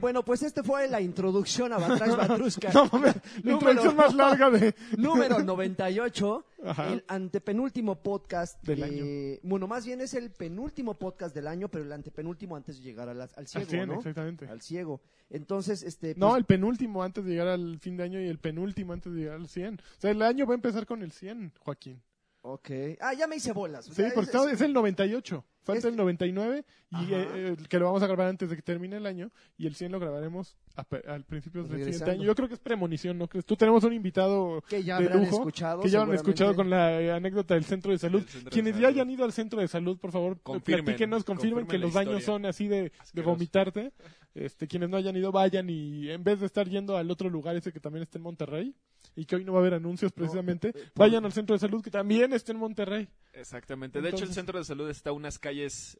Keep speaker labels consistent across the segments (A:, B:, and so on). A: bueno, pues este fue la introducción a Batrash Batrushka.
B: No mames, la introducción más larga de-
A: Número 98,
B: Ajá.
A: el antepenúltimo podcast
B: Del
A: que-
B: año.
A: Bueno, más bien es el penúltimo podcast del año, pero el antepenúltimo antes de llegar a las- al ciego,
B: cien,
A: ¿no?
B: exactamente.
A: Al ciego. Entonces, este...
B: No,
A: pues,
B: el penúltimo antes de llegar al fin de año y el penúltimo antes de llegar al 100. O sea, el año va a empezar con el 100, Joaquín.
A: Ok. Ah, ya me hice bolas. O
B: Sí,
A: sea,
B: porque
A: es-
B: estamos- es el 98. Falta
A: es-
B: el 99 y
A: Ajá.
B: eh, eh, que lo vamos a grabar antes de que termine el año y el 100 lo grabaremos a pe- al principio del siguiente
A: Regresando.
B: año. Yo creo que es premonición, ¿no crees? Tú tenemos un invitado
A: que ya
B: de
A: habrán
B: lujo,
A: escuchado.
B: que ya han
A: seguramente.
B: escuchado con la eh, anécdota del centro de salud.
C: Del centro de
B: Quienes ya
C: salud.
B: hayan ido al centro de salud, por favor,
C: Confirmen,
B: platíquenos, confirmen,
C: confirmen
B: que
C: la
B: los baños
C: historia.
B: son así de, de
C: Asqueroso.
B: vomitarte. Este, quienes no hayan ido, vayan y en vez de estar yendo al otro lugar ese que también está en Monterrey y que hoy no va a haber anuncios
A: eh,
B: precisamente, vayan al centro de salud que también está en Monterrey.
C: Exactamente. De hecho,
B: Entonces-
C: el centro de salud está unas calles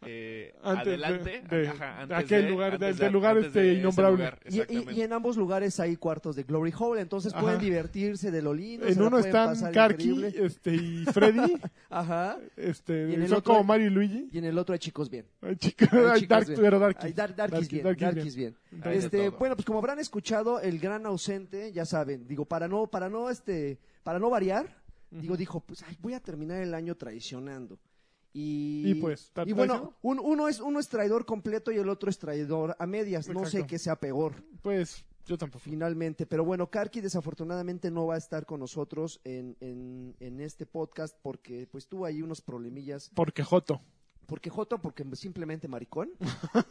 C: eh,
B: Antes de-
C: adelante.
B: de-
C: ajá,
B: de
C: antes
B: aquel lugar,
C: antes
B: del- del lugar
C: antes
B: este
C: de ese
B: innombrable.
C: lugar,
A: Y- Y,
C: exactamente.
A: y en ambos lugares hay cuartos de Glory Hole, entonces
B: Ajá.
A: pueden divertirse de lo lindo. se
B: en
A: la
B: uno
A: pueden
B: están
A: pasar
B: Karki
A: increíble.
B: este, y Freddy,
A: Ajá.
B: este,
A: Y en el
B: son
A: otro-
B: como Mario y Luigi.
A: Y en el otro hay chicos bien.
B: Ay, chica,
A: Hay
B: ay,
A: chicas
B: Dark,
A: bien.
B: pero Darky.
A: Ay, Dar- Darkies bien,
B: Darkies
A: Darkies bien.
C: Hay de
A: Este,
C: todo.
A: bueno, pues como habrán escuchado, el gran ausente, ya saben, digo, para no, para no, este, para no variar, digo, dijo, pues ay, voy a terminar el año traicionando. Y,
B: Y, pues, ¿tan
A: y bueno,
B: traición?
A: un- uno es uno es traidor completo y el otro es traidor a medias. No sé
B: Exacto.
A: qué sea peor
B: Pues yo tampoco.
A: finalmente. Pero bueno, Karki desafortunadamente no va a estar con nosotros en, en, en este podcast porque pues tuvo ahí unos problemillas
B: Porque Joto.
A: porque Joto, porque simplemente maricón.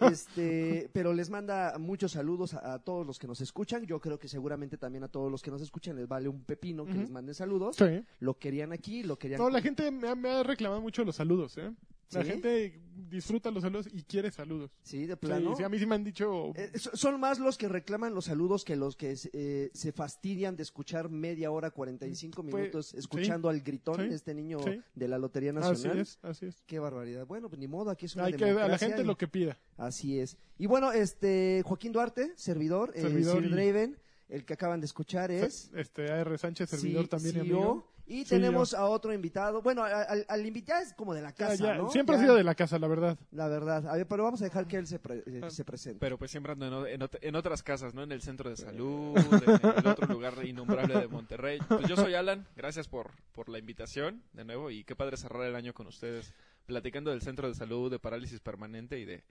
A: este, pero les manda muchos saludos a, a todos los que nos escuchan. Yo creo que seguramente también a todos los que nos escuchan les vale un pepino que
B: Ujú.
A: les manden saludos.
B: Sí.
A: Lo querían aquí, lo querían.
B: No, la gente me ha, me ha reclamado mucho los saludos, ¿eh? La
A: ¿Sí?
B: gente disfruta los saludos y quiere saludos.
A: Sí, de
B: Sí,
A: plano.
B: sí, a mí sí me han dicho...
A: Eh, so- son más los que reclaman los saludos que los que se- eh, se fastidian de escuchar media hora, 45
B: Pues,
A: minutos
B: sí.
A: escuchando al gritón,
B: Sí.
A: este niño
B: Sí.
A: de la Lotería
B: así
A: Nacional.
B: es, así es.
A: Qué barbaridad. Bueno, pues ni modo, aquí es una
B: Hay que, a la
A: democracia
B: gente
A: y-
B: lo que pida.
A: Así es. Y bueno, este Joaquín Duarte, servidor, eh,
B: Servidor
A: Sir
B: y-
A: Draven, el que acaban de escuchar es
B: Este, AR Sánchez, servidor
A: C-
B: también, y
A: CEO,
B: amigo.
A: Y
B: Sí,
A: tenemos a otro invitado. Bueno, a- al, al invitado es como de la
B: Ah, Ya,
A: casa,
B: ya,
A: ¿no?
B: Siempre
A: Ya,
B: ha sido de la casa, la verdad.
A: La verdad. A ver, pero vamos a dejar que él se, pre- eh,
B: Ah.
A: se presente.
C: Pero pues siempre ando en, o- en ot- en otras casas, ¿no? En el centro de salud, en el otro lugar innombrable de Monterrey. Pues yo soy Alan, gracias por, por la invitación de nuevo y qué padre cerrar el año con ustedes platicando del centro de salud, de parálisis permanente y de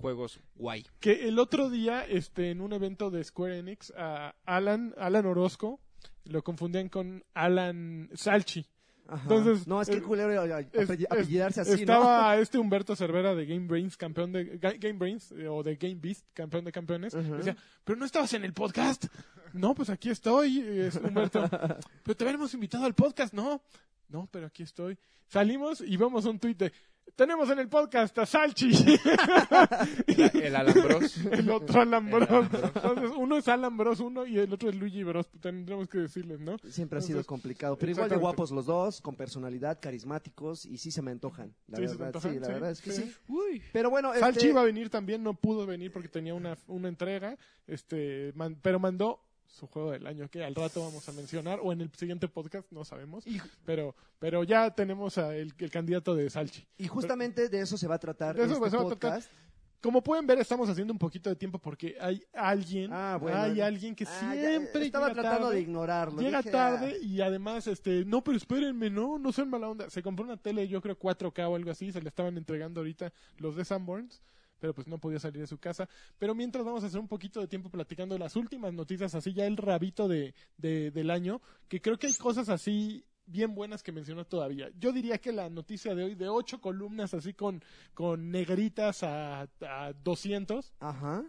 C: juegos guay.
B: Que el otro día, este, en un evento de Square Enix, a Alan, Alan Orozco, lo confundían con Alan Salchi.
A: Ajá.
B: entonces,
A: no, es que
B: eh,
A: el culero eh, apell-
B: Es-
A: apellidarse
B: es-
A: así,
B: Estaba este Humberto Cervera de Game Brains, campeón de Ga- Game Brains eh, o de Game Beast, campeón de campeones.
A: Ujú.
B: Decía, pero no estabas en el podcast. No, pues aquí estoy, eh, es Humberto. pero te habíamos invitado al podcast, no. No, pero aquí estoy. Salimos y vemos un tuit de, tenemos en el podcast a Salchi,
C: El, el Alambros.
B: el otro Alan Bros.
C: Alan Bros.
B: Entonces, uno es Alan Bros, uno y el otro es Luigi Bros. Tendremos que decirles, ¿no?
A: ¿no? Siempre ha sido
B: entonces,
A: complicado. Pero igual de
B: exactamente.
A: guapos los dos, con personalidad, carismáticos, y sí se me antojan. La
B: Sí, se te
A: verdad,
B: antojan,
A: sí, la
B: sí,
A: verdad es que
B: sí.
A: sí.
C: Uy.
A: Pero bueno, este,
B: Salchi iba a venir también, no pudo venir porque tenía una, una entrega, este, man- pero mandó su juego del año, que al rato vamos a mencionar, o en el siguiente podcast, no sabemos, pero, pero ya tenemos a el, el candidato de Salchi.
A: y justamente de eso se va a tratar
B: De eso
A: este
B: se va a tratar.
A: podcast.
B: Como pueden ver, estamos haciendo un poquito de tiempo porque hay alguien,
A: Ah, bueno.
B: hay alguien que
A: Ah, ya,
B: siempre
A: estaba
B: llega
A: tratando
B: tarde,
A: de ignorarlo.
B: Llega
A: Dije, ah,
B: tarde y además, este, no, pero espérenme, no, no sean mala onda. Se compró una tele, yo creo 4K o algo así, se la estaban entregando ahorita los de Sanborns, pero pues no podía salir de su casa. Pero mientras vamos a hacer un poquito de tiempo platicando de las últimas noticias, así ya el rabito de, de- del año, que creo que hay cosas así bien buenas que mencionó todavía. Yo diría que la noticia de hoy, de ocho columnas así con, con negritas a, a 200,
A: Ajá.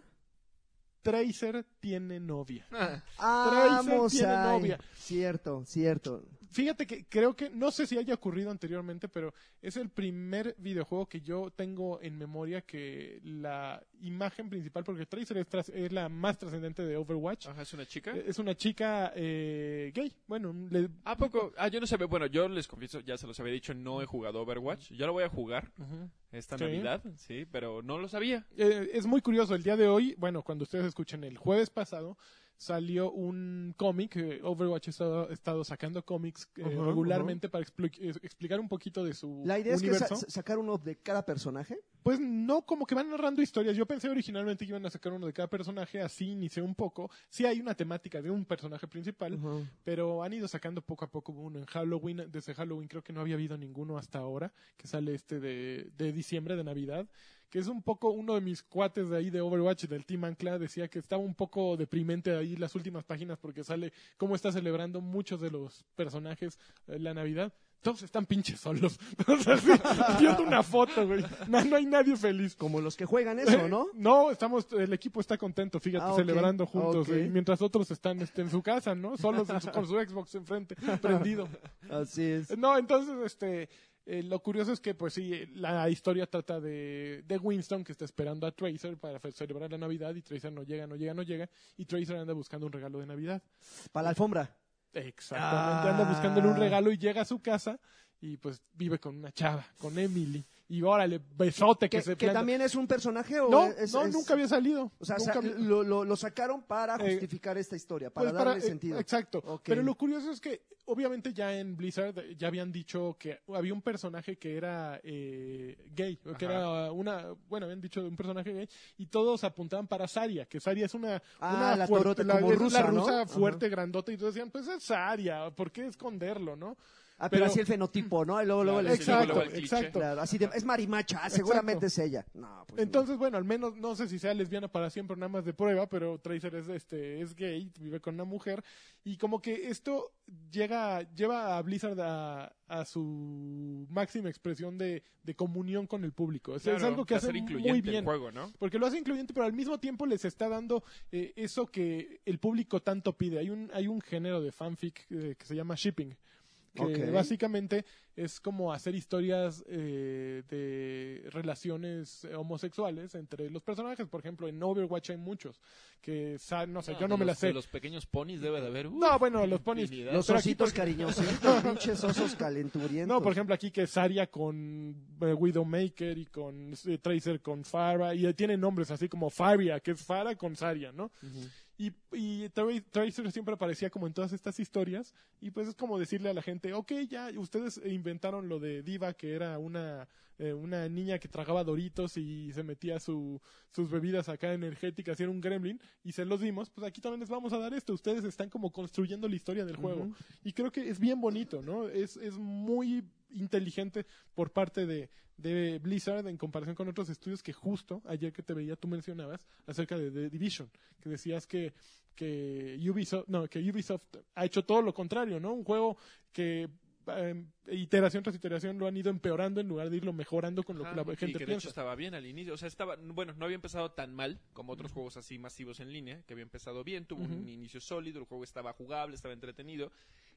B: Tracer tiene novia.
A: Ah,
B: Tracer
A: Vamos
B: tiene
A: ay,
B: novia.
A: Cierto, cierto.
B: Fíjate que creo que, no sé si haya ocurrido anteriormente, pero es el primer videojuego que yo tengo en memoria que la imagen principal, porque Tracer es, tras- es la más trascendente de Overwatch,
A: Ah,
C: Ajá, es una chica.
B: Eh, es una chica eh, gay. Bueno, le-
C: ¿A poco? Ah, yo no sabía. Bueno, yo les confieso, ya se los había dicho, no he jugado Overwatch. Yo lo voy a jugar esta
B: Sí.
C: Navidad, sí, pero no lo sabía.
B: Eh, es muy curioso, el día de hoy, bueno, cuando ustedes escuchen el jueves pasado, salió un cómic. eh, Overwatch ha estado, ha estado sacando cómics eh,
A: Ajá,
B: regularmente para expli- eh, explicar un poquito de su
A: La idea es que sa-
B: universo.
A: sa- sacar uno de cada personaje.
B: Pues no, como que van narrando historias. Yo pensé originalmente que iban a sacar uno de cada personaje, así inicié un poco. Sí hay una temática de un personaje principal, pero han ido sacando poco a poco uno en Halloween. Desde Halloween creo que no había habido ninguno hasta ahora, que sale este de, de diciembre, de Navidad, que es un poco uno de mis cuates de ahí de Overwatch, del Team Ancla, decía que estaba un poco deprimente ahí las últimas páginas porque sale cómo está celebrando muchos de los personajes eh, la Navidad. Todos están pinches solos. O sea, sí, viendo una foto, güey. No, no hay nadie feliz.
A: Como los que juegan eso, ¿no?
B: No, estamos, el equipo está contento, fíjate,
A: Ah, ok.
B: celebrando juntos,
A: Ok.
B: eh, mientras otros están este, en su casa, ¿no? Solos en su- con su Xbox enfrente, prendido.
A: Así es.
B: No, entonces, este, eh, lo curioso es que, pues sí, la historia trata de, de Winston que está esperando a Tracer para fe- celebrar la Navidad y Tracer no llega, no llega, no llega y Tracer anda buscando un regalo de Navidad.
A: Para la alfombra.
B: Exactamente,
A: Ah.
B: anda buscándole un regalo y llega a su casa y pues vive con una chava, con Emily. Y órale, besote que,
A: Que,
B: se
A: que
B: planta.
A: también es un personaje o
B: No,
A: es-
B: no,
A: es-
B: nunca había salido.
A: O sea,
B: Nunca
A: sa-
B: había-
A: lo, lo- lo sacaron para
B: Eh,
A: justificar esta historia, para
B: Pues
A: darle
B: eh,
A: sentido.
B: Exacto.
A: Ok.
B: Pero lo curioso es que, obviamente, ya en Blizzard eh, ya habían dicho que había un personaje que era eh, gay, o que
C: Ajá.
B: era una. Bueno, habían dicho de un personaje gay, y todos apuntaban para Saria, que Saria es una.
A: Ah,
B: una
A: la
B: fuerte-
A: torota, como
B: es
A: rusa,
B: la
A: ¿no?
B: rusa
A: Ajá.
B: fuerte, grandota, y todos decían, pues es Saria, ¿por qué esconderlo, no?
A: Ah, pero,
B: pero-
A: así el fenotipo, ¿no? Y luego, luego
C: Claro,
A: el-
C: sí, luego,
B: exacto,
C: luego el cliché.
B: exacto.
A: Claro, así de, es marimacha, seguramente es ella. No, pues no.
B: Entonces, bueno, al menos no sé si sea lesbiana para siempre, nada más de prueba, pero Tracer es este es gay, vive con una mujer y como que esto llega lleva a Blizzard a, a su máxima expresión de, de comunión con el público. O sea, es
C: Claro,
B: algo que
C: hacer
B: hace
C: incluyente
B: muy bien.
C: el juego, ¿no?
B: Porque lo hace incluyente, pero al mismo tiempo les está dando eh, eso que el público tanto pide. Hay un, hay un género de fanfic eh, que se llama shipping. Que
A: Ok.
B: básicamente es como hacer historias eh, de relaciones eh, homosexuales entre los personajes. Por ejemplo, en Overwatch hay muchos que, sa- no sé, yo
C: Ah, de
B: no me
C: los-
B: las sé.
C: de los pequeños ponis debe de haber. uh,
B: No, bueno, los ponis.
C: infinidad.
A: los
B: pero aquí,
A: ositos
B: por-
A: cariñositos, pinches osos calenturientos.
B: No, por ejemplo, aquí que Saria con eh, Widowmaker y con eh, Tracer con Farah. Y eh, tiene nombres así como Faria, que es Farah con Saria, ¿no?
A: Ujú.
B: Y, y Tra- Tracer siempre aparecía como en todas estas historias. Y pues es como decirle a la gente, ok, ya, ustedes inventaron lo de Diva, que era una, eh, una niña que tragaba doritos y se metía su, sus bebidas acá energéticas y era un gremlin. Y se los dimos, pues aquí también les vamos a dar esto. Ustedes están como construyendo la historia del juego.
A: Ujú.
B: Y creo que es bien bonito, ¿no? Es, es muy inteligente por parte de, de Blizzard en comparación con otros estudios que justo ayer que te veía tú mencionabas acerca de The Division, que decías que, que, Ubisoft, no, que Ubisoft ha hecho todo lo contrario, ¿no? Un juego que eh, iteración tras iteración lo han ido empeorando en lugar de irlo mejorando con lo
C: Ajá,
B: que la
C: y
B: gente
C: que de hecho
B: piensa.
C: estaba bien al inicio. O sea, estaba, bueno, no había empezado tan mal como otros juegos así masivos en línea, que había empezado bien, tuvo un
B: Ujú.
C: inicio sólido, el juego estaba jugable, estaba entretenido.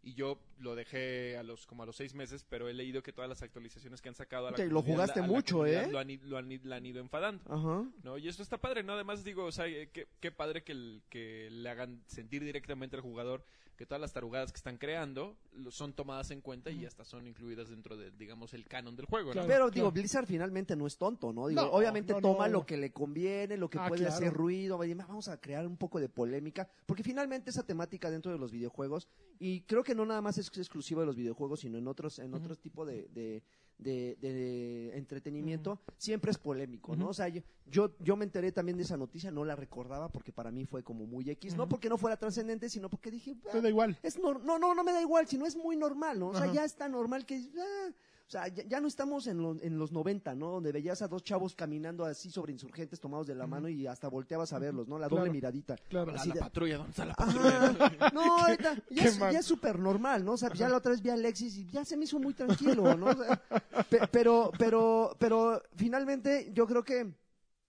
C: Y yo lo dejé a los como a los seis meses, pero he leído que todas las actualizaciones que han sacado a la
A: Sí, lo
C: comunidad-
A: jugaste
C: a la
A: mucho,
C: comunidad
A: ¿eh?
C: Lo han, i- lo han i- la han ido enfadando.
A: Ajá.
C: ¿no? Y esto está padre, ¿no? Además digo, o sea, eh, qué, qué padre que, el- que le hagan sentir directamente al jugador que todas las tarugadas que están creando lo- son tomadas en cuenta y hasta son incluidas dentro de, digamos, el canon del juego, ¿no?
B: Claro.
A: Pero digo, Blizzard finalmente no es tonto, ¿no? Digo,
B: No,
A: obviamente
B: no, no.
A: toma lo que le conviene, lo que
B: Ah,
A: puede
B: claro.
A: hacer ruido, va a decir, vamos a crear un poco de polémica, porque finalmente esa temática dentro de los videojuegos, y creo que no nada más es exclusiva de los videojuegos, sino en otros, en
B: Ujú.
A: otros tipo de, de- de- de entretenimiento, siempre es polémico, ¿no?
B: Ujú.
A: O sea, yo, yo, yo me enteré también de esa noticia, no la recordaba porque para mí fue como muy X, no
B: Ujú.
A: porque no fuera trascendente, sino porque dije, "Ah,
B: Te da igual.
A: es nor- no, no, no me da igual, sino es muy normal, ¿no? O sea,
B: Ajá.
A: ya está normal que... ah, o sea, ya, ya no estamos en, lo- en los 90, ¿no? Donde veías a dos chavos caminando así sobre insurgentes tomados de la mano y hasta volteabas a verlos, ¿no? La doble
B: Claro.
A: miradita.
B: Claro.
A: Así
C: la
A: de-
C: patrulla, ¿dónde está la patrulla?
A: Ajá. No, ahorita ya
B: qué
A: es
B: mal.
A: ya es súper normal, ¿no? O sea, ya la otra vez vi a Alexis y ya se me hizo muy tranquilo, ¿no? O sea, pe- pero, pero, pero finalmente yo creo que,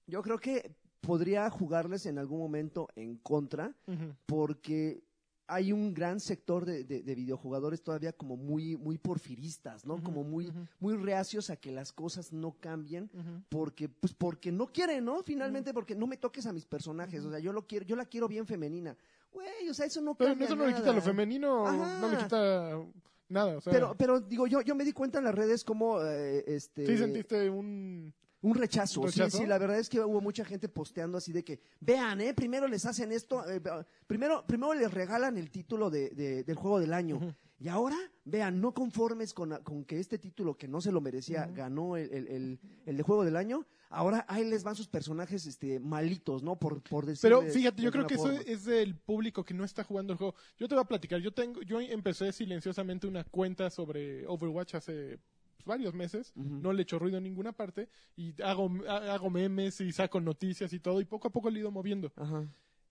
A: yo creo que podría jugarles en algún momento en contra
B: Ujú.
A: porque hay un gran sector de, de- de videojugadores todavía como muy, muy porfiristas, ¿no?
B: Ujú,
A: Como muy,
B: ujú,
A: muy reacios a que las cosas no cambien
B: ujú.
A: porque pues porque no quieren, ¿no? Finalmente porque no me toques a mis personajes, o sea, yo lo quiero, yo la quiero bien femenina. Güey, o sea, eso no
B: Pero
A: cambia
B: eso no le quita
A: nada.
B: lo femenino,
A: Ajá.
B: no le quita nada. O sea,
A: Pero pero digo, yo yo me di cuenta en las redes como eh, este
B: sí sentiste un
A: Un rechazo.
B: ¿Rechazo?
A: Sí, sí, la verdad es que hubo mucha gente posteando así de que, vean, ¿eh? Primero les hacen esto, eh, ve- primero, primero les regalan el título de- de- del juego del año. Y ahora, vean, no conformes con, con que este título que no se lo merecía ganó el, el- el- el de juego del año, ahora ahí les van sus personajes este, malitos, ¿no? Por, por decirlo
B: Pero
A: de-
B: fíjate,
A: de
B: yo creo
A: alguna
B: que eso
A: forma.
B: es del público que no está jugando el juego. Yo te voy a platicar, yo tengo, yo empecé silenciosamente una cuenta sobre Overwatch hace pues, varios meses,
A: Ujú.
B: no le echo ruido en ninguna parte, y hago, ha- hago memes y saco noticias y todo, y poco a poco le he ido moviendo.
A: Ajá.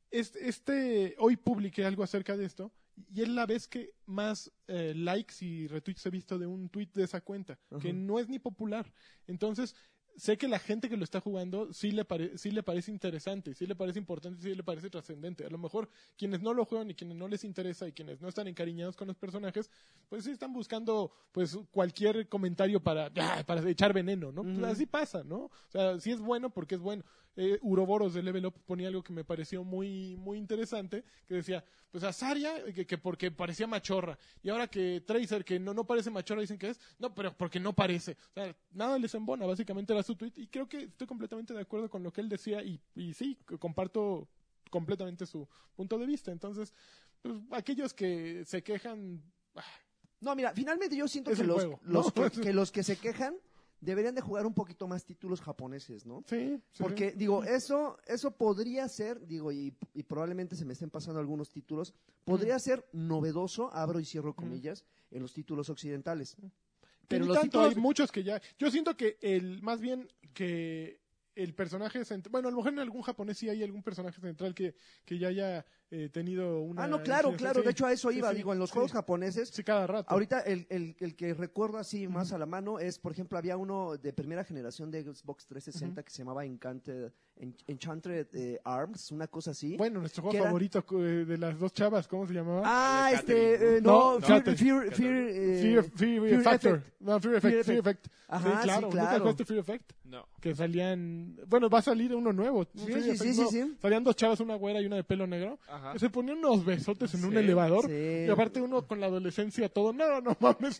B: Este, este- hoy publiqué algo acerca de esto, y es la vez que más eh, likes y retweets he visto de un tweet de esa cuenta, que
A: Ajá.
B: no es ni popular. Entonces, sé que la gente que lo está jugando sí le, pare- sí le parece interesante, sí le parece importante, sí le parece trascendente. A lo mejor quienes no lo juegan y quienes no les interesa y quienes no están encariñados con los personajes, pues sí están buscando pues cualquier comentario para, ¡ah! para echar veneno, ¿no? Pues
A: Ujú.
B: así pasa, ¿no? O sea, sí es bueno porque es bueno. Eh, Uroboros de Level Up ponía algo que me pareció muy, muy interesante, que decía, pues a Zarya, que, que porque parecía machorra, y ahora que Tracer, que no, no parece machorra, dicen que es, no, pero porque no parece. O sea, nada les embona, básicamente era su tweet, y creo que estoy completamente de acuerdo con lo que él decía, y, y sí, que comparto completamente su punto de vista. Entonces, pues, aquellos que se quejan, ah,
A: No, mira, finalmente yo siento
B: Es
A: que
B: un
A: los,
B: juego,
A: los
B: ¿no?
A: que, que los que se quejan deberían de jugar un poquito más títulos japoneses, ¿no?
B: sí, sí, sí.
A: Porque, digo, eso, eso podría ser, digo, y, y probablemente se me estén pasando algunos títulos,
B: Mm.
A: podría ser novedoso, abro y cierro comillas, en los títulos occidentales.
B: Pero
A: Pero los
B: tanto,
A: títulos-
B: hay muchos que ya. Yo siento que el, más bien que el personaje central, bueno, a lo mejor en algún japonés sí hay algún personaje central que, que ya haya eh, tenido una.
A: ah, no, claro,
B: incidencia,
A: claro,
B: sí.
A: de hecho a eso
B: Sí,
A: iba,
B: sí,
A: digo, en los
B: sí.
A: juegos japoneses,
B: Sí, cada rato.
A: ahorita el, el- el que recuerdo así más a la mano es, por ejemplo, había uno de primera generación de Xbox 360 que se llamaba Encanted, En- Enchanted eh, Arms, una cosa así.
B: Bueno, nuestro juego
A: que era-
B: favorito eh, de las dos chavas, ¿cómo se llamaba?
A: Ah,
C: El de
A: este,
C: Catherine,
A: eh,
B: ¿no?
A: no,
B: No,
A: Fear,
B: Catherine.
A: Fear, Fear,
C: Catherine.
A: eh,
B: Fear, Fear,
A: Fear
B: Factor.
A: Effect.
B: No, Fear Effect, Fear
A: Fear
B: Effect.
A: Ajá,
B: sí,
A: sí,
B: claro. ¿Nunca
A: claro.
B: jugaste Fear Effect?
C: No.
B: Que salían. Bueno, va a salir uno nuevo. Fear
A: sí,
B: Effect
A: sí, sí,
B: nuevo.
A: sí.
B: Salían dos chavas, una güera y una de pelo negro.
C: Ajá.
B: Que Se ponían unos besotes en un
C: Sí,
B: elevador.
A: sí.
B: Y aparte uno con la adolescencia todo. No, no mames.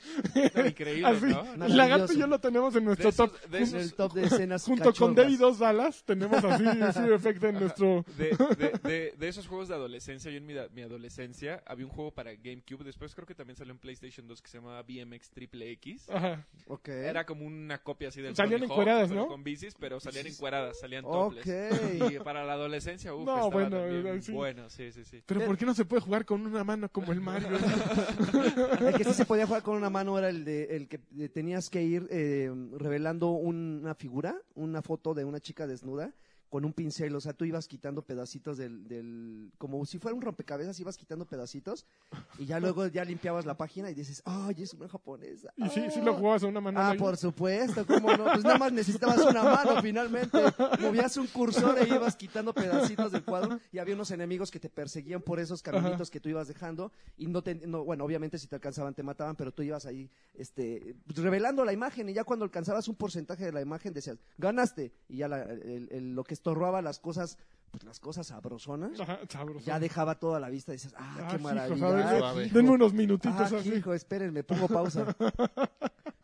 C: No, increíble,
B: Así,
C: ¿no?
B: el lagarto y yo lo tenemos en
C: De
B: nuestro top.
C: esos- de
A: en el
C: esos-
A: top de escenas
B: Junto con
A: cachondas.
B: David Dos Dallas tenemos así Fear Effect en nuestro...
C: de, de- de- de esos juegos de adolescencia, yo en mi, da- mi adolescencia había un juego para GameCube, después creo que también salió en PlayStation 2 que se llamaba BMX Triple X.
B: Ajá.
A: Ok.
C: Era como una copia así del
B: Salían
C: Tony Hawk,
B: encueradas,
C: pero
B: ¿no?
C: Con bicis, pero salían encueradas, salían
A: Ok.
C: topless. Y para la adolescencia, uff,
B: No,
C: estaba
B: bueno,
C: también
B: eh, sí.
C: bueno, sí, sí, sí.
B: Pero ¿por qué no se puede jugar con una mano como el Mario?
A: El que sí se podía jugar con una mano era el de el que eh, tenías que ir eh, revelando una figura, una foto de una chica desnuda con un pincel, o sea, tú ibas quitando pedacitos del, del como si fuera un rompecabezas, ibas quitando pedacitos y ya luego ya limpiabas la página y dices, "Ay, es una japonesa."
B: Y sí, sí
A: Ah.
B: lo jugabas a una mano.
A: Ah,
B: ¿no?
A: por supuesto, cómo no. Pues nada más necesitabas una mano finalmente. Movías un cursor e ibas quitando pedacitos del cuadro y había unos enemigos que te perseguían por esos caminitos que tú ibas dejando y no te, no, bueno, obviamente si te alcanzaban te mataban, pero tú ibas ahí, este, revelando la imagen y ya cuando alcanzabas un porcentaje de la imagen decías, ganaste y ya la- el- el- lo que estorbaba las cosas, pues las cosas sabrosonas,
B: Ajá, sabroso.
A: ya dejaba todo a la vista y dices, ah,
B: Ah,
A: qué
B: hijo,
A: maravilla.
B: a ver,
A: ah,
B: de-
A: hijo".
B: denme unos minutitos
A: Ah,
B: así.
A: hijo, espérenme, pongo pausa.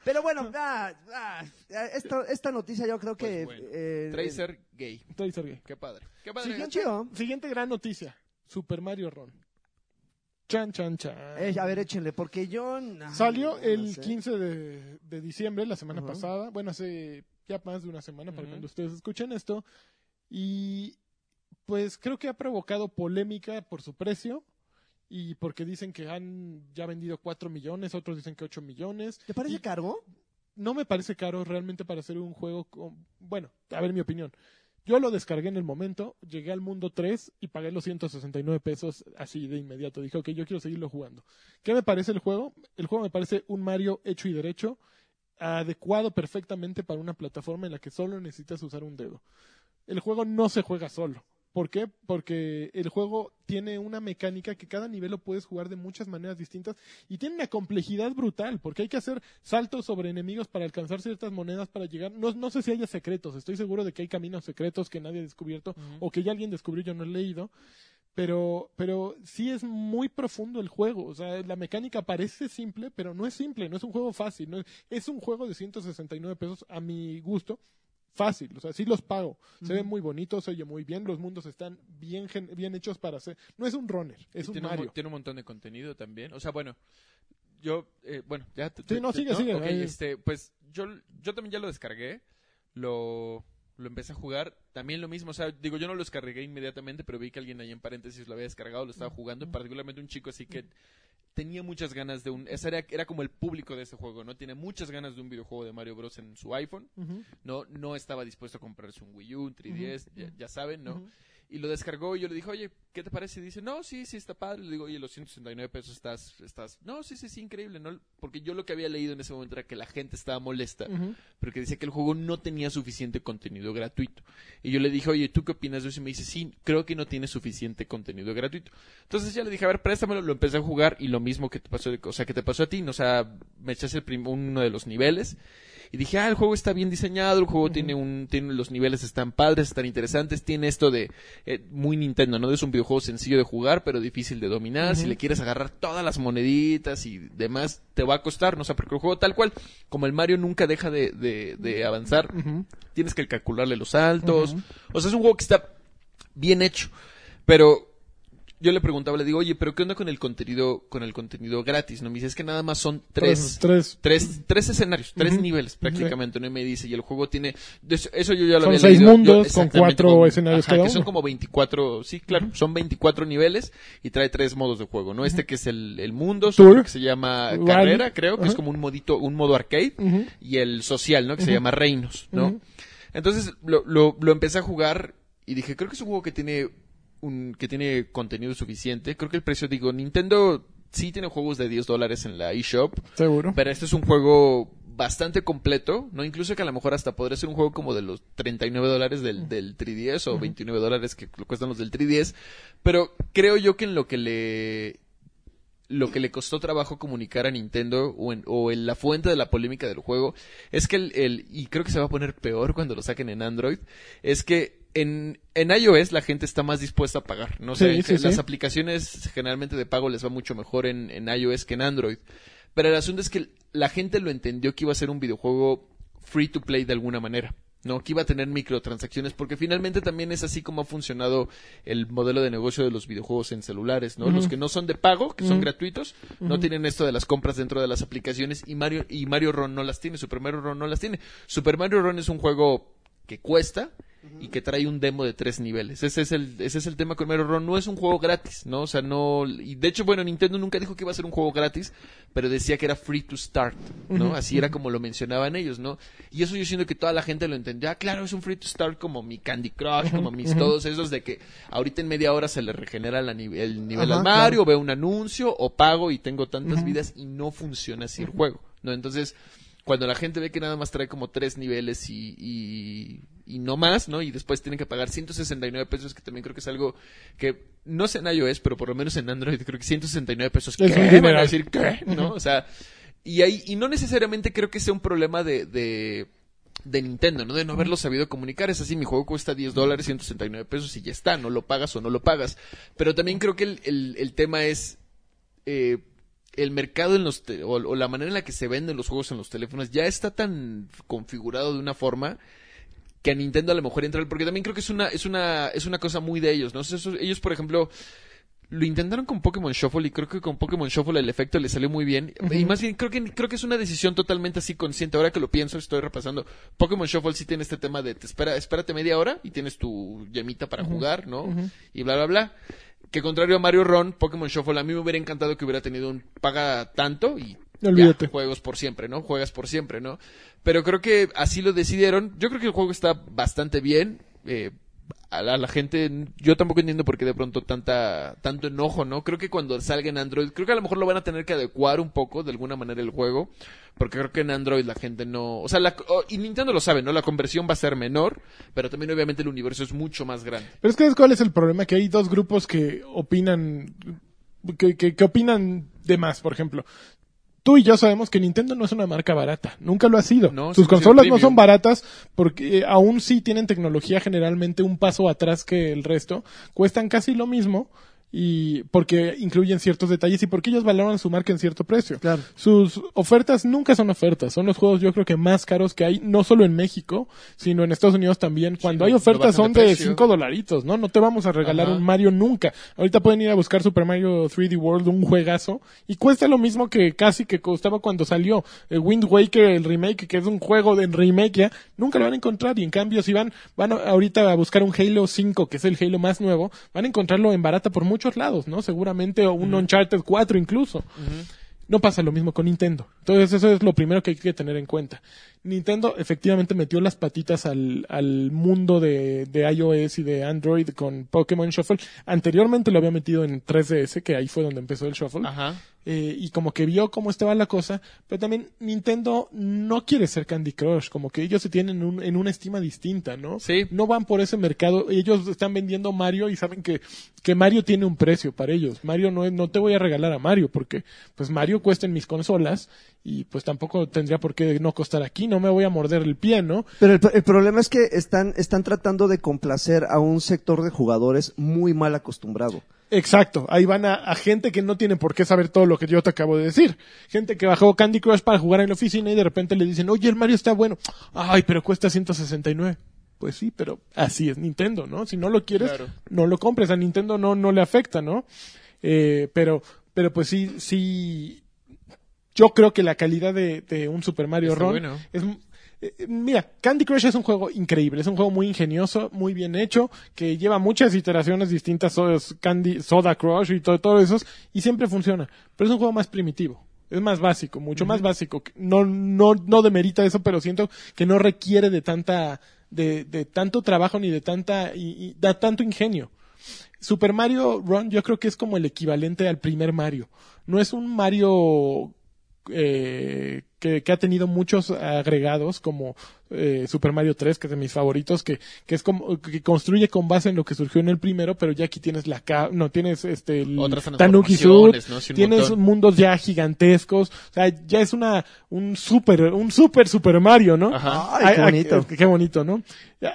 A: Pero bueno, ah, ah, esta, esta noticia yo creo que...
C: Pues bueno.
A: eh,
C: Tracer gay.
B: Estoy, Sergey.
C: Qué padre. Qué
A: eh,
C: padre.
A: siguiente- chido.
B: Siguiente gran noticia. Super Mario Run. Chan, chan, chan.
A: Eh, a ver, échenle, porque yo... nah,
B: Salió
A: no
B: el
A: sé.
B: 15 de, de diciembre, la semana
A: Ajá.
B: pasada. Bueno, hace ya más de una semana para
C: Ujú.
B: cuando ustedes escuchen esto. Y pues creo que ha provocado polémica por su precio. Y porque dicen que han ya vendido 4 millones, otros dicen que 8 millones.
A: ¿Te parece
B: Y-
A: cargo?
B: No me parece caro realmente para hacer un juego con... Bueno, a ver mi opinión. Yo lo descargué en el momento, llegué al mundo 3 y pagué los 169 pesos así de inmediato. Dije, ok, yo quiero seguirlo jugando. ¿Qué me parece el juego? El juego me parece un Mario hecho y derecho, adecuado perfectamente para una plataforma en la que solo necesitas usar un dedo. El juego no se juega solo. ¿Por qué? Porque el juego tiene una mecánica que cada nivel lo puedes jugar de muchas maneras distintas y tiene una complejidad brutal, porque hay que hacer saltos sobre enemigos para alcanzar ciertas monedas para llegar. No, no sé si haya secretos, estoy seguro de que hay caminos secretos que nadie ha descubierto o que ya alguien descubrió, yo no he leído. Pero, pero sí es muy profundo el juego. O sea, la mecánica parece simple, pero no es simple, no es un juego fácil. No es, es un juego de 169 pesos a mi gusto. Fácil, o sea, sí los pago. Se ve muy bonito, se oye muy bien, los mundos están bien, gen- bien hechos para hacer. No es un runner, es
C: Y
B: un
C: tiene, Un,
B: Mario.
C: mo- tiene un montón de contenido también. O sea, bueno, yo, eh, bueno, ya. te-
B: Sí,
C: te-
B: no,
C: te-
B: sigue, sigue,
C: Ok,
B: ahí.
C: este, pues yo, yo también ya lo descargué, lo, lo empecé a jugar, también lo mismo, o sea, digo, yo no lo descargué inmediatamente, pero vi que alguien ahí en paréntesis lo había descargado, lo estaba jugando, particularmente un chico así que tenía muchas ganas de un, esa era, era como el público de ese juego, ¿no? Tiene muchas ganas de un videojuego de Mario Bros. en su iPhone,
B: Ujú.
C: no, no estaba dispuesto a comprarse un Wii U, un 3DS, ya, ya saben, ¿no?
B: Ujú.
C: Y lo descargó y yo le dije, oye, ¿qué te parece? Y dice, no, sí, sí, está padre. Le digo, oye, los 169 pesos estás, estás, no, sí, sí, sí, increíble, ¿no? Porque yo lo que había leído en ese momento era que la gente estaba molesta,
B: Ujú.
C: pero que decía que el juego no tenía suficiente contenido gratuito. Y yo le dije, oye, ¿tú qué opinas de eso? Y me dice, sí, creo que no tiene suficiente contenido gratuito. Entonces ya le dije, a ver, préstamelo, lo empecé a jugar y lo mismo que te pasó, o sea, que te pasó a ti, ¿no? o sea, me echaste el prim- uno de los niveles y dije, ah, el juego está bien diseñado, el juego tiene un, tiene los niveles están padres, están interesantes, tiene esto de eh, muy Nintendo, ¿no? Es un videojuego sencillo de jugar, pero difícil de dominar, si le quieres agarrar todas las moneditas y demás, te va a costar, ¿no? O sea, porque el juego tal cual, como el Mario nunca deja de, de- de avanzar, tienes que calcularle los saltos, o sea, es un juego que está bien hecho, pero yo le preguntaba, le digo, oye, pero ¿qué onda con el contenido, con el contenido gratis? No me dice, es que nada más son tres,
B: Tres.
C: tres, tres escenarios, tres
B: Ujú.
C: niveles prácticamente, ¿no? Y me dice, y el juego tiene, de eso, eso yo ya lo
B: Son
C: había
B: seis
C: leído. Yo-
B: mundos con
C: exactamente,
B: cuatro escenarios
C: ajá,
B: cada
C: que son
B: uno.
C: como 24, sí, claro, son 24 niveles y trae tres modos de juego, ¿no? Este que es el, el mundo,
B: Tour.
C: otro que se llama
B: Rally.
C: carrera, creo, que es
B: Ajá.
C: como un modito, un modo arcade,
B: Ujú.
C: y el social, ¿no? Que se llama reinos, ¿no?
B: Ujú.
C: Entonces lo, lo, lo empecé a jugar y dije, creo que es un juego que tiene un, que tiene contenido suficiente. Creo que el precio, digo, Nintendo sí tiene juegos de 10 dólares en la eShop,
B: Seguro.
C: pero este es un juego bastante completo, ¿no? Incluso que a lo mejor hasta podría ser un juego como de los 39 dólares del, del 3DS o 29 dólares que lo cuestan los del 3DS. Pero creo yo que en lo que le... Lo que le costó trabajo comunicar a Nintendo o en, o en la fuente de la polémica del juego es que el, el- y creo que se va a poner peor cuando lo saquen en Android, es que en, en iOS la gente está más dispuesta a pagar. No sé,
B: Sí, sí,
C: las
B: sí.
C: aplicaciones generalmente de pago les va mucho mejor en, en iOS que en Android. Pero el asunto es que la gente lo entendió que iba a ser un videojuego free to play de alguna manera. No, que iba a tener microtransacciones, porque finalmente también es así como ha funcionado el modelo de negocio de los videojuegos en celulares, ¿no? Los que no son de pago, que son gratuitos, no tienen esto de las compras dentro de las aplicaciones y Mario y Mario Run no las tiene, Super Mario Run no las tiene. Super Mario Run es un juego que cuesta y que trae un demo de tres niveles. Ese es el, ese es el tema con Mario Run. No es un juego gratis, ¿no? O sea, no. Y de hecho, bueno, Nintendo nunca dijo que iba a ser un juego gratis, pero decía que era free to start, ¿no? Así era como lo mencionaban ellos, ¿no? Y eso yo siento que toda la gente lo entendía. Ah, claro, es un free to start como mi Candy Crush, como mis todos esos de que ahorita en media hora se le regenera la ni- el nivel
B: Ajá,
C: al Mario, veo un anuncio o pago y tengo tantas vidas y no funciona así el juego, ¿no? Entonces cuando la gente ve que nada más trae como tres niveles y, y, y no más, ¿no? Y después tienen que pagar 169 pesos, que también creo que es algo que no sé en iOS, pero por lo menos en Android creo que 169 pesos
B: Es
C: ¿qué?
B: un
C: Van a
B: dineral.
C: decir ¿qué? ¿no? O sea, y ahí y no necesariamente creo que sea un problema de, de de Nintendo, ¿no? De no haberlo sabido comunicar. Es así, mi juego cuesta 10 dólares, 169 pesos y ya está, no lo pagas o no lo pagas. Pero también creo que el, el, el tema es eh, el mercado en los te- o, o la manera en la que se venden los juegos en los teléfonos ya está tan configurado de una forma que a Nintendo a lo mejor entra porque también creo que es una es una es una cosa muy de ellos no O sea, eso- ellos por ejemplo lo intentaron con Pokémon Shuffle y creo que con Pokémon Shuffle el efecto le salió muy bien y más bien creo que creo que es una decisión totalmente así consciente ahora que lo pienso estoy repasando Pokémon Shuffle sí tiene este tema de te espera espérate media hora y tienes tu llamita para jugar no y bla bla bla que contrario a Mario Ron, Pokémon Shuffle, a mí me hubiera encantado que hubiera tenido un paga tanto y ya,
B: Olvídate.
C: juegos por siempre, ¿no? Juegas por siempre, ¿no? Pero creo que así lo decidieron. Yo creo que el juego está bastante bien. eh, a, la, a la gente, yo tampoco entiendo por qué de pronto tanta, tanto enojo, ¿no? Creo que cuando salga en Android, creo que a lo mejor lo van a tener que adecuar un poco, de alguna manera, el juego. Porque creo que en Android la gente no... O sea, la- o- y Nintendo lo sabe, ¿no? La conversión va a ser menor, pero también obviamente el universo es mucho más grande.
B: Pero es que ¿sabes cuál es el problema? Que hay dos grupos que opinan, que, que, que opinan de más, por ejemplo. Tú y yo sabemos que Nintendo no es una marca barata, nunca lo ha sido.
C: No, siempre ha
B: Sus
C: sido
B: consolas no
C: premium.
B: son baratas porque eh, aún sí tienen tecnología generalmente un paso atrás que el resto, cuestan casi lo mismo y porque incluyen ciertos detalles y porque ellos valoran su marca en cierto precio.
A: Claro.
B: Sus ofertas nunca son ofertas, son los juegos yo creo que más caros que hay, no solo en México, sino en Estados Unidos también. Cuando
C: lo-
B: hay
C: lo
B: ofertas
C: bajan de
B: son de
C: precio.
B: 5 dolaritos, ¿no? No te vamos a regalar
C: Ajá.
B: un Mario nunca. Ahorita pueden ir a buscar Super Mario 3D World, un juegazo, y cuesta lo mismo que casi que costaba cuando salió eh, Wind Waker, el remake, que es un juego de remake ya, nunca lo van a encontrar. Y en cambio, si van, van a- ahorita a buscar un Halo 5, que es el Halo más nuevo, van a encontrarlo en barata por muchos lados, ¿no? Seguramente, o un Uncharted 4 incluso. No pasa lo mismo con Nintendo. Entonces eso es lo primero que hay que tener en cuenta. Nintendo efectivamente metió las patitas al, al mundo de, de iOS y de Android con Pokémon Shuffle. Anteriormente lo había metido en 3DS, que ahí fue donde empezó el Shuffle.
C: Ajá.
B: Eh, y como que vio cómo estaba la cosa, pero también Nintendo no quiere ser Candy Crush, como que ellos se tienen un- en una estima distinta, ¿no?
C: Sí.
B: No van por ese mercado, ellos están vendiendo Mario y saben que, que Mario tiene un precio para ellos. Mario no, es- no te voy a regalar a Mario porque pues Mario cuesta en mis consolas y pues tampoco tendría por qué no costar aquí, no me voy a morder el pie, ¿no?
A: Pero el, el problema es que están, están tratando de complacer a un sector de jugadores muy mal acostumbrado.
B: Exacto, ahí van a, a gente que no tiene por qué saber todo lo que yo te acabo de decir. Gente que bajó Candy Crush para jugar en la oficina y de repente le dicen, oye, el Mario está bueno. Ay, pero cuesta 169. Pues sí, pero así es Nintendo, ¿no? Si no lo quieres,
C: Claro.
B: no lo compres. A Nintendo no, no le afecta, ¿no? Eh, pero, pero pues sí, sí. Yo creo que la calidad de, de un Super Mario
C: Está
B: Run
C: bueno.
B: es m- eh, eh, Mira, Candy Crush es un juego increíble, es un juego muy ingenioso, muy bien hecho, que lleva muchas iteraciones distintas, so- es Candy, Soda Crush y todo, todo esos, y siempre funciona. Pero es un juego más primitivo, es más básico, mucho más básico. que No, no, no demerita eso, pero siento que no requiere de tanta, de, de tanto trabajo ni de tanta, y, y da tanto ingenio. Super Mario Run yo creo que es como el equivalente al primer Mario. No es un Mario eh, que, que ha tenido muchos agregados como eh, Super Mario 3, que es de mis favoritos, que, que es como que construye con base en lo que surgió en el primero, pero ya aquí tienes la ca- no tienes este el
C: Otras
B: Tanuki Suit,
C: transformaciones, ¿no? Sí, un
B: tienes
C: montón.
B: mundos ya gigantescos, o sea, ya es una un super un super Super Mario, ¿no?
C: Ajá.
A: Ay, qué
B: A- a-
A: bonito.
B: qué bonito, ¿no?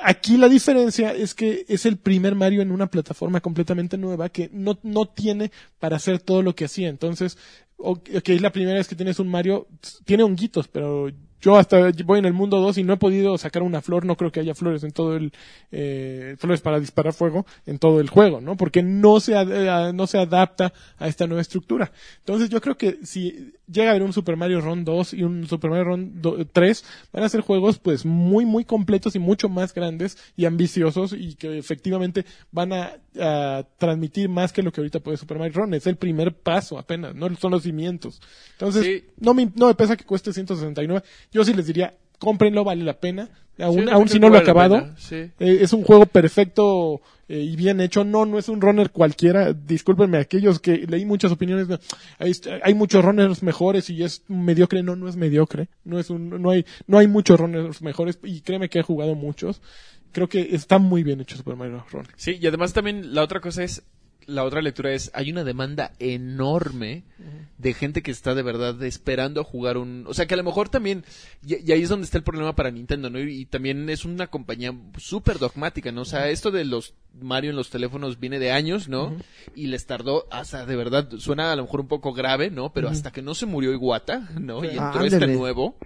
B: Aquí la diferencia es que es el primer Mario en una plataforma completamente nueva que no, no tiene para hacer todo lo que hacía. Entonces, o- ok, es la primera vez que tienes un Mario, tiene honguitos, pero yo hasta voy en el mundo 2 y no he podido sacar una flor, no creo que haya flores en todo el, eh, flores para disparar fuego en todo el juego, ¿no? Porque no se, ad- eh, a- no se adapta a esta nueva estructura. Entonces yo creo que si llega a haber un Super Mario Run 2 y un Super Mario Run do- 3, van a ser juegos pues muy, muy completos y mucho más grandes y ambiciosos y que efectivamente van a, a transmitir más que lo que ahorita puede Super Mario Run. Es el primer paso apenas, ¿no? Son los cimientos. Entonces,
C: Sí.
B: no, me, no me pesa que cueste 169. Yo sí les diría, cómprenlo, vale la pena. Aún,
C: Sí,
B: aún
C: creo
B: si
C: que
B: no lo he
C: vale la
B: acabado.
C: pena, Sí.
B: Eh, es un juego perfecto eh, y bien hecho. No, no es un runner cualquiera. Discúlpenme aquellos que leí muchas opiniones. no, ahí está- hay muchos runners mejores y es mediocre. No, no es mediocre. No es un, no hay, no hay muchos runners mejores y créeme que he jugado muchos. Creo que está muy bien hecho Super Mario Run.
C: Sí, y además también la otra cosa es, la otra lectura es, hay una demanda enorme de gente que está de verdad esperando a jugar un... O sea, que a lo mejor también, y, y ahí es donde está el problema para Nintendo, ¿no? Y, y también es una compañía súper dogmática, ¿no? O sea, esto de los Mario en los teléfonos viene de años, ¿no? Y les tardó hasta, de verdad, suena a lo mejor un poco grave, ¿no? Pero hasta que no se murió Iwata, ¿no? Y
A: Ah,
C: entró este
A: ándale.
C: nuevo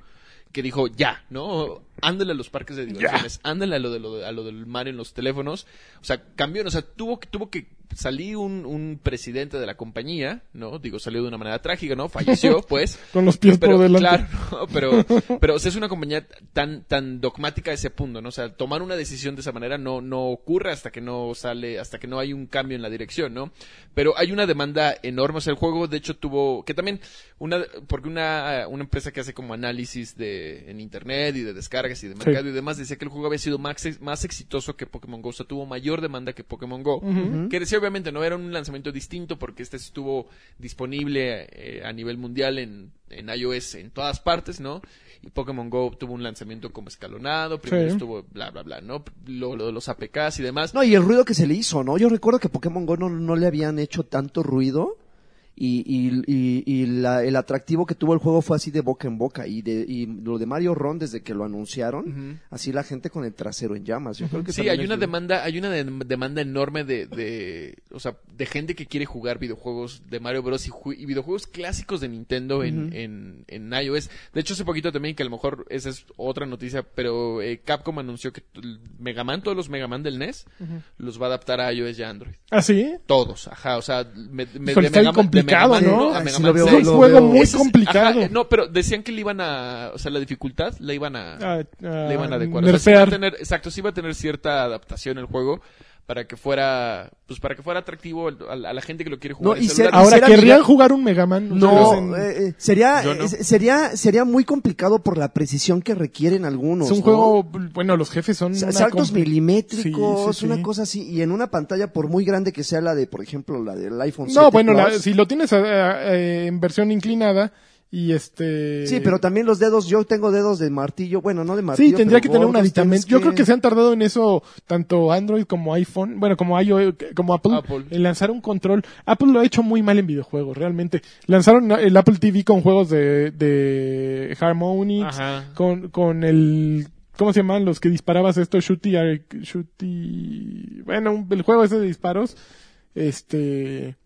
C: que dijo ya, ¿no? Ándale a los parques de diversiones, ándale a lo, de, lo de- a lo del mar en los teléfonos. O sea, cambió, o sea, tuvo, que- tuvo que salir un, un presidente de la compañía, ¿no? Digo, salió de una manera trágica, ¿no? Falleció, pues.
B: Con los pies
C: Pero,
B: por delante.
C: claro, ¿no? pero, pero o sea, es una compañía tan, tan dogmática a ese punto, ¿no? O sea, tomar una decisión de esa manera no, no ocurre hasta que no sale, hasta que no hay un cambio en la dirección, ¿no? Pero hay una demanda enorme, o sea, el juego de hecho tuvo, que también, una, porque una, una empresa que hace como análisis de, en internet y de descargas y de mercado y demás, decía que el juego había sido más, ex- más exitoso que Pokémon Go, o sea, tuvo mayor demanda que Pokémon Go. Que decía, obviamente, no era un lanzamiento distinto porque este estuvo disponible eh, a nivel mundial en, en iOS en todas partes, ¿no? Y Pokémon Go tuvo un lanzamiento como escalonado, primero
B: Sí.
C: estuvo bla, bla, bla, ¿no? Lo, lo de los APKs y demás.
A: No, y el ruido que se le hizo, ¿no? Yo recuerdo que Pokémon Go no, no le habían hecho tanto ruido y, y- y- y la- el atractivo que tuvo el juego fue así de boca en boca. Y, de, y lo de Mario Ron, desde que lo anunciaron, así la gente con el trasero en llamas. Yo creo que
C: Sí, hay
A: también es
C: una
A: de-
C: demanda, hay una de- demanda enorme de, de, o sea, de gente que quiere jugar videojuegos de Mario Bros. y, ju- y videojuegos clásicos de Nintendo en, en, en iOS. De hecho, hace poquito también, que a lo mejor esa es otra noticia, pero eh, Capcom anunció que t- el Mega Man, todos los Mega Man del NES, los va a adaptar a iOS y a Android.
B: ¿Ah, sí?
C: Todos, ajá, o sea, me, me-
B: Híjole, está bien
C: Man-
B: complicado,
C: Man
B: ¿no?
C: uno a
A: Ay,
C: Mega
A: sí,
C: Man
A: lo veo-
B: Es un
C: seis.
A: lo
B: juego
A: veo.
B: muy
C: Ese es-
B: complicado.
C: ajá, eh, no, pero decían que le iban a, o sea, la dificultad la iban a,
B: Ah, ah,
C: le iban a adecuar. O sea, sí iba a
B: nerfear.
C: tener, exacto, sí iba a tener cierta adaptación el juego para que fuera, pues para que fuera atractivo al- al- a, la gente que lo quiere jugar.
A: No,
C: en
A: y se-
C: celular.
A: ahora-
B: Ahora,
A: Quisiera
B: ¿querrían
A: mirar-
B: jugar un Mega Man?
A: No,
B: Ustedes en-
A: eh, eh, sería,
C: Yo no.
A: eh, sería, sería muy complicado por la precisión que requieren algunos.
B: es un
A: ¿no?
B: juego, bueno, los jefes son...
A: Sa-
B: una
A: Saltos
B: compli-
A: milimétricos,
B: Sí, sí,
A: una
B: sí.
A: cosa así. Y en una pantalla, por muy grande que sea la de, por ejemplo, la del iPhone
B: No,
A: 7
B: bueno, la-
A: Plus.
B: si lo tienes eh, eh, en versión inclinada y este...
A: Sí, pero también los dedos, yo tengo dedos de martillo, bueno, no de martillo.
B: Sí, tendría que
A: pero
B: tener un
A: gordos, tienes
B: aditamento. Yo creo que se han tardado en eso tanto Android como iPhone, bueno, como iOS, como Apple,
C: Apple.
B: en lanzar un control. Apple lo ha hecho muy mal en videojuegos, realmente. Lanzaron el Apple TV con juegos de, de Harmonix,
C: Ajá.
B: con, con el... ¿Cómo se llaman los que disparabas esto? Shooty... ar- Shooty... Bueno, un- el juego ese de disparos. Este...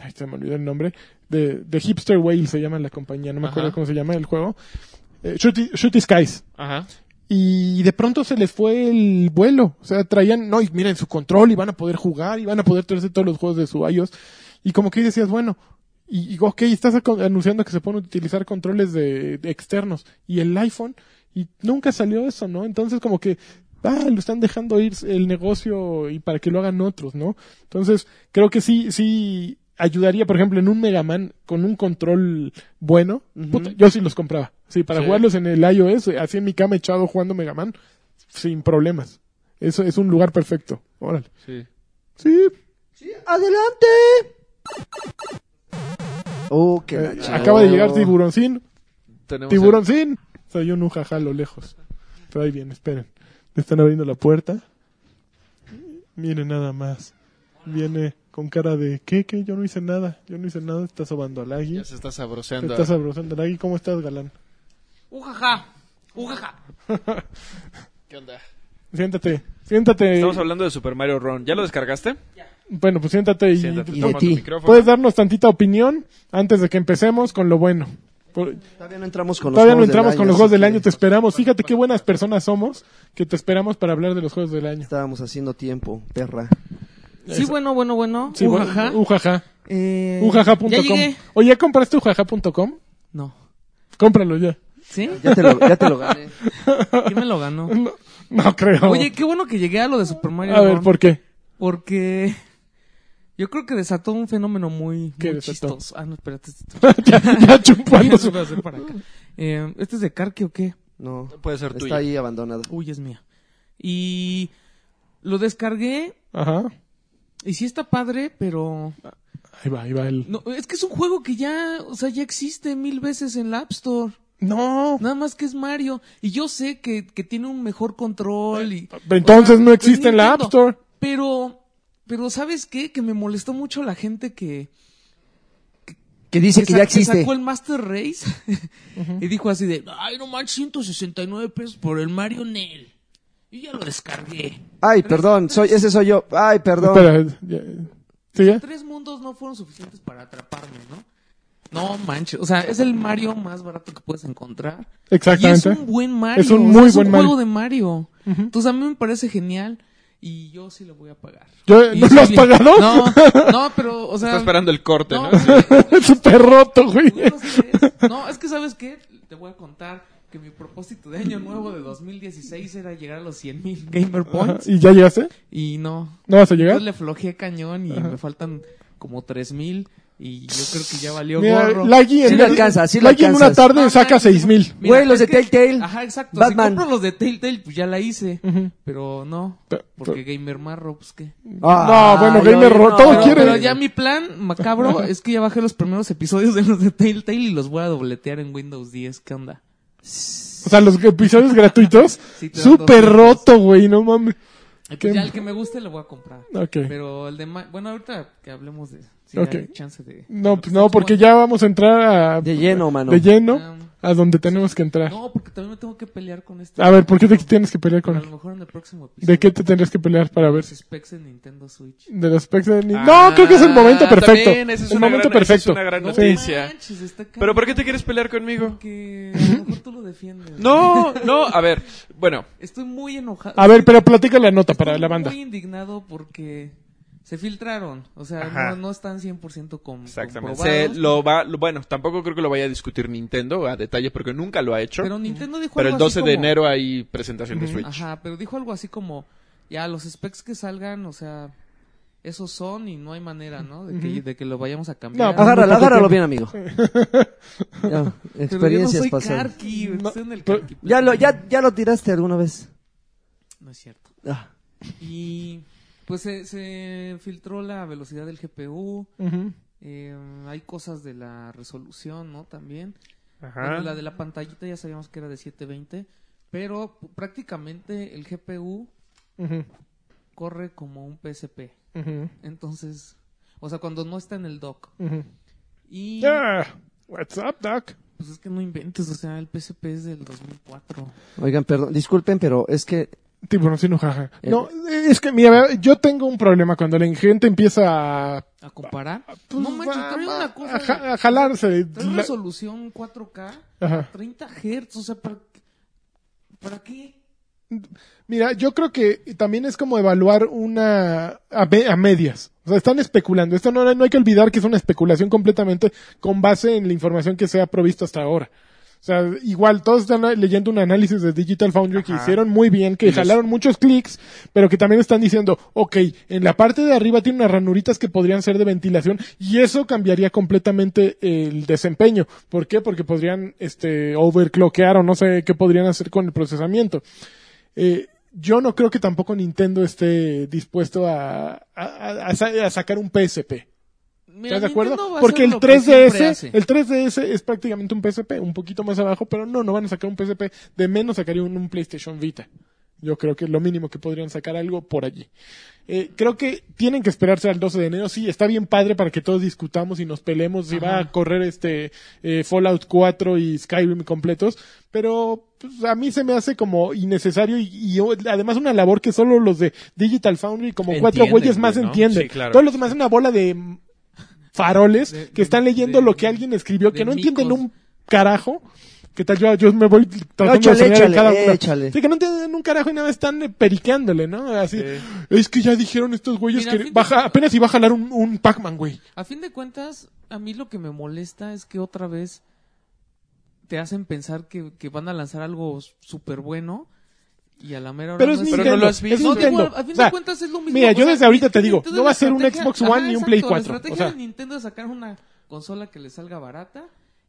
B: Ay, se me olvidó el nombre. De, de Hipster Whale se llama la compañía. No me acuerdo
C: Ajá.
B: cómo se llama el juego. Eh, Shooty, Shooty Skies
C: Ajá.
B: y de pronto se les fue el vuelo. O sea, traían, no, y miren su control, y van a poder jugar, y van a poder traerse todos los juegos de su iOS. Y como que decías, bueno, y, y, ok, estás aco- anunciando que se pueden utilizar controles de, de externos y el iPhone, y nunca salió eso, ¿no? Entonces como que, ah, lo están dejando ir el negocio y para que lo hagan otros, ¿no? Entonces, creo que sí, sí ayudaría, por ejemplo, en un Mega Man con un control bueno,
A: Ujú.
B: puta, yo sí los compraba. Sí, para
C: Sí.
B: jugarlos en el iOS, así en mi cama echado jugando Mega Man, sin problemas. Eso es un lugar perfecto. Órale. Eh,
C: Sí.
B: Sí,
A: ¡Adelante! Oh, qué la chingada.
B: Eh, acaba de llegar Tiburoncín.
C: Tenemos
B: Tiburoncín. Soy un jaja a lo lejos. Pero ahí bien, esperen. Le están abriendo la puerta. Miren nada más. Viene con cara de, ¿qué, qué? Yo no hice nada. Yo no hice nada. Está sobando al
C: el-
B: águila.
C: Ya se está sabroseando.
B: Estás abrazando al águila. ¿Cómo estás, galán?
C: Ujaja. Ujaja. ¿Qué onda?
B: Siéntate. Siéntate.
C: Estamos hablando de Super Mario Run. ¿Ya lo descargaste?
B: Bueno, pues siéntate y
C: Siéntate,
A: y de
C: toma tu
A: ti.
C: micrófono.
B: puedes darnos tantita opinión antes de que empecemos con lo bueno. Por-
A: Todavía no entramos con los
B: Todavía no
A: juegos del
B: entramos
A: año,
B: con los
A: así
B: juegos del
A: que
B: año, te esperamos. Fíjate qué buenas personas somos que te esperamos para hablar de los juegos del año.
A: Estábamos haciendo tiempo, perra.
D: Sí, bueno, bueno, bueno.
B: Sí, bueno,
D: Ujaja.
B: Ujaja.
D: Eh,
B: Ujaja.com.
D: Ya llegué.
B: Oye, ¿ya compraste ujaja.com?
D: No.
B: Cómpralo ya.
D: ¿Sí?
A: Ya te lo, ya te lo gané.
D: Yo me lo gano.
B: No, no creo.
D: Oye, qué bueno que llegué a lo de Super Mario
B: a ver,
D: Run,
B: ¿por qué?
D: Porque yo creo que desató un fenómeno muy,
B: ¿Qué
D: muy
B: desató?
D: chistoso. Ah, no, espérate. esto-
B: ya, ya chupando
D: Eso
B: su-
D: voy a hacer para acá. Eh, ¿Este es de Karki o qué?
A: No,
C: Puede ser tuyo.
A: está ahí abandonado.
D: Uy, es mía. Y lo descargué
B: Ajá.
D: y sí está padre, pero...
B: Ahí va, ahí va el...
D: No, es que es un juego que ya, o sea, ya existe mil veces en la App Store.
B: No.
D: Nada más que es Mario. Y yo sé que, que tiene un mejor control y...
B: Entonces
D: o sea,
B: no existe en la App
D: Nintendo.
B: Store.
D: Pero, pero ¿sabes qué? Que me molestó mucho la gente que...
A: Que dice que
D: sa-
A: ya existe.
D: sacó el Master Race y dijo así de... Ay, no manches, 169 pesos por el Mario Nel. Y ya lo descargué.
A: Ay, perdón, soy, ese soy yo. Ay, perdón.
B: Espera, ya- ¿Sí, ya?
D: Tres mundos no fueron suficientes para atraparme, ¿no? No manches, o sea, es el Mario más barato que puedes encontrar.
B: Exactamente.
D: Y es un buen Mario.
B: Es un
D: o sea,
B: muy
D: es
B: buen
D: un
B: Mario.
D: juego de Mario. Entonces a mí me parece genial y yo sí lo voy a pagar.
B: Yo-
D: Y
B: ¿No
D: sí
B: lo has
D: le-
B: pagado?
D: No, no, pero, o sea.
C: Está esperando el corte, ¿no?
D: no, sí,
B: Súper roto, güey.
D: yo no sé. No, es que sabes qué, te voy a contar que mi propósito de año nuevo de 2016 era llegar a los 100.000 gamer
B: Ajá,
D: points
B: ¿Y ya llegaste?
D: y no.
B: ¿No vas a llegar?
D: Entonces le flojeé cañón y me faltan como 3.000 y yo creo que ya valió
B: Mira,
D: gorro. Ah,
B: Lagui en,
A: Sí lo alcanzas, sí lo
B: Lagui en una
A: alcanzas.
B: tarde
D: No,
B: saca
D: no,
B: 6000.
D: Mira,
A: Güey, los
D: es
A: de Telltale.
D: Ajá, exacto.
A: Batman.
D: Si compro los de Telltale, pues ya la hice.
B: Ujú.
D: Pero no,
B: Pe-
D: porque Gamer Marro, pues qué.
A: Ah,
B: No, bueno,
A: yo-
B: Gamer
A: yo-
B: Ro- todo
D: Pero,
B: quiere.
D: pero ya mi plan macabro es que ya bajé los primeros episodios de los de Telltale y los voy a dobletear en Windows 10. ¿Qué onda?
B: O sea, los episodios gratuitos.
D: Sí, te dan
B: Súper
D: dos
B: roto, güey, no mames.
D: Y
B: ¿Qué?
D: Pues ya el que me guste lo voy a comprar.
B: Ok.
D: Pero el de... Ma- Bueno, ahorita que hablemos de... si da
B: Ok.
D: chance de...
B: No, pues no, porque ya vamos a entrar a,
A: De lleno, mano.
B: de lleno
D: Ah,
B: a donde tenemos que entrar.
D: no, porque también me tengo que pelear con este...
B: A ver, ¿por qué te tienes que pelear con
D: A lo
B: él?
D: mejor en el próximo episodio.
B: ¿De qué te tendrías que pelear para ver?
D: Los specs de Nintendo Switch.
B: De los specs de Nintendo.
C: Ah,
B: No, creo que es el momento perfecto.
C: también, esa es
B: el
C: una
B: momento
C: gran- esa es
B: perfecto.
C: una gran
D: No
C: noticia.
D: manches, está
C: ¿Pero por qué
D: cañón.
C: te quieres pelear conmigo?
D: Porque a lo mejor tú lo defiendes.
C: No, no, a ver, bueno,
D: Estoy muy enojado.
B: A ver, pero platica la nota
D: Estoy
B: para la banda.
D: muy indignado porque se filtraron. O sea,
C: Ajá.
D: no, no están 100% com
C: exactamente. Se
D: comprobados.
C: lo va, lo- bueno, tampoco creo que lo vaya a discutir Nintendo a detalle porque nunca lo ha hecho.
D: Pero
C: Pero,
D: Nintendo dijo
C: el
D: algo así
C: 12 de
D: como-
C: enero hay presentación de Switch.
D: Ajá, pero dijo algo así como, ya, los specs que salgan, o sea, esos son y no hay manera, ¿no? De que, de que lo vayamos a cambiar.
B: pues,
A: Agárralo,
B: Muy poco
A: agárralo
B: tiempo.
A: bien, amigo. Ya,
D: pero yo no
A: experiencias
D: soy
A: pasadas.
D: Karki,
B: No,
D: estoy en el
B: pero-
D: Karki, pero-
A: Ya lo, ya, ya lo tiraste alguna vez.
D: No es cierto.
A: Ah,
D: Y pues se, se filtró la velocidad del GPU,
B: Ujú.
D: eh, hay cosas de la resolución, ¿no? También.
C: Ajá.
D: Bueno, la de la pantallita ya sabíamos que era de 720, pero p- prácticamente el GPU
B: Ujú.
D: corre como un PSP.
B: Ujú.
D: Entonces, o sea, cuando no está en el dock.
B: Ujú.
D: Y
B: Yeah. What's up, Doc?
D: pues es que no inventes, o sea, el PSP es del 2004.
A: oigan, perdón, disculpen, pero es que
B: Tiburoncino, jaja. No, eh, es que, mira, yo tengo un problema cuando la gente empieza a...
D: A comparar.
B: pues,
D: no manches,
B: a-
D: trae
B: a-
D: una cosa.
B: a ja- a jalarse.
D: trae
B: La-
D: resolución 4K,
B: Ajá.
D: 30 Hz, o sea, ¿para, qué- para qué?
B: Mira, yo creo que también es como evaluar una a, ve- a medias. O sea, están especulando. Esto no, no hay que olvidar que es una especulación completamente con base en la información que se ha provisto hasta ahora. O sea, igual todos están a- leyendo un análisis de Digital Foundry que
C: Ajá.
B: hicieron muy bien, que
C: Y los-
B: jalaron muchos clics, pero que también están diciendo, ok, en la parte de arriba tiene unas ranuritas que podrían ser de ventilación y eso cambiaría completamente el desempeño. ¿Por qué? Porque podrían, este, overclockear o no sé qué podrían hacer con el procesamiento. Eh, yo no creo que tampoco Nintendo esté dispuesto a, a- a- a sa- a sacar un PSP.
D: Mira,
B: ¿Estás de acuerdo?
D: Nintendo va a
B: Porque
D: hacer
B: el
D: lo que siempre
B: 3DS,
D: hace.
B: el 3DS es prácticamente un PSP, un poquito más abajo, pero no, no van a sacar un PSP, de menos sacaría un, un PlayStation Vita. Yo creo que es lo mínimo que podrían sacar algo por allí. Eh, creo que tienen que esperarse al 12 de enero. Sí, está bien padre para que todos discutamos y nos peleemos si va a correr este eh, Fallout 4 y Skyrim completos, pero pues, a mí se me hace como innecesario y, y, o- además una labor que solo los de Digital Foundry como cuatro
C: Entienden,
B: güeyes
C: güey,
B: más
C: ¿no?
B: entienden.
C: Sí, claro.
B: Todos los demás es una bola de mm, faroles
D: De-
B: que están
D: de-
B: leyendo
D: de-
B: lo que alguien escribió, que
D: de
B: no entienden
D: micos.
B: un carajo. ¿Qué tal? Yo, yo me voy tratando
A: Échale,
B: de enseñar en
A: échale,
B: cada una.
A: échale.
B: Sí, que no entienden un carajo y nada, más están eh, periqueándole, ¿no? Así, es que ya dijeron estos güeyes
D: Mira, a
B: que
D: fin de-
B: baja, apenas iba a jalar un, un Pac-Man, güey.
D: A fin de cuentas, a mí lo que me molesta es que otra vez te hacen pensar que, que van a lanzar algo súper bueno y a la mera hora
B: Pero es
D: es-
B: Nintendo.
C: Pero no lo has
B: Es
C: visto.
B: Nintendo.
D: No, digo, a fin
B: O sea,
D: de cuentas es lo mismo.
B: mira,
D: O
B: yo
D: sea,
B: desde ahorita te
D: Nintendo
B: digo,
D: es
B: no
D: la
B: va a ser un
D: estrategia-
B: Xbox One
D: Ajá,
B: y un Play
D: exacto,
B: 4,
D: La estrategia
B: o sea.
D: de Nintendo es sacar una consola que les salga barata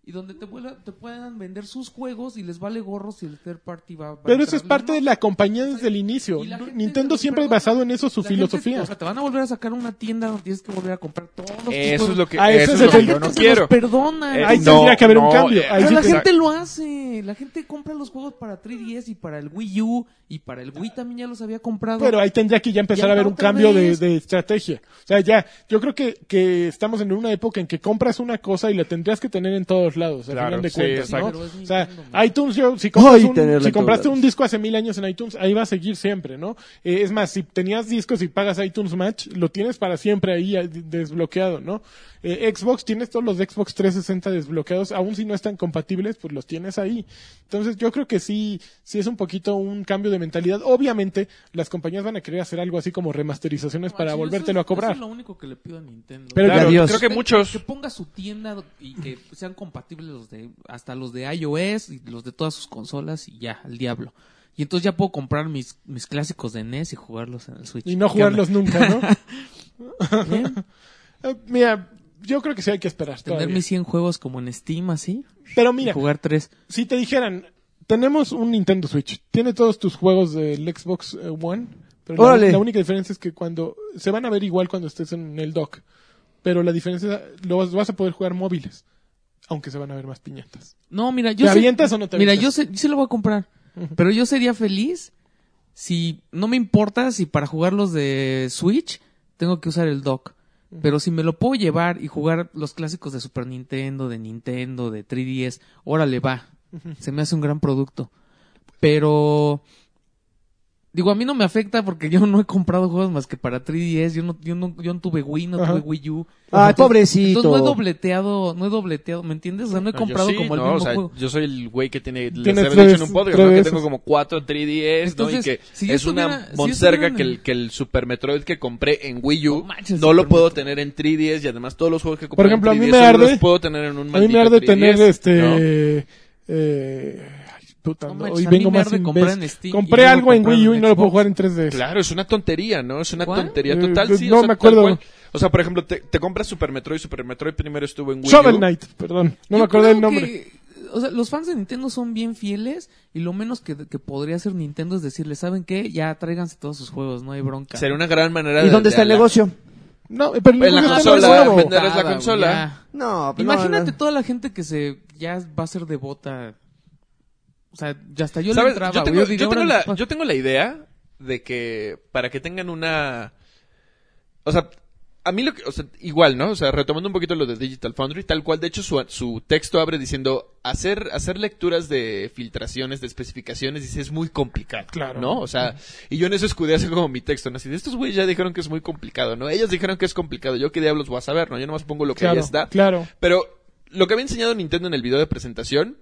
D: y donde te, vuelva- te puedan vender sus juegos y les vale gorro si el third party va va a
B: Pero eso es
D: entrarle,
B: parte
D: ¿no?
B: de la compañía desde el inicio.
D: Y la gente-
B: Nintendo siempre
D: perdón,
B: basado en eso su
D: La gente-
B: filosofía.
D: o sea, te van a volver a sacar una tienda donde tienes que volver a comprar todos tus
C: Eso
D: juegos.
C: es lo que,
B: Ah,
C: eso es lo que
B: el-
C: yo no
D: Entonces
C: quiero.
D: nos perdonan.
C: Eh,
B: Ahí
D: Entonces,
B: tendría que haber un cambio.
C: eh,
B: Ahí
D: pero
B: sí
D: la
B: te-
D: gente lo hace. La gente compra los juegos para 3DS y para el Wii U y para el Wii también ya los había comprado.
B: Pero ahí tendría que ya empezar
D: Ya
B: a haber un
D: otra
B: cambio de,
D: vez.
B: de estrategia. O sea, ya, yo creo que, que estamos en una época en que compras una cosa y la tendrías que tener en todos lados, al
C: Claro,
B: final de
C: sí,
B: cuentas, ¿no?
D: exacto.
B: O sea,
D: Pero es Nintendo,
B: iTunes, yo, si compras
A: Ay,
B: un-
A: tenerla en
B: si
A: todos
B: compraste un
A: lados.
B: disco hace mil años en iTunes, ahí va a seguir siempre, ¿no? Eh, es más, si tenías discos y pagas iTunes Match, lo tienes para siempre ahí eh, desbloqueado, ¿no? Eh, Xbox, tienes todos los de Xbox 360 desbloqueados, aún si no están compatibles, pues los tienes ahí. Entonces yo creo que sí, sí es un poquito un cambio de mentalidad. Obviamente, las compañías van a querer hacer algo así como remasterizaciones
D: no,
B: para
D: sí, eso
B: volvértelo
D: es-
B: a cobrar.
D: Eso es lo único que le pido a Nintendo.
B: Pero
A: Claro, Adiós.
C: creo que muchos.
D: Que ponga su tienda y que sean compatibles los de hasta los de iOS y los de todas sus consolas y ya, al diablo. Y entonces ya puedo comprar mis, mis clásicos de NES y jugarlos en el Switch.
B: Y no
D: ¿Qué onda?
B: jugarlos nunca, ¿no?
D: ¿Eh?
B: Eh, Mira, yo creo que sí hay que esperar.
D: Tener
B: todavía.
D: mis 100 juegos como en Steam, así.
B: Pero
D: y
B: mira,
D: jugar tres.
B: si te dijeran, tenemos un Nintendo Switch, tiene todos tus juegos del Xbox eh, One, pero la- la,
A: Órale.
B: única diferencia es que cuando se van a ver igual cuando estés en el dock, pero la diferencia es lo vas, vas a poder jugar móviles, aunque se van a ver más piñatas.
D: No, mira, yo
B: ¿Te
D: sé-
B: avientas o no te
D: Mira, yo
B: avientas?
D: sé, yo se lo voy a comprar. Pero yo sería feliz si no me importa si para jugar los de Switch tengo que usar el dock. Pero si me lo puedo llevar y jugar los clásicos de Super Nintendo, de Nintendo, de 3DS, órale, va. Se me hace un gran producto. Pero. Digo, a mí no me afecta porque yo no he comprado juegos más que para 3DS. Yo no, yo no, yo no tuve Wii, no
B: Ajá.
D: tuve Wii U.
A: Ay,
C: Ah,
D: Entonces-
A: pobrecito.
D: Entonces no he dobleteado, no he dobleteado, ¿me entiendes? O sea, no he
C: No,
D: comprado
C: yo sí,
D: como el
C: no,
D: mismo
C: o sea,
D: juego.
C: Yo soy el güey que tiene. Les
B: Tienes
C: había
B: tres-
C: dicho en un podcast,
B: tres
C: ¿no? Que
B: veces.
C: tengo como cuatro 3DS, ¿no? Y
D: Entonces,
C: que
D: si yo
C: es
D: estuviera-
C: una
D: si yo
C: monserga
D: estuviera-
C: que, el, que el Super Metroid que compré en Wii U
D: No
C: no,
D: manches,
C: lo
D: Super
C: puedo tener en 3DS y además todos los juegos que compré
B: ejemplo, a
C: en
B: mí
C: 3DS
B: me
C: solo
B: arde-
C: los puedo tener en un
B: A mí me
C: maldito
B: arde tener
C: 3DS,
B: este.
C: ¿no?
B: eh, ay, puta,
D: No
B: no,
D: manches,
B: hoy
D: a mí
B: vengo
D: me
B: más
D: arde comprar en
B: imbécil.
D: Steam y
B: Compré
D: luego
B: algo en
D: comprar
B: Wii U y
D: en
B: no lo puedo
D: Xbox.
B: jugar en 3D.
C: Claro, es una tontería, ¿no? Es una
D: ¿Cuál?
C: tontería
B: Eh,
C: total.
B: yo-
C: sí,
B: no
C: o sea,
B: me
C: tal
B: acuerdo.
C: cual. O sea, por ejemplo, te, te compras Super Metroid. Super Metroid primero estuvo en Wii
B: Shovel
C: U.
B: Knight, perdón. No
D: Yo
B: me acordé
D: creo
B: el nombre.
D: que, o sea, los fans de Nintendo son bien fieles y lo menos que, que podría hacer Nintendo es decirles, ¿saben qué? Ya tráiganse todos sus juegos, no hay bronca.
C: Sería una gran manera de.
A: ¿Y dónde
C: de
A: está el
C: hablar.
A: negocio?
B: No, pero el
C: En la
B: juego está
C: consola,
B: nuevo.
C: vender- venderles la
D: Cada,
C: consola.
D: ya.
A: No, pues no,
D: Imagínate
A: no.
D: toda la gente que se ya va a ser devota. O sea, ya hasta yo le
C: ¿Sabes?
D: entraba.
C: Yo tengo,
D: güey. diría,
C: yo tengo
D: "Órale, pues,
C: la,
D: pa".
C: yo tengo la idea de que para que tengan una... O sea, a mí lo que... O sea, igual, ¿no? O sea, retomando un poquito lo de Digital Foundry, tal cual, de hecho, su, su texto abre diciendo hacer, hacer lecturas de filtraciones, de especificaciones, dice, es muy complicado.
B: Claro.
C: ¿No? O sea, y yo en eso escudé así como mi texto, ¿no? Así de, estos güeyes ya dijeron que es muy complicado, ¿no? Ellos dijeron que es complicado. Yo qué diablos voy a saber, ¿no? Yo nomás pongo lo que ahí
B: Claro,
C: está.
B: claro.
C: Pero lo que había enseñado Nintendo en el video de presentación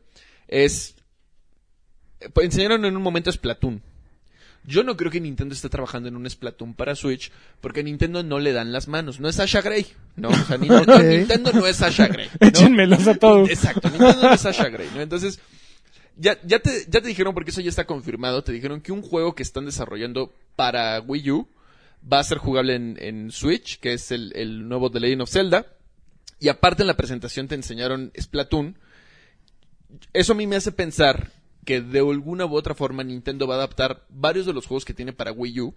C: es. eh, pues, Enseñaron en un momento Splatoon. Yo no creo que Nintendo esté trabajando en un Splatoon para Switch porque a Nintendo no le dan las manos. No es Sasha Grey. No, o sea, Nintendo,
A: Ok.
C: Nintendo no es Sasha Grey. ¿no?
B: Échenmelos a todos.
C: Exacto, Nintendo no es Sasha Grey. ¿no? Entonces, ya, ya, te, ya te dijeron, porque eso ya está confirmado, te dijeron que un juego que están desarrollando para Wii U va a ser jugable en, en Switch, que es el, el nuevo The Legend of Zelda. Y aparte en la presentación te enseñaron Splatoon. Eso a mí me hace pensar que de alguna u otra forma Nintendo va a adaptar varios de los juegos que tiene para Wii U.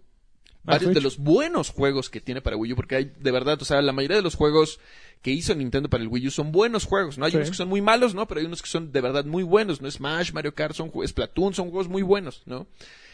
B: A
C: Varios de
B: Ah, Switch.
C: los buenos juegos que tiene para Wii U, porque hay, de verdad, o sea, la mayoría de los juegos que hizo Nintendo para el Wii U son buenos juegos, ¿no? Hay
B: Sí.
C: unos que son muy malos, ¿no? Pero hay unos que son de verdad muy buenos, ¿no? Smash, Mario Kart, son jue- Splatoon, son juegos muy buenos, ¿no?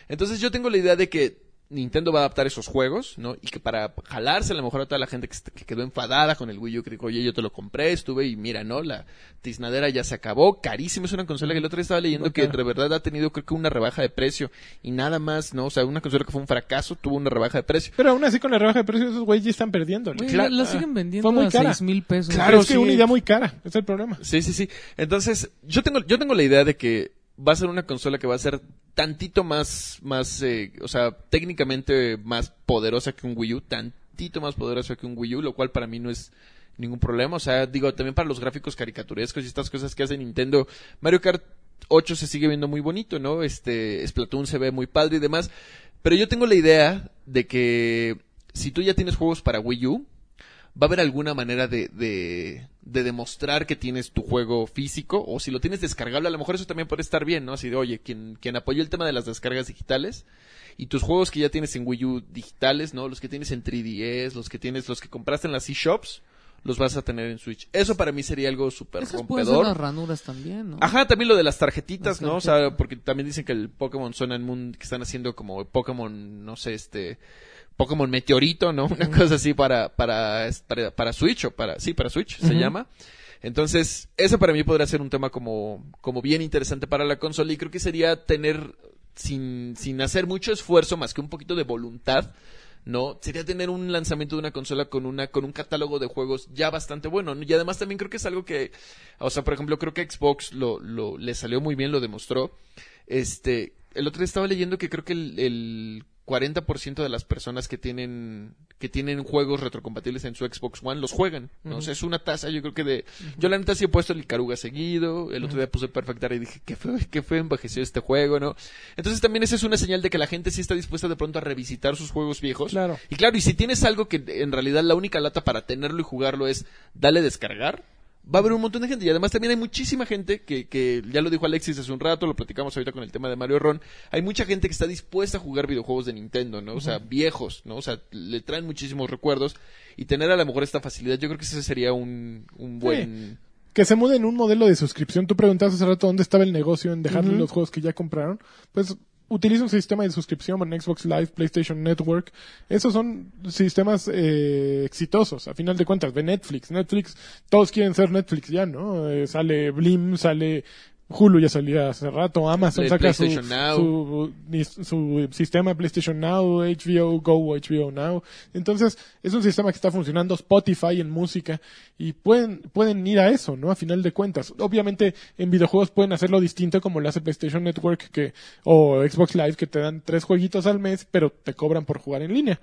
C: Entonces yo tengo la idea de que Nintendo va a adaptar esos juegos, ¿no? Y que para jalarse a lo mejor a toda la gente que, est- que quedó enfadada con el Wii U, que dijo, oye, yo te lo compré, estuve y mira, ¿no? La tiznadera ya se acabó, carísimo, es una consola que el otro día estaba leyendo que de verdad ha tenido creo que una rebaja de precio y nada más, ¿no? O sea, una consola que fue un fracaso tuvo una rebaja de precio.
B: Pero aún así con la rebaja de precios esos güeyes ya están perdiendo.
D: Güey,
C: Cla-
D: la, la siguen vendiendo
B: fue muy
D: a
B: cara.
D: seis mil pesos.
B: Claro, es que
C: sí.
B: una idea muy cara. Es el problema.
C: Sí, sí, sí. Entonces, yo tengo, yo tengo la idea de que va a ser una consola que va a ser tantito más, más, eh, o sea, técnicamente más poderosa que un Wii U, tantito más poderosa que un Wii U, lo cual para mí no es ningún problema. O sea, digo, también para los gráficos caricaturescos y estas cosas que hace Nintendo, Mario Kart 8 se sigue viendo muy bonito, ¿no? Este, Splatoon se ve muy padre y demás. Pero yo tengo la idea de que si tú ya tienes juegos para Wii U, va a haber alguna manera de, de, de demostrar que tienes tu juego físico o si lo tienes descargable, a lo mejor eso también puede estar bien, ¿no? Así de, oye, quien, quien apoyó el tema de las descargas digitales y tus juegos que ya tienes en Wii U digitales, ¿no? Los que tienes en 3DS, los que tienes, los que compraste en las eShops, los vas a tener en Switch. Eso para mí sería algo súper
D: Esas pueden ser
C: rompedor.
D: las ranuras también, ¿no?
C: Ajá, también lo de las tarjetitas,
D: Las
C: ¿no? O sea,
D: tarjetas.
C: porque también dicen que el Pokémon Sun and Moon, que están haciendo como Pokémon, no sé, este, Pokémon Meteorito, ¿no? Una cosa así para, para, para, para Switch o para, sí, para Switch se llama. Entonces, eso para mí podría ser un tema como, como bien interesante para la consola y creo que sería tener, sin, sin hacer mucho esfuerzo más que un poquito de voluntad, ¿no? Sería tener un lanzamiento de una consola con una con un catálogo de juegos ya bastante bueno, ¿no? Y además también creo que es algo que, o sea, por ejemplo, creo que Xbox lo, lo le salió muy bien, lo demostró. Este, el otro día estaba leyendo que creo que el, el 40% de las personas que tienen que tienen juegos retrocompatibles en su Xbox One los juegan, ¿no? O sea, es una tasa, yo creo que de yo la neta sí he puesto el Icaruga seguido, el otro día puse Perfect Dark y dije, qué feo, qué feo envejeció este juego, ¿no? Entonces también esa es una señal de que la gente sí está dispuesta de pronto a revisitar sus juegos viejos.
B: Claro.
C: Y claro, y si tienes algo que en realidad la única lata para tenerlo y jugarlo es dale descargar, va a haber un montón de gente. Y además también hay muchísima gente que, que ya lo dijo Alexis hace un rato, lo platicamos ahorita con el tema de Mario Ron. Hay mucha gente que está dispuesta a jugar videojuegos de Nintendo, ¿no? O sea, viejos, ¿no? O sea, le traen muchísimos recuerdos. Y tener a lo mejor esta facilidad, yo creo que ese sería un, un buen.
B: Que se muden un modelo de suscripción. Tú preguntabas hace rato dónde estaba el negocio en dejarle los juegos que ya compraron. Pues utiliza un sistema de suscripción en Xbox Live, PlayStation Network. Esos son sistemas eh, exitosos, a final de cuentas, de Netflix. Netflix, todos quieren ser Netflix ya, ¿no? Eh, sale Blim, sale Hulu, ya salía hace rato, Amazon
C: El
B: saca su,
C: PlayStation Now.
B: su- su sistema PlayStation Now, HBO Go, HBO Now. Entonces, es un sistema que está funcionando, Spotify en música, y pueden, pueden ir a eso, ¿no? A final de cuentas. Obviamente, en videojuegos pueden hacerlo distinto como lo hace PlayStation Network que, o Xbox Live, que te dan tres jueguitos al mes, pero te cobran por jugar en línea.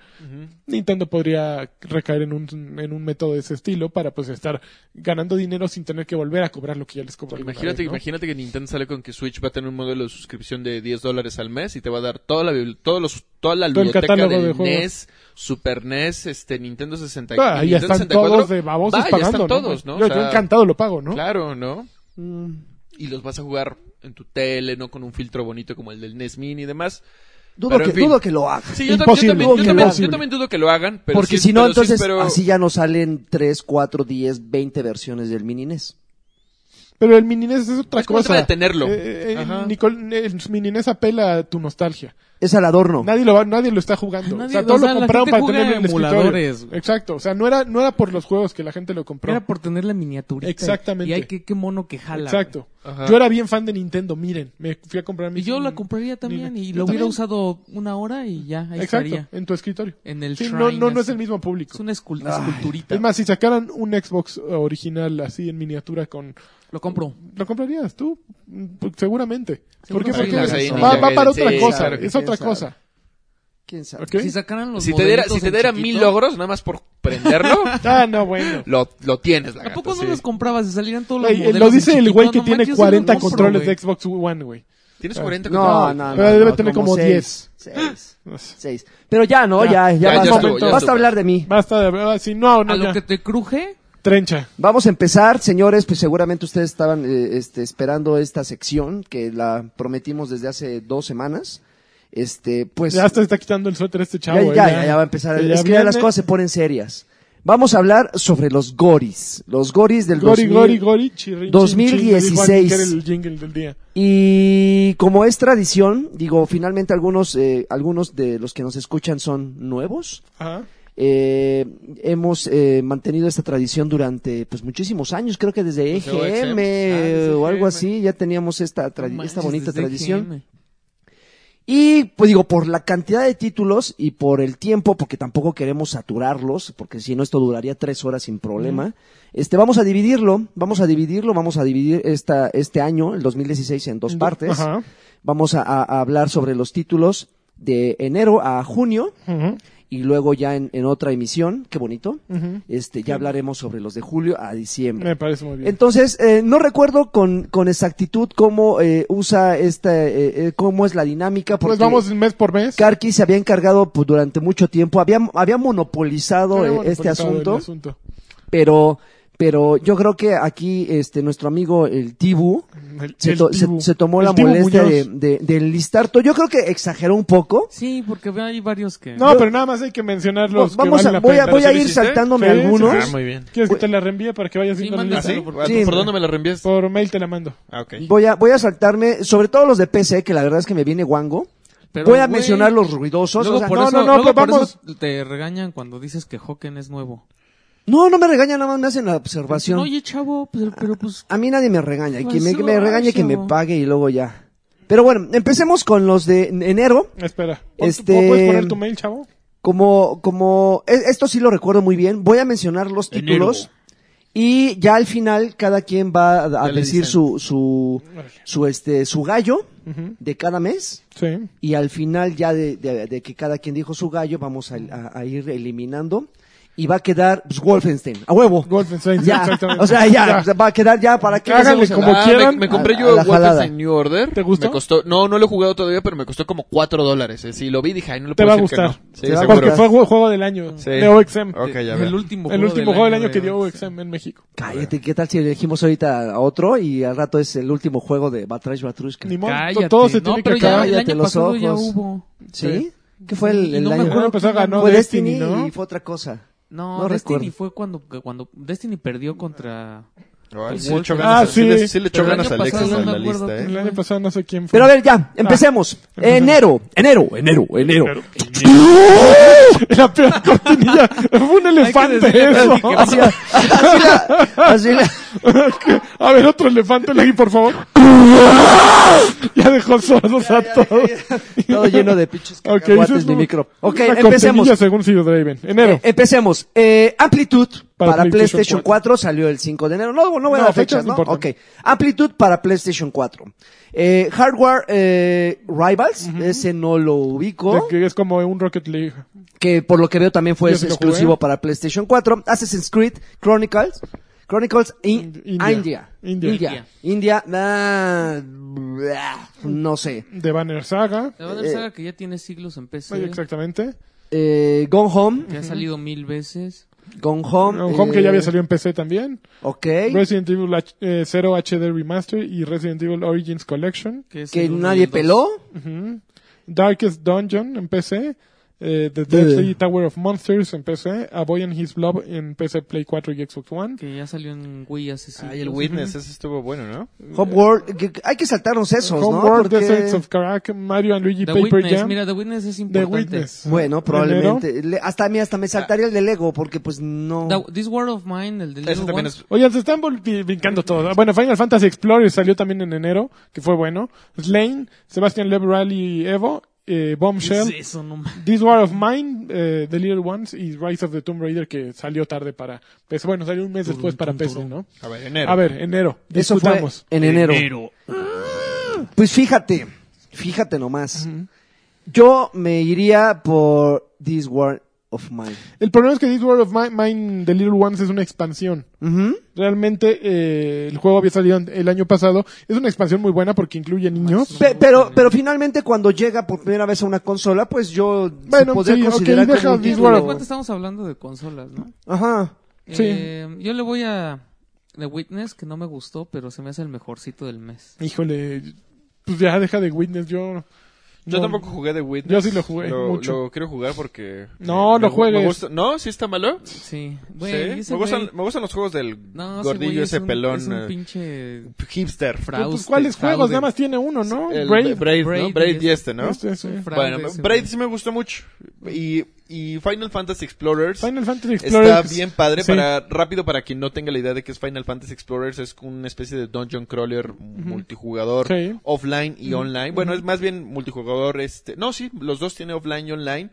B: Nintendo podría recaer en un, en un método de ese estilo para pues estar ganando dinero sin tener que volver a cobrar lo que ya les cobró. alguna
C: Imagínate,
B: vez, ¿no?
C: imagínate que Nintendo sale con que Switch va a tener un modelo de suscripción de 10 dólares al mes y te va a dar toda la, bibli- todos los, toda la
B: Todo el
C: biblioteca
B: catálogo de
C: del
B: juegos.
C: NES, Super NES, este, Nintendo 64.
B: Ah, ya
C: Nintendo
B: están
C: 64.
B: todos de babosos
C: Va, ya
B: pagando,
C: están
B: ¿no?
C: todos, ¿no?
B: Yo,
C: O sea,
B: yo encantado lo pago, ¿no?
C: Claro, ¿no?
A: Mm.
C: Y los vas a jugar en tu tele, ¿no? Con un filtro bonito como el del NES Mini y demás.
A: Dudo,
C: Pero,
A: que,
C: en fin.
A: dudo que lo haga.
C: Sí, yo, tam-
B: Imposible,
C: yo también, yo
A: imposible.
C: también- yo también dudo que lo hagan, pero
A: Porque
C: sí-
A: si no,
C: pero sí
A: entonces
C: espero-
A: así ya nos salen 3, 4, 10, 20 versiones del Mini E NES.
B: Pero el mini NES es otra
C: Es como
B: cosa.
C: tema de tenerlo.
B: Eh, eh,
C: Ajá.
B: Nicole, el mini NES apela a tu nostalgia.
A: Es al adorno.
B: Nadie lo va, nadie lo está jugando.
D: Nadie-
B: o sea, todo
D: o sea,
B: lo
D: la
B: compraron
D: gente
B: para
D: juega
B: tener en el
D: emuladores,
B: escritorio.
D: güey.
B: Exacto. O sea, no era, no era por los juegos que la gente lo compró.
D: Era por tener la miniaturita.
B: Exactamente.
D: Y hay que, qué mono que jala.
B: Exacto.
C: Ajá.
B: Yo era bien fan de Nintendo, miren. Me fui a comprar mi
D: güey. Y yo la compraría también
B: Ni-
D: y
B: yo
D: lo hubiera
B: también.
D: usado una hora y ya, ahí
B: Exacto,
D: estaría.
B: en tu escritorio.
D: En el
B: Sí, no,
D: shrine,
B: no, no es
D: así.
B: el mismo público.
D: Es una escul-
A: Ay.
D: esculturita.
B: Es más, si sacaran un Xbox original así en miniatura con...
D: lo compro.
B: ¿Lo comprarías tú? Mm, pues, Seguramente. ¿Por qué?
D: Seguramente.
B: ¿Por qué?
C: Pues ahí ni la
B: Va, va para
C: ven,
B: otra
C: sí,
B: cosa.
A: claro que
B: es
A: sí,
B: otra
A: sabe.
B: cosa.
A: ¿Quién sabe?
B: ¿Ok?
D: Si sacaran los
C: Si te diera,
D: modelitos
C: si te
D: en
C: diera mil
D: chiquito,
C: logros, nada más por prenderlo,
B: Ah, no, bueno.
C: lo, lo tienes, la
D: ¿A poco no los comprabas? Si salieran todos los
B: Güey,
D: modelos
B: lo dice
D: en
B: el güey que
D: chiquito, no
B: tiene
D: manches, yo sí los
B: 40
D: compro,
B: controles
D: güey.
B: de Xbox One, güey.
C: Tienes
B: Ah.
C: 40
A: No,
C: controles.
A: no,
B: Ah,
A: no.
B: debe
A: no,
B: tener como
A: 10. 6. Pero ya, ¿no?
B: Ya,
A: Ya, ya,
C: ya, ya
A: basta.
C: estuvo, ya
A: basta
C: estuvo.
A: hablar de mí.
B: Basta de verdad. Si no, no,
D: A
B: ya.
D: lo que te cruje,
B: Trencha.
A: Vamos a empezar, señores, pues seguramente ustedes estaban eh, este, esperando esta sección que la prometimos desde hace dos semanas. Este, pues
B: Ya hasta está quitando el suéter este
A: ya,
B: chavo. eh,
A: ya, ya, ya va a empezar.
B: Ya
A: es que ya las
B: viene.
A: cosas se ponen serias. Vamos a hablar sobre los goris, los goris del
B: Gori,
A: 2000.
B: gori, gori, chirrin, chin, chin, me
A: 2016.
B: dijo alguien que era el jingle del día.
A: Y como es tradición, digo, finalmente algunos, eh, algunos de los que nos escuchan son nuevos.
B: Ajá.
A: Eh, hemos eh, mantenido esta tradición durante pues muchísimos años, creo que desde
C: Desde OXM. Ah,
A: EGM
C: desde
A: o
C: EGM.
A: algo así, ya teníamos esta,
D: no
A: tra- esta
D: manches,
A: bonita
D: desde E
A: tradición.
D: GM.
A: Y pues digo, por la cantidad de títulos y por el tiempo, porque tampoco queremos saturarlos, porque si no esto duraría tres horas sin problema. Este, vamos a dividirlo, vamos a dividirlo, vamos a dividir esta, este año, el 2016, en dos partes.
B: Ajá.
A: Vamos a, a- a hablar sobre los títulos de enero a junio
B: Ujú,
A: y luego ya en, en otra emisión, qué bonito.
B: ujú.
A: Este, ya hablaremos sobre los de julio a diciembre.
B: Me parece muy bien.
A: Entonces, eh, no recuerdo con, con exactitud cómo eh, usa esta, eh, eh, cómo es la dinámica. Porque
B: pues vamos mes por mes.
A: Karki se había encargado pues, durante mucho tiempo, había, había monopolizado
B: Había
A: eh, este
B: monopolizado el
A: asunto, pero, pero yo creo que aquí este nuestro amigo el Tibu
B: El-
A: se,
B: el
A: to- se-
B: Tibu.
A: se tomó
B: El
A: la
B: Tibu
A: molestia de,
B: Muñoz.
A: de, de enlistar todo. Yo creo que exageró un poco.
D: Sí, porque hay varios que...
B: No, pero nada más hay que mencionar los
A: Vamos
B: que
A: a,
B: valen la
A: voy a,
B: pena.
A: voy a
C: ¿sí lo
A: ir
C: hiciste?
A: saltándome
B: Sí, sí,
A: algunos.
C: ¿eh? Ah, muy bien.
B: ¿Quieres que te la reenvíe para que vayas
D: Sí,
B: viendo la
D: mándame.
C: ¿Ah,
B: lista?
C: sí?
D: Por-
C: ¿Por,
A: sí.
C: dónde me la reenvías?
B: Por mail te la mando.
C: Ah, ok.
A: Voy a, voy a saltarme, sobre todo los de PC, que la verdad es que me viene guango.
D: Pero,
A: voy a
D: güey,
A: mencionar los ruidosos.
D: Luego
A: o sea,
D: por
A: no,
D: eso,
A: no, pues no,
D: luego
B: pero
D: por
B: vamos-
D: eso te regañan cuando dices que Hocken es nuevo.
A: no, no me regañan, nada más me hacen la observación.
D: Oye, chavo, pues, pero pues...
A: A mí nadie me regaña. y Quien me,
D: Pues,
A: que me regañe, que me
D: ojo.
A: pague y luego ya. Pero bueno, empecemos con los de enero.
B: Espera. Pon tu-
A: Este-
B: ¿Puedes poner tu mail, chavo?
A: Como, como, e- esto sí lo recuerdo muy bien. Voy a mencionar los títulos. Y ya al final, cada quien va a- a,
C: Ya le
A: decir
C: dicen.
A: su, su, su, este, su gallo
B: Ujú.
A: de cada mes.
B: Sí.
A: Y al final, ya de, de- de que cada quien dijo su gallo, vamos a, a- a ir eliminando. Y va a quedar pues, Wolfenstein. A huevo.
B: Wolfenstein. sí,
A: Ya.
B: exactamente.
A: O sea, ya. o sea, Va a quedar ya para que.
B: Háganle como
C: Ah,
B: quieran,
C: Me, me compré
A: a- a
C: yo
A: la jalada.
C: Wolfenstein New Order.
B: ¿Te gustó?
C: Me costó, no, no lo he jugado todavía, pero me costó como 4 dólares. eh. Si lo vi, dije, ay, no le
B: Te
C: puedo
B: va a
C: decir que
B: gustar.
C: no.
A: Te va a
B: Porque
A: gustar.
B: fue juego, juego del año
C: Sí.
B: de OXM.
C: Ok, ya
D: el
C: veo.
D: último
B: El último juego del año eh. que dio
D: de-
B: OXM en México.
A: Cállate, ¿qué tal si elegimos ahorita a otro y al rato es el último juego de Batrash Batrushka?
B: Ni modo.
D: Cállate.
B: Todo se
D: no,
B: tiene que
D: pero ya Eh.
B: acabar.
D: el
A: Cállate
D: año
A: los
D: pasado ya
A: ojos.
D: hubo.
A: ¿Sí? ¿Qué fue el,
D: Y
A: el
D: no me
A: año?
D: acuerdo
B: Empezó a
D: quién
B: ganar
A: fue
B: Destiny,
A: Destiny,
B: ¿no?
A: y fue otra cosa.
D: No,
A: No
D: Destiny eh,
A: recuerdo.
D: fue cuando, cuando Destiny perdió contra
C: Ay, sí,
D: Wolf-
C: le echó ganas,
B: Ah,
C: sí. le,
B: sí.
C: sí le echó
D: Pero el
C: ganas a
D: año
C: Alexis
D: pasado
C: en
D: no
C: la
D: me acuerdo
C: lista,
B: El
C: ¿eh?
D: quién-
B: año pasado no sé quién fue.
A: Pero a ver, ya,
B: Ah,
A: empecemos. Enero, enero, enero, enero.
B: La peor cortinilla. Fue un elefante eso.
A: Así, así la- así la-
B: A ver, otro elefante, Lagui, por favor. ya dejó sordos a todos.
A: todo lleno de pinches
B: Ok,
A: cacahuates,
B: eso es
A: mi
B: un-
A: micro. Ok,
B: una
A: empecemos.
B: cortinilla según Sir Draven. Enero.
A: Eh, empecemos. Eh, Amplitud
B: Para
A: para,
B: PlayStation
A: PlayStation, 4. salió el 5 de enero. No, no voy a
B: No,
A: dar fechas,
B: fechas no
A: ¿no? Ok.
B: importan.
A: Amplitud para PlayStation 4. Eh, hardware eh, Rivals, ese no lo ubico.
B: de que es como un Rocket League.
A: que por lo que veo también fue
B: Yo sí lo
A: exclusivo
B: jugué.
A: para PlayStation 4. Assassin's Creed Chronicles. Chronicles in
B: India.
A: India.
B: India.
A: India. India, ah, blah, no sé.
B: De Banner Saga.
D: La banda
A: Eh,
D: saga que ya tiene siglos en PC.
B: Ay, exactamente.
A: Eh, Gone Home.
D: Que ha salido mil veces.
A: Gone Home.
B: Un home que
A: eh,
B: ya había salido en PC también.
A: Ok.
B: Resident Evil H- eh, 0 HD Remaster y Resident Evil Origins Collection.
D: Que, es
A: Que
D: el uno y
A: nadie
D: el dos.
A: peló.
B: Ujú. Darkest Dungeon en PC. eh, The Deadly Tower of Monsters en PC. A Boy and His Blob en PC, Play 4 y Xbox One.
D: Que ya salió en Wii hace siglos.
C: Ay, el Witness, ese estuvo bueno, ¿no?
A: Homeworld. que- que Hay que saltarnos esos, ¿no?
B: Homeworld,
A: Porque-
B: Deserts of Karak, ah, Mario and Luigi
D: The
B: Paper
D: Witness,
B: Jam.
D: mira, The Witness es
B: The
D: importante.
B: Witness.
A: Bueno,
B: Enero.
A: probablemente. Le- hasta a mí hasta me saltaría el de Lego porque pues no.
D: The- This World of Mine, el de
C: Ese
D: Little
C: también
D: Ones.
C: es...
B: Oigan, se están vol- vi- brincando todos. Bueno, Final Fantasy Explorer salió también en enero, que fue bueno. Slane, Sebastian Love Rally Evo, eh, Bombshell,
D: Es eso, no mames.
B: This War of Mine, eh, The Little Ones y Rise of the Tomb Raider, que salió tarde para PC. Bueno, salió un mes después para PC, ¿no?
C: A ver, enero.
B: A ver, enero.
A: Eso fue
B: Discutamos.
A: en enero. Pues fíjate, fíjate nomás. Yo me iría por This World of Mine.
B: El problema es que This War of Mi- Mine, The Little Ones es una expansión.
A: Ujú.
B: Realmente eh, el juego había salido en- el año pasado. Es una expansión muy buena porque incluye niños.
A: Pe- pero, pero finalmente cuando llega por primera vez a una consola, pues yo se
B: Bueno, sí, ok, deja
A: como un
B: This
A: título.
B: World of
D: Aparte estamos hablando de consolas, ¿no?
A: Ajá.
B: Sí.
D: Eh, yo le voy a The Witness, que no me gustó, pero se me hace el mejorcito del mes.
B: Híjole, pues ya deja de Witness, yo...
E: Yo
B: no.
E: tampoco jugué de Witness.
B: Yo sí lo jugué
E: Lo,
B: mucho.
E: lo quiero jugar porque.
B: No, lo
E: gu-
B: juegues.
E: gusta- No, sí está malo.
D: Sí.
E: Sí.
D: Güey, ese
E: Me, gustan,
D: güey-
E: me gustan los juegos del
D: No, ese
E: gordillo,
D: güey
E: ese
D: es un-
E: pelón.
D: Es un
E: eh,
D: pinche
E: hipster.
D: fraude.
B: Pues, ¿Cuáles
D: fraude.
B: juegos? Nada más tiene uno, ¿no?
E: El
B: Braid.
E: Braid, Braid, ¿no?
D: Braid y
E: Braid y
D: este.
E: este, ¿no?
B: Este, sí.
D: fraude
E: Bueno,
D: ese
E: Braid
D: güey.
E: sí me gustó mucho. Y, y Final Fantasy Explorers.
B: Final Fantasy Explorer.
C: Está bien padre
B: Sí.
C: para rápido para quien no tenga la idea de que es Final Fantasy Explorers es una especie de dungeon crawler multijugador
B: Sí. Mm.
C: offline y online. Bueno, es más bien multijugador este, no, sí, los dos tiene offline y online.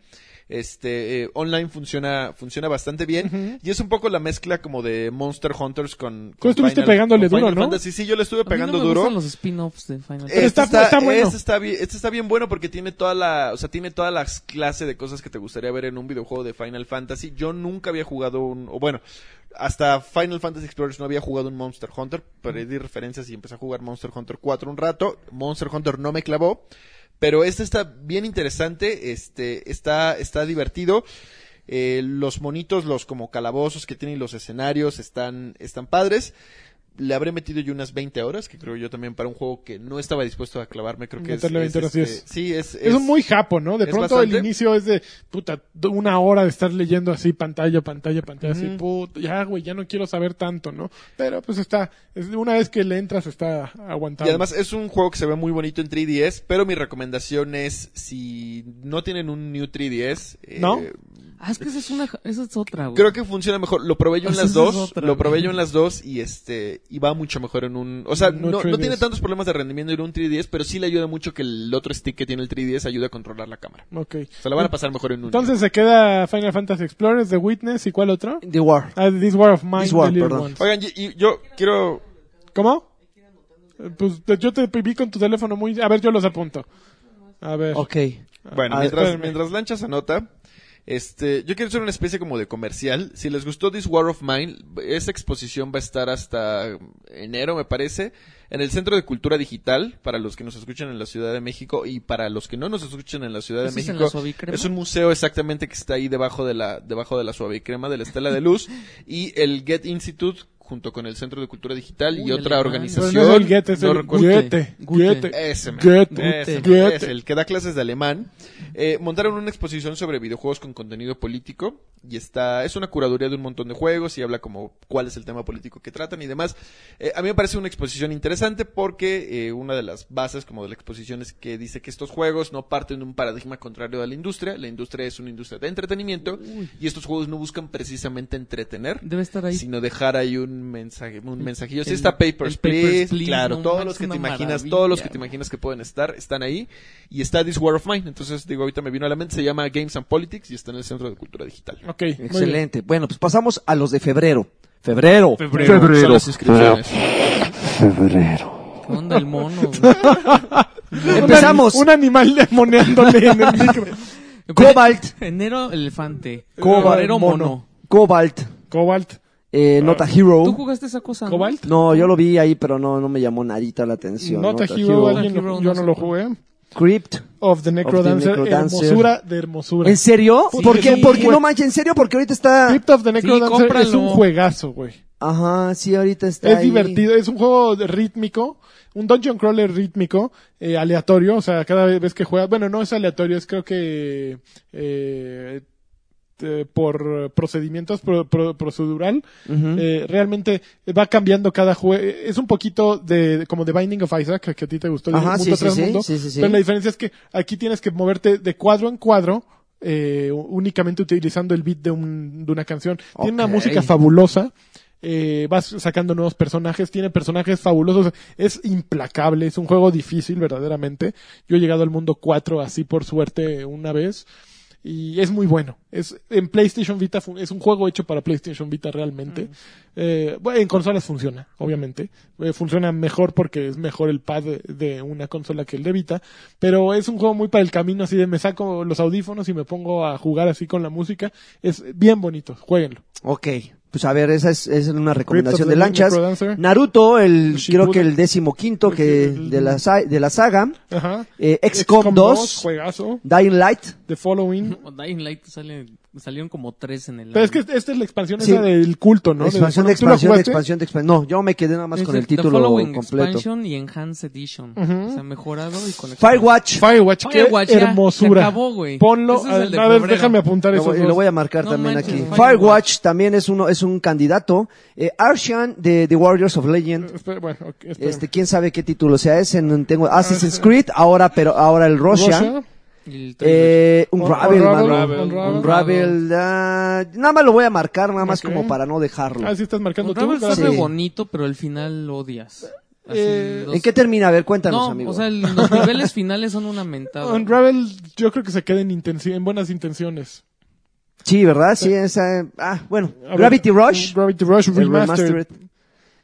C: Este eh, online funciona funciona bastante bien y es un poco la mezcla como de Monster Hunters con, con
B: estuviste pegándole
C: con
B: duro,
C: Final
B: ¿no?
C: Fantasy. Sí, yo le estuve
D: A mí
C: pegando
D: no me
C: duro.
D: gustan los spin-offs de Final Fantasy.
C: Este
B: está- está bueno.
C: Este está, bien, este está bien bueno porque tiene toda la, o sea, tiene todas las clases de cosas que te gustaría ver en un videojuego de Final Fantasy. Yo nunca había jugado un, o bueno, hasta Final Fantasy Explorers no había jugado un Monster Hunter. Perdí referencias y empecé a jugar Monster Hunter 4 un rato. Monster Hunter no me clavó. Pero este está bien interesante, este, está, está divertido. Eh, los monitos, los como calabozos que tienen los escenarios están, están padres. Le habré metido yo unas 20 horas, que creo yo también para un juego que no estaba dispuesto a clavarme, creo que es,
B: Meterle 20
C: es,
B: horas, sí
C: este,
B: es.
C: sí, es,
B: Es un muy japo, ¿no? De
C: es
B: pronto
C: bastante.
B: el inicio es de, puta, do- una hora de estar leyendo así, pantalla, pantalla, pantalla, así, puta, ya, güey, ya no quiero saber tanto, ¿no? Pero pues está, es- una vez que le entras está aguantando.
C: Y además es un juego que se ve muy bonito en 3DS, pero mi recomendación es, si no tienen un New 3DS, eh,
B: ¿No?
D: Ah, es que esa es, una, esa es otra, güey.
C: Creo que funciona mejor. Lo probé yo en
D: Esa
C: las
D: es
C: dos.
D: otra,
C: lo probé
D: güey.
C: yo en las dos y este y va mucho mejor en un, o sea,
B: No
C: no, no
B: 3DS.
C: tiene tantos problemas de rendimiento en un 3DS, pero sí le ayuda mucho que el otro stick que tiene el 3DS ayuda a controlar la cámara.
B: Ok.
C: Se la van a pasar mejor en un.
B: Entonces se queda Final Fantasy Explorers, The Witness y ¿cuál otro?
A: The War.
B: Ah, This War of Mine.
A: This War,
B: The Little
A: perdón.
B: Ones.
C: Oigan, y- y yo quiero
B: ¿Cómo? Eh, Pues te- yo te vi con tu teléfono muy... A ver, yo los apunto. A ver. Ah,
A: Ok.
C: Bueno,
A: A
D: Ah,
A: ver,
C: mientras,
B: espérenme.
C: mientras Lanchas anota, este, yo quiero hacer una especie como de comercial. Si les gustó This War of Mine, esa exposición va a estar hasta enero, me parece, en el Centro de Cultura Digital, para los que nos escuchan en la Ciudad de México y para los que no nos escuchan en la Ciudad de
D: ¿Eso es en
C: México.
D: la Suavicrema?
C: es un museo exactamente que está ahí debajo de la, debajo de la suave crema de la estela de luz y el Get Institute
E: junto con el Centro de Cultura Digital
D: Uy,
E: y
D: el
E: otra
D: alemán.
B: Pero
E: organización.
B: no es el Goethe, es
E: no
B: el
E: recuerdo-
B: Goethe.
D: Goethe.
B: Goethe.
E: Ese, man.
B: Goethe.
E: Ese,
B: Goethe.
E: man. Es el que da clases de alemán. Eh, montaron una exposición sobre videojuegos con contenido político y está es una curaduría de un montón de juegos y habla como cuál es el tema político que tratan y demás. Eh, a mí me parece una exposición interesante porque eh, una de las bases como de la exposición es que dice que estos juegos no parten de un paradigma contrario a la industria. La industria es una industria de entretenimiento y estos juegos no buscan precisamente entretener,
D: Debe estar ahí.
E: sino dejar ahí un mensaje, un mensajillo. Sí
D: el-
E: está Papers,
D: el Papers,
E: Please,
D: Please,
E: claro,
D: no
E: todos
D: manches,
E: los que
D: una
E: te imaginas,
D: maravilla,
E: todos los que te
D: güey.
E: imaginas que pueden estar, están ahí. Y está This War of Mine, entonces digo, ahorita me vino a la mente, se llama Games and Politics y está en el Centro de Cultura Digital.
B: Ok, muy bien.
A: Excelente. Bueno, pues pasamos a los de febrero. Febrero.
E: Son las inscripciones.
D: ¿Qué onda el mono? güey?
A: Empezamos.
B: Un animal demoneándole en el micro.
A: Cobalt.
D: Enero, elefante.
B: Cobalt,
D: Febrero, mono.
A: Cobalt.
B: Cobalt.
A: Eh,
B: Ah.
A: Nota Hero.
D: ¿Tú jugaste esa cosa? no?
B: Cobalt.
A: No, yo lo vi ahí, pero no, no me llamó nadita la atención.
B: Nota Hero, alguien lo-
D: Hero, no
B: yo no
D: sé
B: lo
D: cómo.
B: jugué.
A: Crypt.
B: Of the Necrodancer,
A: Necrodancer.
B: hermosura de hermosura.
A: ¿En serio?
B: Sí.
A: ¿Por qué?
B: Sí,
A: ¿Por qué?
B: güey.
A: No manches, ¿en serio? Porque ahorita está...
B: Crypt of the Necrodancer es un
D: cómpralo.
B: juegazo, güey.
A: Ajá, sí, ahorita está
B: Es
A: ahí.
B: divertido, es un juego de- rítmico, un dungeon crawler rítmico, eh, aleatorio, o sea, cada vez que juegas, bueno, no es aleatorio, es creo que eh, eh, por eh, procedimientos pro- pro- procedural,
A: Ujú.
B: eh, realmente va cambiando cada juego, es un poquito de como de Binding of Isaac, que- que a ti te gustó, de
A: Ajá,
B: mundo
A: sí, sí,
B: tras
A: sí,
B: mundo,
A: sí, sí, sí.
B: pero la diferencia es que aquí tienes que moverte de cuadro en cuadro, eh, únicamente utilizando el beat de, un- de una canción. Tiene una
A: Ok.
B: música fabulosa. eh, vas sacando nuevos personajes, tiene personajes fabulosos, es implacable, es un juego difícil verdaderamente. Yo he llegado al mundo 4 así por suerte una vez y es muy bueno. Es en PlayStation Vita fu- es un juego hecho para PlayStation Vita
A: Mm.
B: realmente. Eh, bueno, en consolas funciona, obviamente. Eh, funciona mejor porque es mejor el pad de, de una consola que el de Vita, pero es un juego muy para el camino así de me saco los audífonos y me pongo a jugar así con la música. Es bien bonito, jueguenlo.
A: Ok. Pues a ver, esa es, esa es una recomendación
B: Crypt of the
A: de lanchas.
B: Necrodancer.
A: Naruto, el,
B: Shippuden.
A: creo que el décimo quinto que,
B: El-
A: de, la, sa- de la saga.
B: Ajá.
A: Eh, XCOM 2.
B: juegazo,
A: Dying Light.
B: The Following.
D: O Dying Light sale- salieron como tres en el.
B: Pero es que esta es la expansión
A: Sí.
B: esa del culto, ¿no?
A: Expansión de
B: ¿Tú la
A: expansión de
B: jugaste?
A: expansión de expansión. No, yo me quedé nada más
D: Es
A: con el
D: Este, The
A: título
D: Following
A: completo.
D: Expansion y Enhanced Edition. O sea, mejorado y con.
A: Firewatch.
B: Firewatch, qué
D: Firewatch, ya,
B: hermosura.
D: se acabó, güey.
B: Ponlo,
D: Ese es el de
B: a, a ver,
D: febrero.
B: déjame apuntar
A: Lo
B: eso.
A: voy- lo, voy a marcar
D: No
A: también
D: manches,
A: aquí.
D: Firewatch.
A: Firewatch también es uno es un candidato. Eh, Arshan de The Warriors of
D: Eh,
A: Legend.
B: bueno, ok, espera.
A: Este, quién sabe qué título sea ese. no tengo Assassin's
D: Ah,
A: Creed ahora, pero ahora el Russia.
B: Russia,
D: El trailer.
A: Eh, un Ravel,
B: Unravel,
A: mano.
B: Unravel.
A: Un Ravel. ah, nada más lo voy a marcar, nada más
B: Ok.
A: como para no dejarlo.
B: Ah, sí estás marcando tú.
D: Unravel está
B: gracias.
D: re
A: Sí.
D: bonito, pero al final lo odias. Así,
B: Eh,
D: los-
A: ¿En qué termina? A ver, cuéntanos,
D: No,
A: amigo.
D: o sea, el- los niveles finales son una mentada.
B: Unravel, yo creo que se queda en, intenci- en buenas intenciones.
A: sí, ¿verdad? Sí, esa. Ah, bueno.
B: A ver,
A: Gravity Rush.
B: Gravity Rush
A: el
B: Remastered. Mm. Ah,
A: remastered.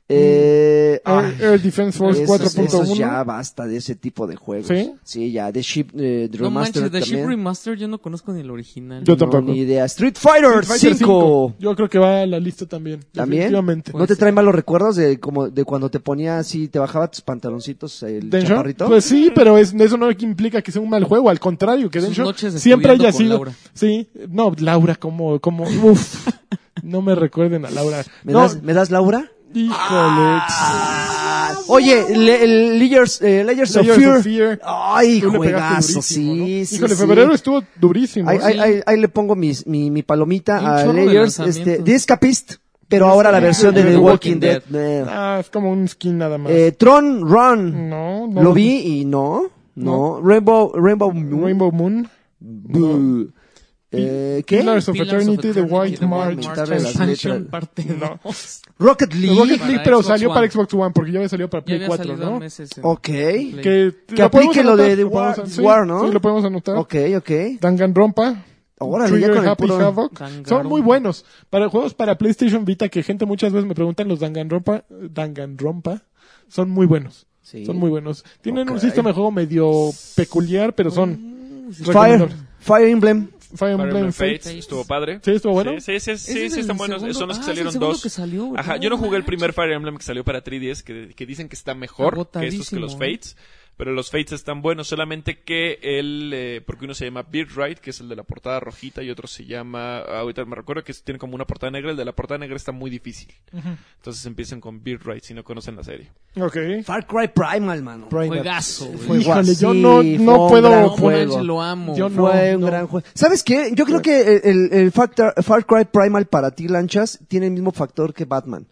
A: Eh, ay.
B: Air, Air Defense Force
A: Esos- esos
B: 4.1.
A: ya basta de ese tipo de juegos.
B: ¿Sí?
A: ya, The Ship eh, The
D: No manches,
A: Remastered
D: The Ship
A: también.
D: Remaster yo no conozco ni el original.
B: Yo
A: No,
B: tampoco.
A: ni idea. Street Fighter,
B: Street Fighter
A: 5.
B: Yo creo que va a la lista también.
A: ¿También?
B: Definitivamente.
A: ¿No te trae malos recuerdos de como de cuando te ponía así, te bajaba tus pantaloncitos el
B: ¿Densho?
A: chaparrito?
B: Pues sí, pero es- eso no implica que sea un mal juego, al contrario, que
D: Sus
B: Densho
D: noches
B: siempre
D: estudiando
B: haya
D: con
B: sido...
D: Laura.
B: Sí, no, Laura, como, como, uff, no me recuerden a Laura.
A: ¿Me,
B: No,
A: das, Ah, ¿Me das Laura?
B: híjole.
A: Oye, le- el Layers, eh, Layers,
B: Layers
A: of Fear.
B: of Fear.
A: Ay,
B: Tú le pegaste
A: juegazo, sí,
B: durísimo, ¿no?
A: sí,
B: Híjole,
A: sí.
B: febrero estuvo durísimo.
A: Ahí,
B: ¿eh?
A: ahí- ahí- ahí le pongo mis- mi, mi palomita
D: Un
A: a
D: chorro de
A: Layers,
D: lanzamientos.
A: este, The Escapist, pero ahora la versión de The Walking Dead. Eh,
B: Ah, es como un skin nada más.
A: Eh, Tron Run.
B: no, Mm, no.
A: Lo vi y no. No. Rainbow, Rainbow Moon.
B: Rainbow Moon.
A: Boo. Eh, ¿Qué?
B: Pillars of
D: Pillars
B: Eternity, The White
D: The White
B: March.
A: March.
D: Expansion
A: Las letras.
D: parte
B: No.
D: dos.
A: Rocket League.
B: Rocket
D: Para
B: League, pero
D: Xbox
B: salió
D: One.
B: para Xbox One, porque ya había salido para
D: Ya
B: Play
D: había
B: 4,
D: salido
B: ¿no?
D: meses. en
A: Ok.
D: Play.
B: Que,
A: Que
B: podemos
A: aplique lo
B: anotar,
A: de The
B: lo podemos
A: War-
B: an- sí,
A: War, ¿no?
B: Sí, lo podemos anotar.
A: Ok, ok.
B: Danganronpa.
A: Órale, ya
B: Trigger,
A: con el
B: Happy
A: puro-
B: Havoc. Son
D: Danganronpa.
B: muy buenos. Para juegos para PlayStation Vita, que gente muchas veces me preguntan los Danganronpa, Danganronpa, son muy buenos.
A: Sí.
B: Son muy buenos. Tienen
A: Ok.
B: un
A: Mm,
B: sistema de juego medio peculiar, pero son
A: Fire,
B: recomendables.
A: Fire Emblem.
B: Fire
C: Fire
B: Emblem
C: Emblem
B: Fates.
C: Fates, estuvo padre.
B: Sí, estuvo bueno.
C: Sí, sí, sí,
D: Ese
C: sí,
D: es
C: sí,
D: el
C: están buenos.
D: segundo-
C: Son los que
D: ah, es el
C: salieron
D: segundo
C: dos.
D: que salió,
C: Ajá,
D: no
C: yo no jugué el
D: manches.
C: primer Fire Emblem que salió para 3DS, que, que dicen que está mejor que estos que los
D: Agotadísimo, ¿eh?
C: Fates. Pero los Fates están buenos, solamente que el, eh, porque uno se llama Beardride, que es el de la portada rojita, y otro se llama, ah, ahorita me recuerdo que tiene como una portada negra, el de la portada negra está muy difícil. Entonces empiecen con Beardride si no conocen la serie.
B: Ok.
A: Far Cry Primal, mano.
B: Primal.
D: Juegazo, güey.
B: Fue-
A: Juegazo.
B: Híjole, yo no-
A: Sí,
B: no
A: fue un
B: puedo
A: gran
D: No
A: juego.
D: manches, lo amo.
B: Yo no-
A: fue un gran juego. ¿Sabes qué? Yo creo que el, el Far, Far Cry Primal para ti, Lanchas, tiene el mismo factor que Batman.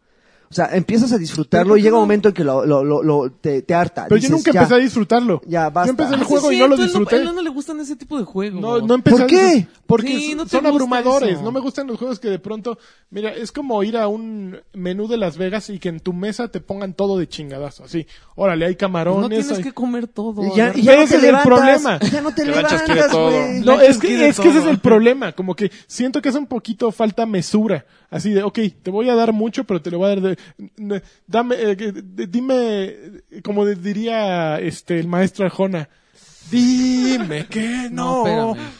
A: O sea, empiezas a disfrutarlo y llega un momento en que lo, lo, lo, lo- te, te harta.
B: Pero
A: Dices,
B: yo nunca
A: "Ya".
B: empecé a disfrutarlo.
A: ya, basta.
B: Yo empecé
A: Ah,
B: el
A: sí,
B: juego y no lo
D: cierto, él
B: disfruté.
D: él no, le gustan ese tipo de juegos.
B: No, no empecé
A: ¿Por
B: a-
A: qué?
B: Porque
D: Sí,
B: son-
D: no te
B: son
D: gusta
B: abrumadores.
D: eso.
B: No me gustan los juegos que de pronto. Mira, es como ir a un menú de Las Vegas y que en tu mesa te pongan todo de chingadazo. Así, órale, hay camarones.
D: No tienes
B: hay-
D: que comer todo.
A: Y ya, y
D: ¿verdad?
A: ya no
B: Ese
A: te
B: es el
A: levantas.
B: problema.
A: Ya no te
C: Que Lanchas quiere
A: levantas,
C: todo.
A: güey.
B: No,
D: Lanchas
B: es que,
D: quiere
B: es que ese es
D: todo.
B: el problema. Como que siento que es un poquito falta mesura. Así de, ok, te voy a dar mucho, pero te lo voy a dar de. n- Dame, eh, que- de- dime, eh, como de- diría este el maestro Arjona. Dime que no.
D: No, espérame.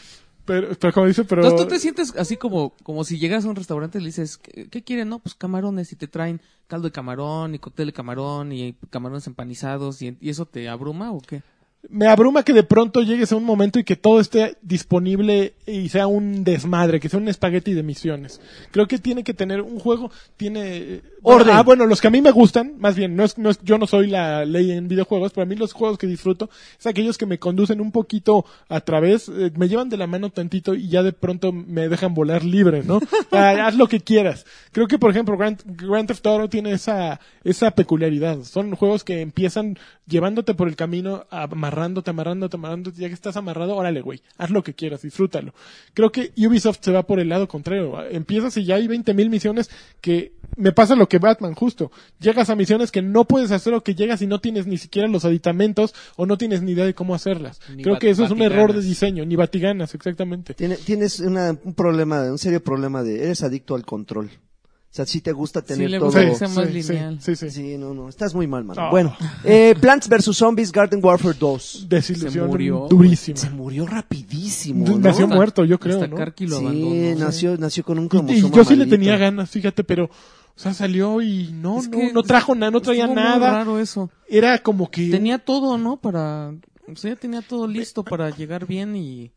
B: pero, pero como dice, pero.
D: Entonces tú te sientes así como, como si llegas a un restaurante y le dices, ¿qué, qué quieren? No, pues camarones y te traen caldo de camarón y cóctel de camarón y camarones empanizados y, y eso te abruma o qué?
B: Me abruma que de pronto llegues a un momento y que todo esté disponible y sea un desmadre, que sea un espagueti de misiones. Creo que tiene que tener un juego, tiene... eh, bueno,
A: Orden.
B: ah, bueno, los que a mí me gustan, más bien, no es, no es- yo no soy la ley en videojuegos, pero a mí los juegos que disfruto es aquellos que me conducen un poquito a través, eh, me llevan de la mano tantito y ya de pronto me dejan volar libre, ¿no? Ah, haz lo que quieras. Creo que, por ejemplo, Grand, Grand Theft Auto tiene esa, esa peculiaridad. Son juegos que empiezan llevándote por el camino, amarrándote, amarrándote, amarrándote. Ya que estás amarrado, órale, güey, haz lo que quieras, disfrútalo. Creo que Ubisoft se va por el lado contrario. Empiezas y ya hay 20 mil misiones que me pasa lo que Batman, justo. Llegas a misiones que no puedes hacer o que llegas y no tienes ni siquiera los aditamentos o no tienes ni idea de cómo hacerlas.
C: Ni
B: Creo
C: bat-
B: que eso es un error de
C: batiganas.
B: diseño, ni batiganas, exactamente.
A: Tiene- tienes una- un problema, un serio problema de... Eres adicto al control. O sea, sí te gusta tener
D: le
A: todo...
D: gusta que sea más lineal.
B: sí, sí, sí.
A: Sí, no, no, estás muy mal, mano.
B: Ah.
A: Bueno, eh, Plants vs. Zombies Garden Warfare 2.
B: Desilusión
D: Se murió.
B: durísima.
A: Se murió rapidísimo, ¿no?
B: Nació
D: Hasta-
B: Pues muerto, yo creo,
D: hasta
B: ¿no?
D: Karki lo
A: Sí,
D: abandonó.
A: nació, nació con un
B: Y-
A: cromosoma
B: Y, yo sí le
A: malito.
B: tenía ganas, fíjate, pero, o sea, salió y no,
D: Es
B: no,
D: que
B: no trajo nada, no traía
D: estuvo muy
B: nada.
D: raro eso.
B: Era como que
D: Tenía todo, ¿no? Para... O sea, ya tenía todo listo para llegar bien y...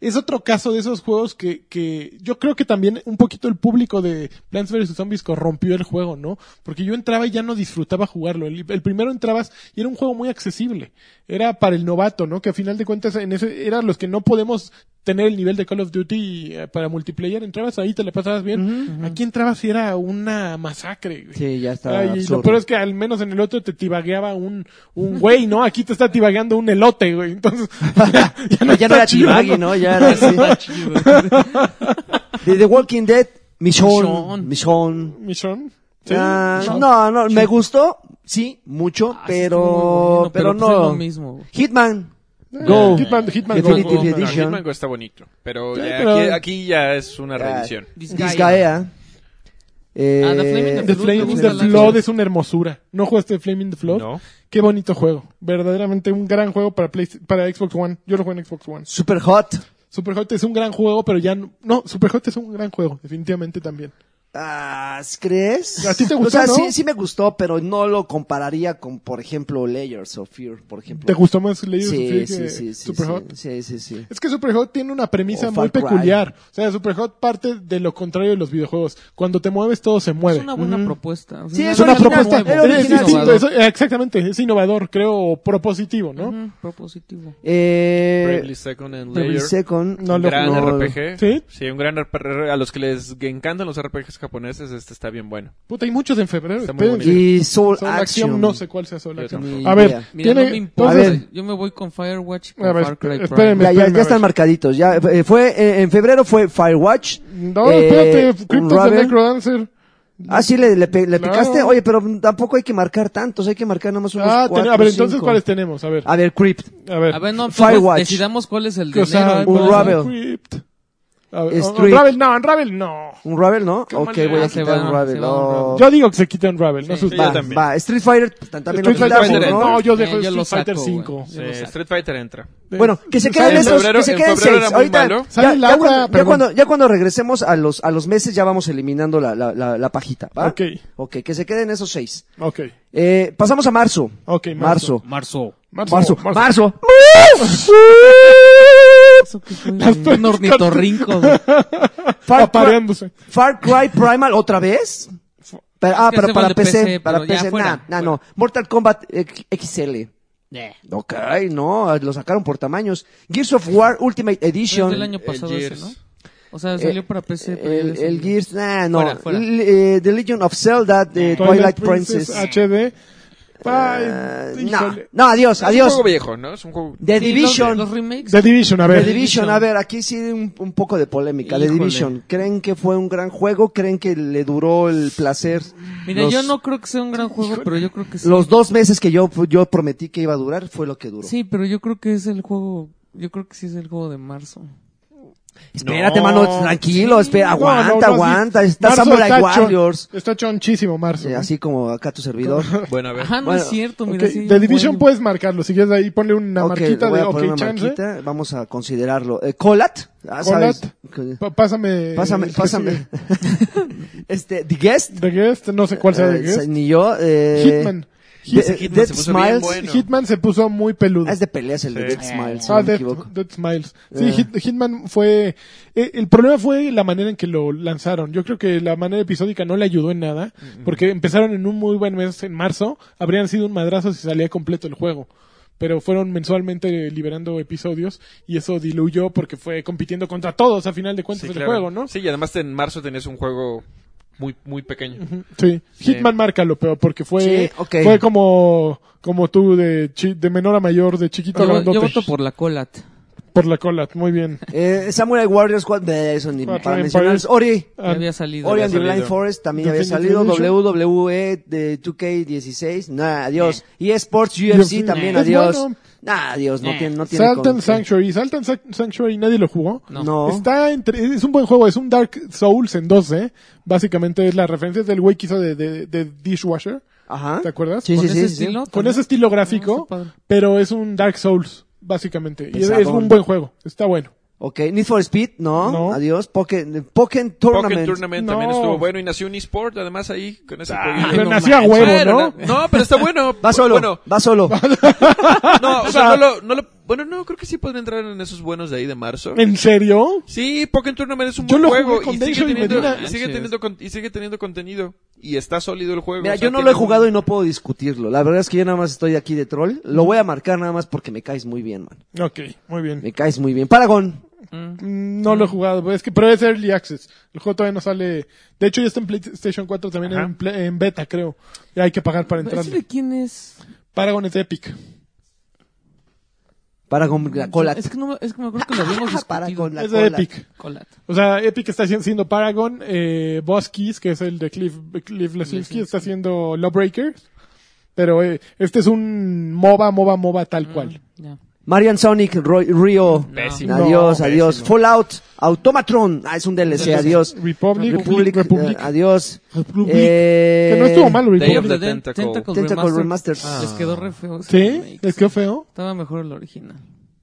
B: es otro caso de esos juegos que, que yo creo que también un poquito el público de Plants vs. Zombies corrompió el juego, ¿no? Porque yo entraba y ya no disfrutaba jugarlo. El, el primero entrabas y era un juego muy accesible. Era para el novato, ¿no? Que a final de cuentas en ese eran los que no podemos tener el nivel de Call of Duty eh, para multiplayer. Entrabas ahí, te la pasabas bien. Aquí entrabas y era una masacre. güey.
A: Sí, ya estaba
B: Ay, y lo
A: absurdo.
B: peor es que al menos en el otro te tibagueaba un, un güey, ¿no? Aquí te está tibagueando un elote, güey. Entonces, ya,
A: Ya no, ya no
B: está
A: era
B: chido,
A: Chivagi, ¿no? Ya era así.
D: Ah,
A: De The Walking Dead, Michonne.
D: Michonne.
A: Michonne.
B: Michonne.
A: Ah,
B: Michonne.
A: no, no, me gustó, sí, mucho,
D: Ah, sí,
A: pero,
D: estuvo muy bueno,
A: pero,
D: pues es lo
A: no.
D: mismo. güey.
A: Hitman,
B: Eh,
A: Go.
B: Hitman, Hitman Go.
A: Definitive
B: Go.
A: Edition.
C: No, Hitman Go está bonito, pero,
B: Sí,
C: ya
B: pero-
C: Aquí, aquí ya es una
A: Ya.
C: reedición.
D: Disgaea.
A: Disgaea. Eh,
D: Ah, The Flaming
B: Ah, The Flaming the Flood es una hermosura. ¿No jugaste Flaming the Flood?
C: No.
B: Qué bonito juego. Verdaderamente un gran juego para, Play- para Xbox One. Yo lo juego en Xbox One.
A: Super Hot.
B: Super Hot es un gran juego, pero ya no. No, Super Hot es un gran juego, definitivamente también.
A: Ah, ¿crees?
B: ¿A ti te gustó,
A: O sea,
B: no?
A: sí, sí me gustó, pero no lo compararía con, por ejemplo, Layers of Fear, por ejemplo.
B: ¿Te gustó más Layers of
A: Sí,
B: Fear
A: sí,
B: que
A: sí, sí,
B: Super
A: sí,
B: Hot?
A: sí, sí, sí.
B: Es que Superhot tiene una premisa
A: O
B: muy
A: Far Cry.
B: peculiar. O sea, Superhot parte de lo contrario de los videojuegos. Cuando te mueves, todo se mueve.
D: Es una buena propuesta. O sea,
A: Sí,
B: Es
A: es
B: una
A: original,
B: propuesta,
A: era
B: es
A: original.
B: distinto,
D: Innovador.
B: es- exactamente, es innovador, creo, propositivo, ¿no?
D: Ujú, propositivo.
A: Eh,
C: Bravely Second and
A: Bravely
C: Layer.
A: Second.
B: No lo-
C: gran
A: no,
C: RPG.
B: ¿Sí?
C: un gran RPG. A los que les encantan los RPGs japoneses, este está bien bueno.
B: Puta, hay muchos en febrero.
C: Está muy
B: espérense.
A: Y Soul,
B: Soul
A: Action.
B: Action, no sé cuál sea Soul
C: Yo
B: Action.
A: tampoco.
B: A
A: Ni
B: ver,
A: idea.
D: Mira,
B: tiene,
D: no me importa.
B: entonces,
A: entonces-
D: Yo me voy con Firewatch y
B: A
D: con
B: ver,
D: Far Cry
B: espérenme.
D: Primal.
A: Ya, ya,
B: Esperen, a
A: ya están
B: ver.
A: marcaditos. Ya eh, fue eh, en febrero fue Firewatch.
B: no,
A: eh,
B: espérate, Cryptos de
A: Unravel.
B: Necrodancer.
A: Ah, sí, le, le, pe- le
B: Claro.
A: picaste. Oye, pero tampoco hay que marcar tantos, hay que marcar nada más unos
B: Ah, ten-
A: cuatro,
B: a ver, entonces,
A: cinco. Ah,
B: ¿cuáles tenemos? A ver,
A: A ver, Crypt.
B: a ver.
D: A ver, no,
A: Firewatch.
D: pues, decidamos cuál es el de
B: O sea,
D: enero.
A: Unravel.
B: Crypt. A ver,
A: Street.
B: Unravel, no, Unravel, no.
A: ¿Un Ravel, no?
B: Qué
A: ok,
B: mal
A: voy a
D: idea. Se
A: quitar
D: va,
A: un Ravel.
D: se va un
A: oh.
B: Yo digo que se quite Unravel, no
C: Sí,
B: sus
C: yo
A: va,
C: también.
A: va. Street Fighter pues, tam- también lo
B: Street Fighter,
A: quitamos,
E: Fighter,
A: ¿no?
B: no, yo
D: Eh,
B: dejo
D: yo lo
B: Street Fighter Eh,
D: saco,
B: 5.
D: güey.
C: Sí,
D: lo saco.
C: Street Fighter entra.
A: Bueno, que se queden
B: en
A: esos,
E: febrero-
A: que se
E: en
A: queden
E: febrero
A: seis.
E: era muy
A: Ahorita,
E: malo.
B: Sale
A: ya,
B: Laura,
A: ya, cuando, ya,
B: perdón.
A: cuando, ya cuando regresemos a los, a los meses ya vamos eliminando la, la, la, la pajita, ¿va?
B: Ok.
A: Ok, que se queden esos seis.
B: Ok.
A: Eh, pasamos a marzo.
B: Ok, marzo.
D: Marzo.
B: Marzo.
A: Marzo. Marzo. marzo.
D: Eso que fue un ornitorrinco. güey.
A: Far, Cry,
B: Apareándose.
A: Far Cry Primal otra vez. Pero- ah,
D: Es que
A: pero
D: ese
A: para
D: fue de
A: PC,
D: PC,
A: para
D: pero ya
A: PC,
D: fuera,
A: nah, nah, no. Mortal Kombat eh, XL.
D: Eh.
A: Ok, no, lo sacaron por tamaños. Gears of War Ultimate
D: Es
A: Edition.
D: del año pasado ese,
E: Gears.
D: ¿no? O sea, salió
A: Eh,
D: para PC. pero ya
A: El,
D: salió.
A: el Gears, nah, no.
D: Fuera, fuera.
A: L- eh, The Legion of Zelda, de Twilight, Princess.
B: HD.
A: Ah,
B: Bye.
A: no,
B: Híjole.
A: no, adiós,
E: Es un
A: adiós.
E: juego viejo, ¿no? Es un juego...
A: The
D: Sí, los-
A: Division.
D: Los, remakes.
B: The Division, a
A: The
B: ver.
A: Division,
D: Division.
A: a ver, aquí sí un, un poco de polémica. The
D: Híjole.
A: Division, ¿creen que fue un gran juego? ¿Creen que le duró el placer?
D: Mira,
A: los,
D: yo no creo que sea un gran juego, pero yo creo que sí.
A: Los dos meses que yo, yo prometí que iba a durar fue lo que duró.
D: Sí, pero yo creo que es el juego. Yo creo que sí es el juego de marzo.
A: Espérate, mano, tranquilo, espera,
B: No, no,
A: aguanta,
B: no, sí.
A: aguanta. Está
B: Marzo
A: Samurai
B: está chon-
A: Warriors.
B: Está chonchísimo Marzo.
A: Eh,
B: ¿no?
A: así como acá tu servidor.
E: Bueno, a ver.
D: Ajá, no
A: Bueno,
D: es cierto.
B: Ok,
D: Mira, sí,
B: The
D: un
B: Division
D: buen-
B: puedes marcarlo. Si quieres ahí, ponle una
A: Ok,
B: marquita
A: voy
B: de
A: a poner
B: OK
A: una
B: Chance.
A: marquita, Vamos a considerarlo. Eh, Colat. Ah,
B: Colat. Eh,
A: sabes, que-
B: Pa- Pásame.
A: Pásame,
B: el que
A: pásame.
B: sigue.
A: este, The Guest.
B: The Guest, no sé cuál sea The
A: eh,
B: Guest.
A: Ni yo. Eh,
B: Hitman.
A: De-
E: Ese Hitman
A: Dead
E: se puso bien
A: Smiles.
E: bueno.
B: Hitman se puso muy peludo.
A: Ah, es de peleas el de
E: Sí.
A: Dead Smiles, si
B: Ah,
A: no me
B: Dead,
A: equivoco.
B: Dead Smiles. Sí,
A: Eh.
B: Hit- Hitman fue... eh, el problema fue la manera en que lo lanzaron. Yo creo que la manera episódica no le ayudó en nada, porque empezaron en un muy buen mes, en marzo. Habrían sido un madrazo si salía completo el juego. Pero fueron mensualmente liberando episodios y eso diluyó porque fue compitiendo contra todos a final de cuentas
E: Sí,
B: Pues, el
E: claro.
B: juego, ¿no?
E: Sí, y además en marzo tenías un juego muy, muy pequeño.
B: Ujú, Sí. Hitman márcalo, pero porque fue,
A: Sí, ok.
B: fue como, como tú de, chi- de menor a mayor, de chiquito a
D: Yo,
B: grandote.
D: yo voto por la Colat.
B: Por la cola, muy bien.
A: Eh, Samurai Warriors, ¿cuál? De eso ni
B: Cuatro
A: para
B: Empires.
A: mencionarlos. Ori.
D: Ya había salido.
A: Ori and the
E: salido.
A: Blind Forest también había
B: Definitive
A: salido.
B: Edition.
A: WWE de 2K16. Nah, adiós.
E: Eh.
A: Y Sports UFC
B: UFC,
A: también,
B: nah.
A: adiós.
B: Es bueno.
A: Nah, adiós. No
D: Nah.
A: tiene, no tiene.
B: Saltan
A: con-
B: Sanctuary. Saltan Sanct- Sanctuary, nadie lo jugó.
A: No.
D: No.
B: Está entre, es un buen juego, es un Dark Souls en 2D. Básicamente es la referencia del güey que hizo de, de, de Dishwasher.
A: Ajá.
B: ¿Te acuerdas?
A: Sí,
D: Con
A: sí,
D: ese
A: sí. sí.
D: estilo.
B: Con ese estilo gráfico,
D: Ah, está padre.
B: pero es un Dark Souls, básicamente. Y es,
A: Pesadón.
B: es un buen juego, está bueno.
A: Ok, Need for Speed, no.
B: No.
A: Adiós. Pokémon Tournament.
E: Pokémon Tournament también
B: No.
E: estuvo bueno y nació un eSport además ahí con
A: Ah.
E: ese jueguito.
B: pero
D: no
B: nació a
D: manches.
B: huevo,
E: Bueno,
B: ¿no?
E: na- no, pero está bueno.
A: Va solo.
E: Bueno,
A: Va solo.
E: no, o sea, no lo, no lo- bueno, no, creo que sí podría entrar en esos buenos de ahí de marzo.
B: ¿En serio?
E: Sí, Pokémon Tournament es un
B: Yo
E: buen
B: lo jugué
E: juego
B: con
E: y sigue,
B: Denso y
E: teniendo,
B: Medina.
E: y sigue teniendo con- y sigue teniendo contenido y está sólido el juego.
A: Mira,
E: o sea,
A: yo no lo he
E: tiene un-
A: jugado y no puedo discutirlo. La verdad es que yo nada más estoy aquí de troll. Lo voy a marcar nada más porque me caes muy bien, man.
B: Ok, muy bien.
A: Me caes muy bien. Paragon.
B: Mm, No lo he jugado, pero es que, pero es Early Access. El juego todavía no sale. De hecho, ya está en PlayStation 4 también en, pla- en beta, creo. Y hay que pagar para entrar.
D: ¿Ese de quién Pues es?
B: Paragon es Epic.
A: Paragon la cola.
D: Es que, no, me- es que me acuerdo que lo habíamos discutido.
A: Paragon la
B: es de
A: cola.
B: Epic.
D: Colat.
B: O sea, Epic está haci- haciendo Paragon, eh, Boss Keys, que es el de Cliff, Cliff Lesinski, está haciendo Lawbreakers. Pero eh, este es un MOBA, MOBA, MOBA tal cual.
D: Ah, Ya.
A: Marian Sonic Roy- Rio.
E: Pésimo.
A: Adiós,
E: No,
A: adiós.
E: pésimo.
A: Fallout. Automatron. Ah, es un DLC. Adiós.
B: Republic,
A: Republic.
B: Republic,
A: eh, adiós.
B: Republic.
A: Eh,
B: que no estuvo mal,
E: Day of
B: Republic.
E: the Ah.
D: Ten-
E: Tentacle.
A: Tentacle Remastered.
D: Les quedó re feo. ese
B: ¿Sí?
D: remake.
B: ¿Les quedó feo?
D: Estaba mejor el original.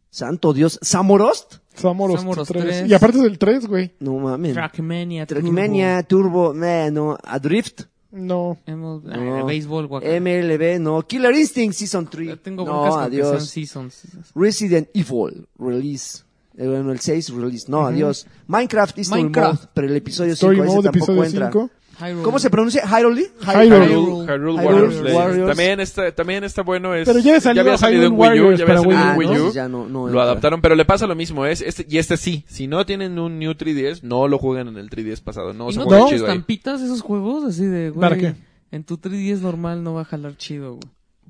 A: Santo Dios. Samorost.
B: Samoros
D: Samoros
B: 3.
D: tres.
B: Y aparte es el 3, güey.
A: No mames.
D: Trackmania. Turbo,
A: Trackmania, Turbo, meh, no, Adrift,
B: No.
D: ML, ah,
A: No.
D: Baseball, guacamole.
A: MLB, no, Killer Instinct Season 3.
D: Ya tengo
A: no,
D: broncas con que sean
A: adiós.
D: seasons.
A: Resident Evil Release. Eh, bueno, el 6 release. No, adiós. Minecraft History
D: Minecraft.
A: Mode, pero el episodio 5
B: Story
A: ese
B: Mode,
A: tampoco
B: episodio
A: entra.
B: 5.
D: Hyrule.
A: ¿Cómo se pronuncia? Hyrule?
B: Hyrule.
E: Hyrule, Hyrule
A: Hyrule
E: Warriors. Legends.
A: Warriors.
E: También, está, también está bueno. Es,
B: Pero ya había salido
E: había salido en
B: Hyrule
E: Wii U.
B: Warriors
E: Ya había
B: para
E: salido
A: Wii
E: en
A: U.
E: Wii
A: Ah,
E: U.
A: entonces ya no- no
E: lo
A: entra.
E: adaptaron, pero le pasa lo mismo. Es, este, y este sí. Si no tienen un New 3DS, no lo juegan en el 3DS pasado. No,
D: ¿Y
E: se
D: no
E: juega
D: tienes
E: chido ahí.
D: estampitas esos juegos? Así de, güey.
B: ¿Para qué?
D: En tu 3DS normal no va a jalar chido, güey.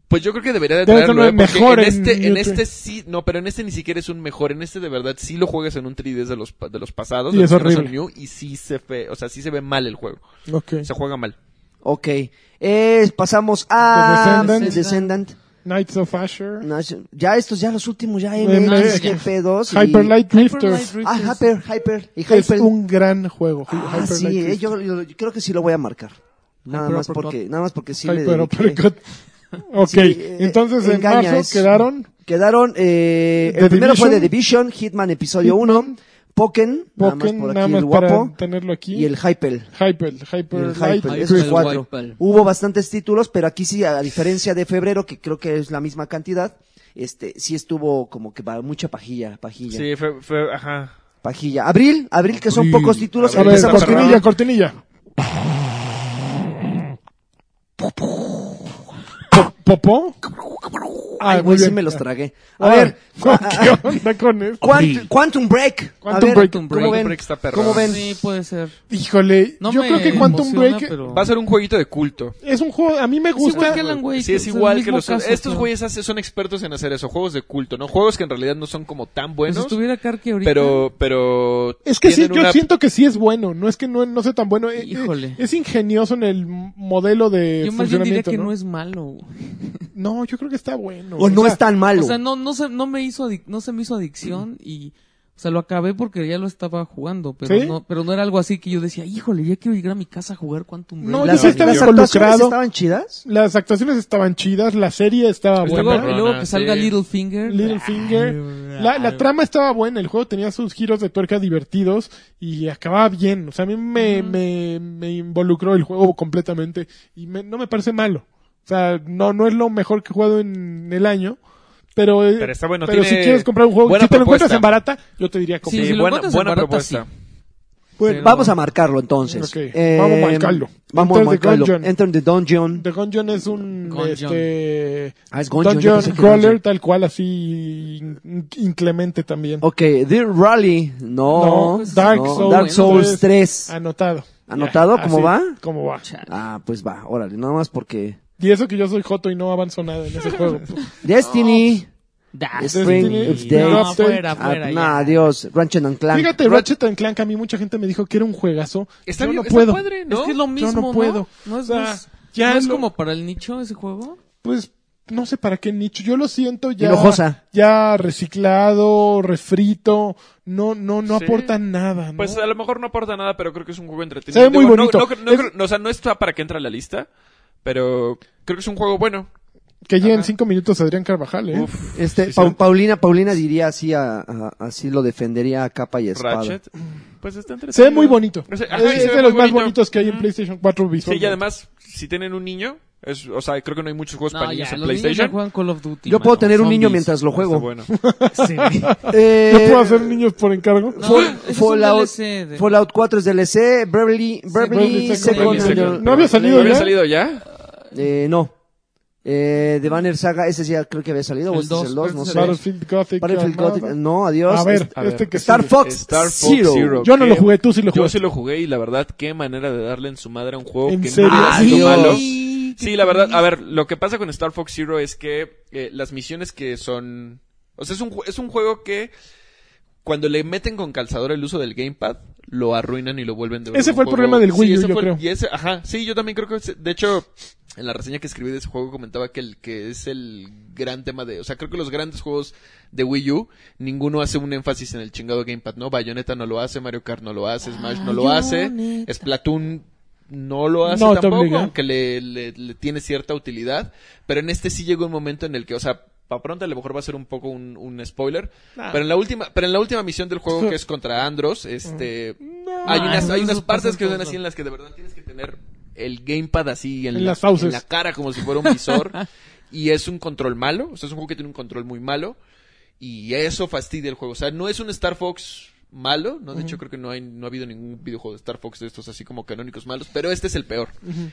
E: Pues yo creo que debería de
B: Debe
E: traerlo,
B: ser
E: ¿eh? Porque
B: mejor
E: en
B: en
E: este, en
B: New
E: este
B: 3DS.
E: sí, no, pero en este ni siquiera es un mejor, en este de verdad sí lo juegas en un 3DS de los, pa- de los pasados,
B: Y
E: de
B: es
E: los que no son
B: horrible.
E: New, y sí se ve, o sea, sí se ve mal el juego,
B: Ok.
E: se juega mal.
A: Ok. Eh, pasamos a
B: The Descendant.
A: The Descendant.
B: Knights of Asher,
A: Nash- Ya estos, ya los últimos, ya
B: Eh,
A: MX,
B: eh,
A: GP2. y-
B: Hyper Light Drifters.
A: Ah, Hyper, Hyper. Y
B: Es
A: Hyper.
B: un gran juego.
A: Ah,
B: Hyper
A: sí,
B: Light
A: eh,
B: Drifters.
A: yo, yo- yo creo que sí lo voy a marcar. Nada
D: Hyper
A: más
D: Uppercut.
A: porque, nada más porque sí le
B: Hyper
A: dediqué.
B: Uppercut. Ok,
A: Sí, eh,
B: entonces en
A: engaña,
B: marzo
A: es-
B: quedaron
A: Quedaron, eh,
B: The
A: el primero fue The
B: Division,
A: Division, Hitman episodio
B: Hitman,
A: 1, Pokken, nada más
B: Pokémon,
A: por
B: nada
A: aquí
B: más
A: el
B: para
A: guapo,
B: tenerlo aquí.
A: y el Hyper.
B: Hyper,
A: y
B: Hyper
A: el
B: Light.
A: Hyper,
D: Hyper,
A: esos cuatro.
D: Hyper.
A: Hubo bastantes títulos, pero aquí sí, a diferencia de febrero, que creo que es la misma cantidad, este, sí estuvo como que va- mucha pajilla, pajilla,
E: Sí, fue, fue- ajá.
A: pajilla. Abril, abril, que son
D: Abril.
A: pocos títulos,
B: A ver,
A: empieza por
B: cortinilla, cortinilla. Po- ¿Popó? Ah,
A: Ay,
B: muy
A: güey, sí
B: bien.
A: me los tragué. A
B: Ah,
A: ver,
B: ¿con- ¿qué onda con esto?
A: Quant- Quantum Break. A
B: Quantum
A: ver,
B: Break.
A: ¿cómo
D: Quantum
A: ven?
E: Break está perro.
A: ¿Cómo ven?
D: Sí, puede ser.
B: Híjole,
D: No
B: yo
D: me
B: creo que Quantum
D: emociona,
B: Break
D: pero-
E: Va a ser un jueguito de culto.
B: es un juego, a mí me
D: Es igual
B: gusta.
D: que Alan Wake.
E: Sí, es
D: el
E: igual que
D: mismo
E: los...
D: caso,
E: estos
D: pero-
E: güeyes hace- son expertos en hacer eso, juegos de culto, ¿no? Juegos que en realidad no son como tan
D: Pues si
E: buenos,
D: estuviera Karki ahorita.
E: pero... pero
B: Es que sí,
E: tienen
B: yo
E: una-
B: siento que sí es bueno, no es que no, no sea tan bueno. eh, eh,
D: Híjole.
B: Es ingenioso en el modelo de
D: Yo más bien diría
B: funcionamiento,
D: que
B: ¿no?
D: no, es malo. güey.
B: No, yo creo que está bueno.
A: O no
B: sea,
A: es tan malo.
D: O sea, no, no, se, no, me hizo adic- no se me hizo adicción y. O sea, lo acabé porque ya lo estaba jugando, pero,
B: ¿Sí?
D: no, pero no era algo así que yo decía, híjole, ya quiero ir a mi casa a jugar Quantum Break.
B: No,
A: las,
B: yo sí estaba
A: las actuaciones
B: involucrado.
A: estaban chidas.
B: Las actuaciones estaban chidas, la serie estaba
D: Y Pues luego,
B: buena.
D: y
E: Ah,
D: luego que salga Ah,
C: sí.
D: Littlefinger.
B: Littlefinger. La, la trama estaba buena, el juego tenía sus giros de tuerca divertidos y acababa bien. O sea, a mí me, me, me involucró el juego completamente y me- no me parece malo. O sea, no, no es lo mejor que he jugado en el año, pero, eh,
E: Pero está bueno,
B: pero si
E: tiene
B: quieres comprar un juego,
E: buena
B: si te lo
E: propuesta.
B: encuentras en barata, yo te diría comprar.
D: Sí, si lo
E: Eh, buena,
D: encuentras en
E: buena
D: barata,
E: propuesta.
B: Bueno,
A: Pues Vamos a marcarlo entonces. Eh,
B: Ok, vamos a marcarlo.
A: Vamos
B: Enter
A: a
B: the
A: marcarlo.
B: Gungeon.
A: Enter the Dungeon.
B: The Gungeon es un
D: Gungeon.
B: este
A: Ah, es Gungeon, yo
B: Dungeon
A: pensé que
B: Crawler
A: Gungeon.
B: tal cual así in- inclemente también.
A: Ok, The Rally. No. pues,
B: No, Dark
A: no.
B: Souls Ah,
A: Dark Souls 3.
B: Anotado.
A: ¿Anotado? ¿Cómo
B: Así,
A: va?
B: ¿Cómo va?
A: Ah, pues va, órale, nada más porque.
B: Y eso que yo soy Joto y no avanzo nada en ese juego.
A: Destiny.
D: That's
A: Spring
B: Destiny,
A: Update.
B: Spring
D: No,
B: Update.
D: fuera,
A: Ah,
D: fuera.
A: nah,
D: ya.
A: adiós. Ratchet and Clank.
B: Fíjate,
A: Ra-
B: Ratchet and Clank, a mí mucha gente me dijo que era un juegazo.
E: Está
B: yo
E: bien,
B: no
E: está
B: puedo.
E: padre, ¿no?
D: Es que es lo mismo,
B: no puedo.
D: ¿no? es,
B: O sea,
D: no es-
B: ya
D: no es
B: lo-
D: como para el nicho ese juego.
B: Pues no sé para qué nicho. Yo lo siento ya.
A: Hinojosa.
B: Ya reciclado, refrito. No, no, no
E: Sí.
B: aporta nada. ¿no?
E: Pues a lo mejor no aporta nada, pero creo que es un juego entretenido.
B: Se ve muy
E: Digo, no-
B: bonito.
E: no creo- no
B: Es-
E: creo- no, o sea, no está para que entre a la lista, pero creo que es un juego bueno.
B: que llegue en cinco minutos Adrián Carvajal, ¿eh?
E: Uf,
A: Este,
E: sí,
A: Pau-
E: sí.
A: Paulina, Paulina diría así, a, a- así lo defendería a capa y espada.
E: Ratchet. Pues está entretenido.
B: Se ve muy bonito.
E: O sea, ajá, y
B: es
E: se
B: es
E: ve
B: de los
E: muy
B: más
E: bonito.
B: bonitos que hay en
E: Ujú.
B: PlayStation 4
E: Sí,
B: visual.
E: y además, si tienen un niño, es, o sea, creo que no hay muchos juegos Pues para
D: No, ya,
E: niños en
D: los niños ya
E: PlayStation.
D: juegan Call of Duty.
A: Yo puedo
D: mano,
A: tener un niño
D: zombies.
A: mientras lo juego.
E: Está bueno.
D: Sí. No,
A: Eh,
B: ¿Yo puedo hacer niños por encargo?
A: Fall-
D: ese es un
A: Fallout,
D: DLC de-
A: Fallout 4 es DLC, Beverly, Beverly
B: Beverly
A: Second,
B: Second.
A: Under-
B: No había salido
E: Este, ¿No había
B: ya?
E: salido ya?
A: Eh, no. Eh, The Banner Saga, ese sí ya creo que había salido,
D: El
A: o este es el 2,
D: dos,
A: no
D: parece
A: sé.
D: ser el
B: Battlefield Gothic.
A: Battlefield
B: nada.
A: Gothic, eh, no, adiós.
B: A ver,
E: A ver.
B: este que
A: Star
B: sigue. Eh,
A: Fox,
E: Star Fox
A: Zero.
E: Zero.
B: Yo no lo
E: que-
B: jugué, tú sí lo
E: Yo
B: jugaste.
E: sí lo jugué y la verdad, qué manera de darle en su madre a un juego
B: ¿En
E: que
B: serio?
E: no ha sido
A: Adiós.
E: malo. Sí, la verdad, a ver, lo que pasa con Star Fox Zero es que eh, las misiones que son... O sea, es un, ju- es un juego que cuando le meten con calzador el uso del gamepad, lo arruinan y lo vuelven de
B: Ese
E: un
B: fue el
E: juego-
B: problema del Wii U,
E: ese
B: yo
E: fue el-
B: creo.
E: y ese- ajá, sí, yo también creo que... ese- de hecho, en la reseña que escribí de ese juego comentaba que el que es el gran tema de... O sea, creo que los grandes juegos de Wii U, ninguno hace un énfasis en el chingado gamepad, ¿no? Bayonetta no lo hace, Mario Kart no lo hace, Smash no lo hace,
D: Bayonetta.
E: Splatoon no lo hace
B: No te
E: tampoco,
B: obliga.
E: aunque le, le- le tiene cierta utilidad, pero en este sí llegó un momento en el que, o sea, para pronto a lo mejor va a ser un poco un, un spoiler, pero en la última, pero en la última misión del juego que es contra Andros, este, hay
D: No,
E: unas,
D: eso
E: hay unas
D: pasa
E: partes
D: en
E: que son
D: todos
E: así en las que de verdad tienes que tener el gamepad así en,
B: En
E: la,
B: las fauces.
E: en la cara como si fuera un visor y es un control malo, o sea, es un juego que tiene un control muy malo y eso fastidia el juego. O sea, no es un Star Fox malo, no de hecho creo que no hay no ha habido ningún videojuego de Star Fox de estos así como canónicos malos, pero este es el peor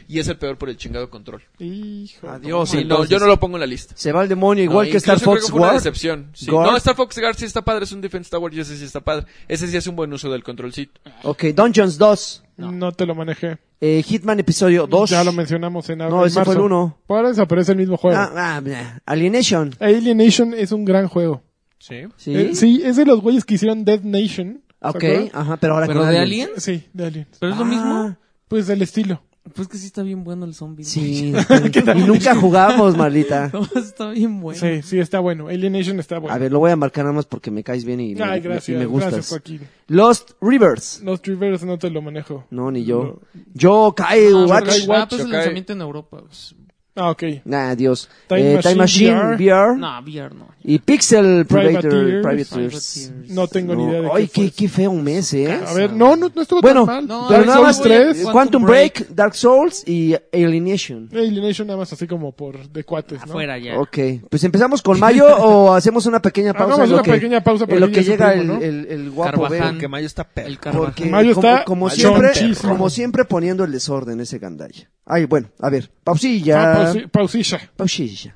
E: y es el peor por el chingado control.
B: Hijo.
A: Adiós,
E: Sí, no,
A: entonces.
E: yo no lo pongo en la lista.
A: Se va el demonio igual
E: No,
A: que Star
E: incluso creo
A: Fox
E: fue una
A: War.
E: decepción. Sí.
A: Guard.
E: No, Star Fox Guard sí está padre, es un Defense Tower, y ese sí está padre. Ese sí hace un buen uso del controlcito.
A: Ok, Dungeons 2.
B: No. te lo manejé.
A: Eh, Hitman episodio 2.
B: Ya lo mencionamos en
A: No,
B: en
A: ese fue
B: marzo.
A: el uno.
B: Por eso, pero es el mismo juego.
A: Ah, ah, nah. Alienation.
B: Alienation es un gran juego.
E: Sí.
A: Sí.
B: Eh, sí, es de los güeyes que hicieron Dead Nation. ¿se
A: Ok,
B: acuerdan?
A: ajá, pero ahora
D: ¿Pero
A: con
D: de
A: aliens.
D: Alien?
B: Sí, de Aliens.
D: ¿Pero es lo mismo?
A: Ah,
B: Pues del estilo.
D: Pues que sí está bien bueno el zombie. ¿no?
A: Sí. y nunca jugamos, Marlita.
D: No, está bien bueno.
B: Sí, sí, está bueno. Alienation está bueno.
A: A ver, lo voy a marcar nada más porque me caes bien y me,
B: Ay,
A: me-
B: gracias.
A: y me gustas.
B: Gracias, Joaquín.
A: Lost Rivers.
B: Los Rivers no te lo manejo.
A: No, ni yo. Yo, Kyle
D: Ah,
A: Watch.
D: pero- ah, pues el
E: ok.
D: lanzamiento en Europa. pues.
B: Ah, ok.
A: Nah, Dios.
B: Time
A: Eh,
B: Machine
A: Time Machine,
B: VR.
A: VR.
D: No, VR no.
A: Y Pixel
B: Privateers.
A: Privateer. Privateers.
D: Privateers.
B: No tengo ni
A: No,
B: idea de
A: Ay,
B: qué,
A: qué,
B: fue.
A: qué feo mes, ¿eh?
B: A ver, no, no, no estuvo
A: Bueno,
B: tan mal.
D: no,
B: Dark
A: pero nada
B: Souls
A: más
D: tres.
B: 3.
A: Quantum, Break, Dark Souls y Alienation.
B: Alienation nada más así como por de cuates, ¿no?
D: Afuera ya.
A: Ok, pues empezamos con Mayo o hacemos una pequeña pausa.
B: Hagamos
A: en lo
B: una
A: que-
B: pequeña pausa para
A: en lo que
B: llegue su
A: llega
B: primo,
A: el,
B: ¿no?
A: el- el guapo
D: Carvajal.
A: Bel,
E: Que Mayo está perro.
D: El Carvajal.
A: Porque
B: Mayo
A: como,
B: está
A: como siempre,
B: chonchísimo.
A: como siempre poniendo el desorden ese gandalla. Ay, bueno, a ver, pausilla.
B: Ah, pausi- pausilla.
A: Pausilla.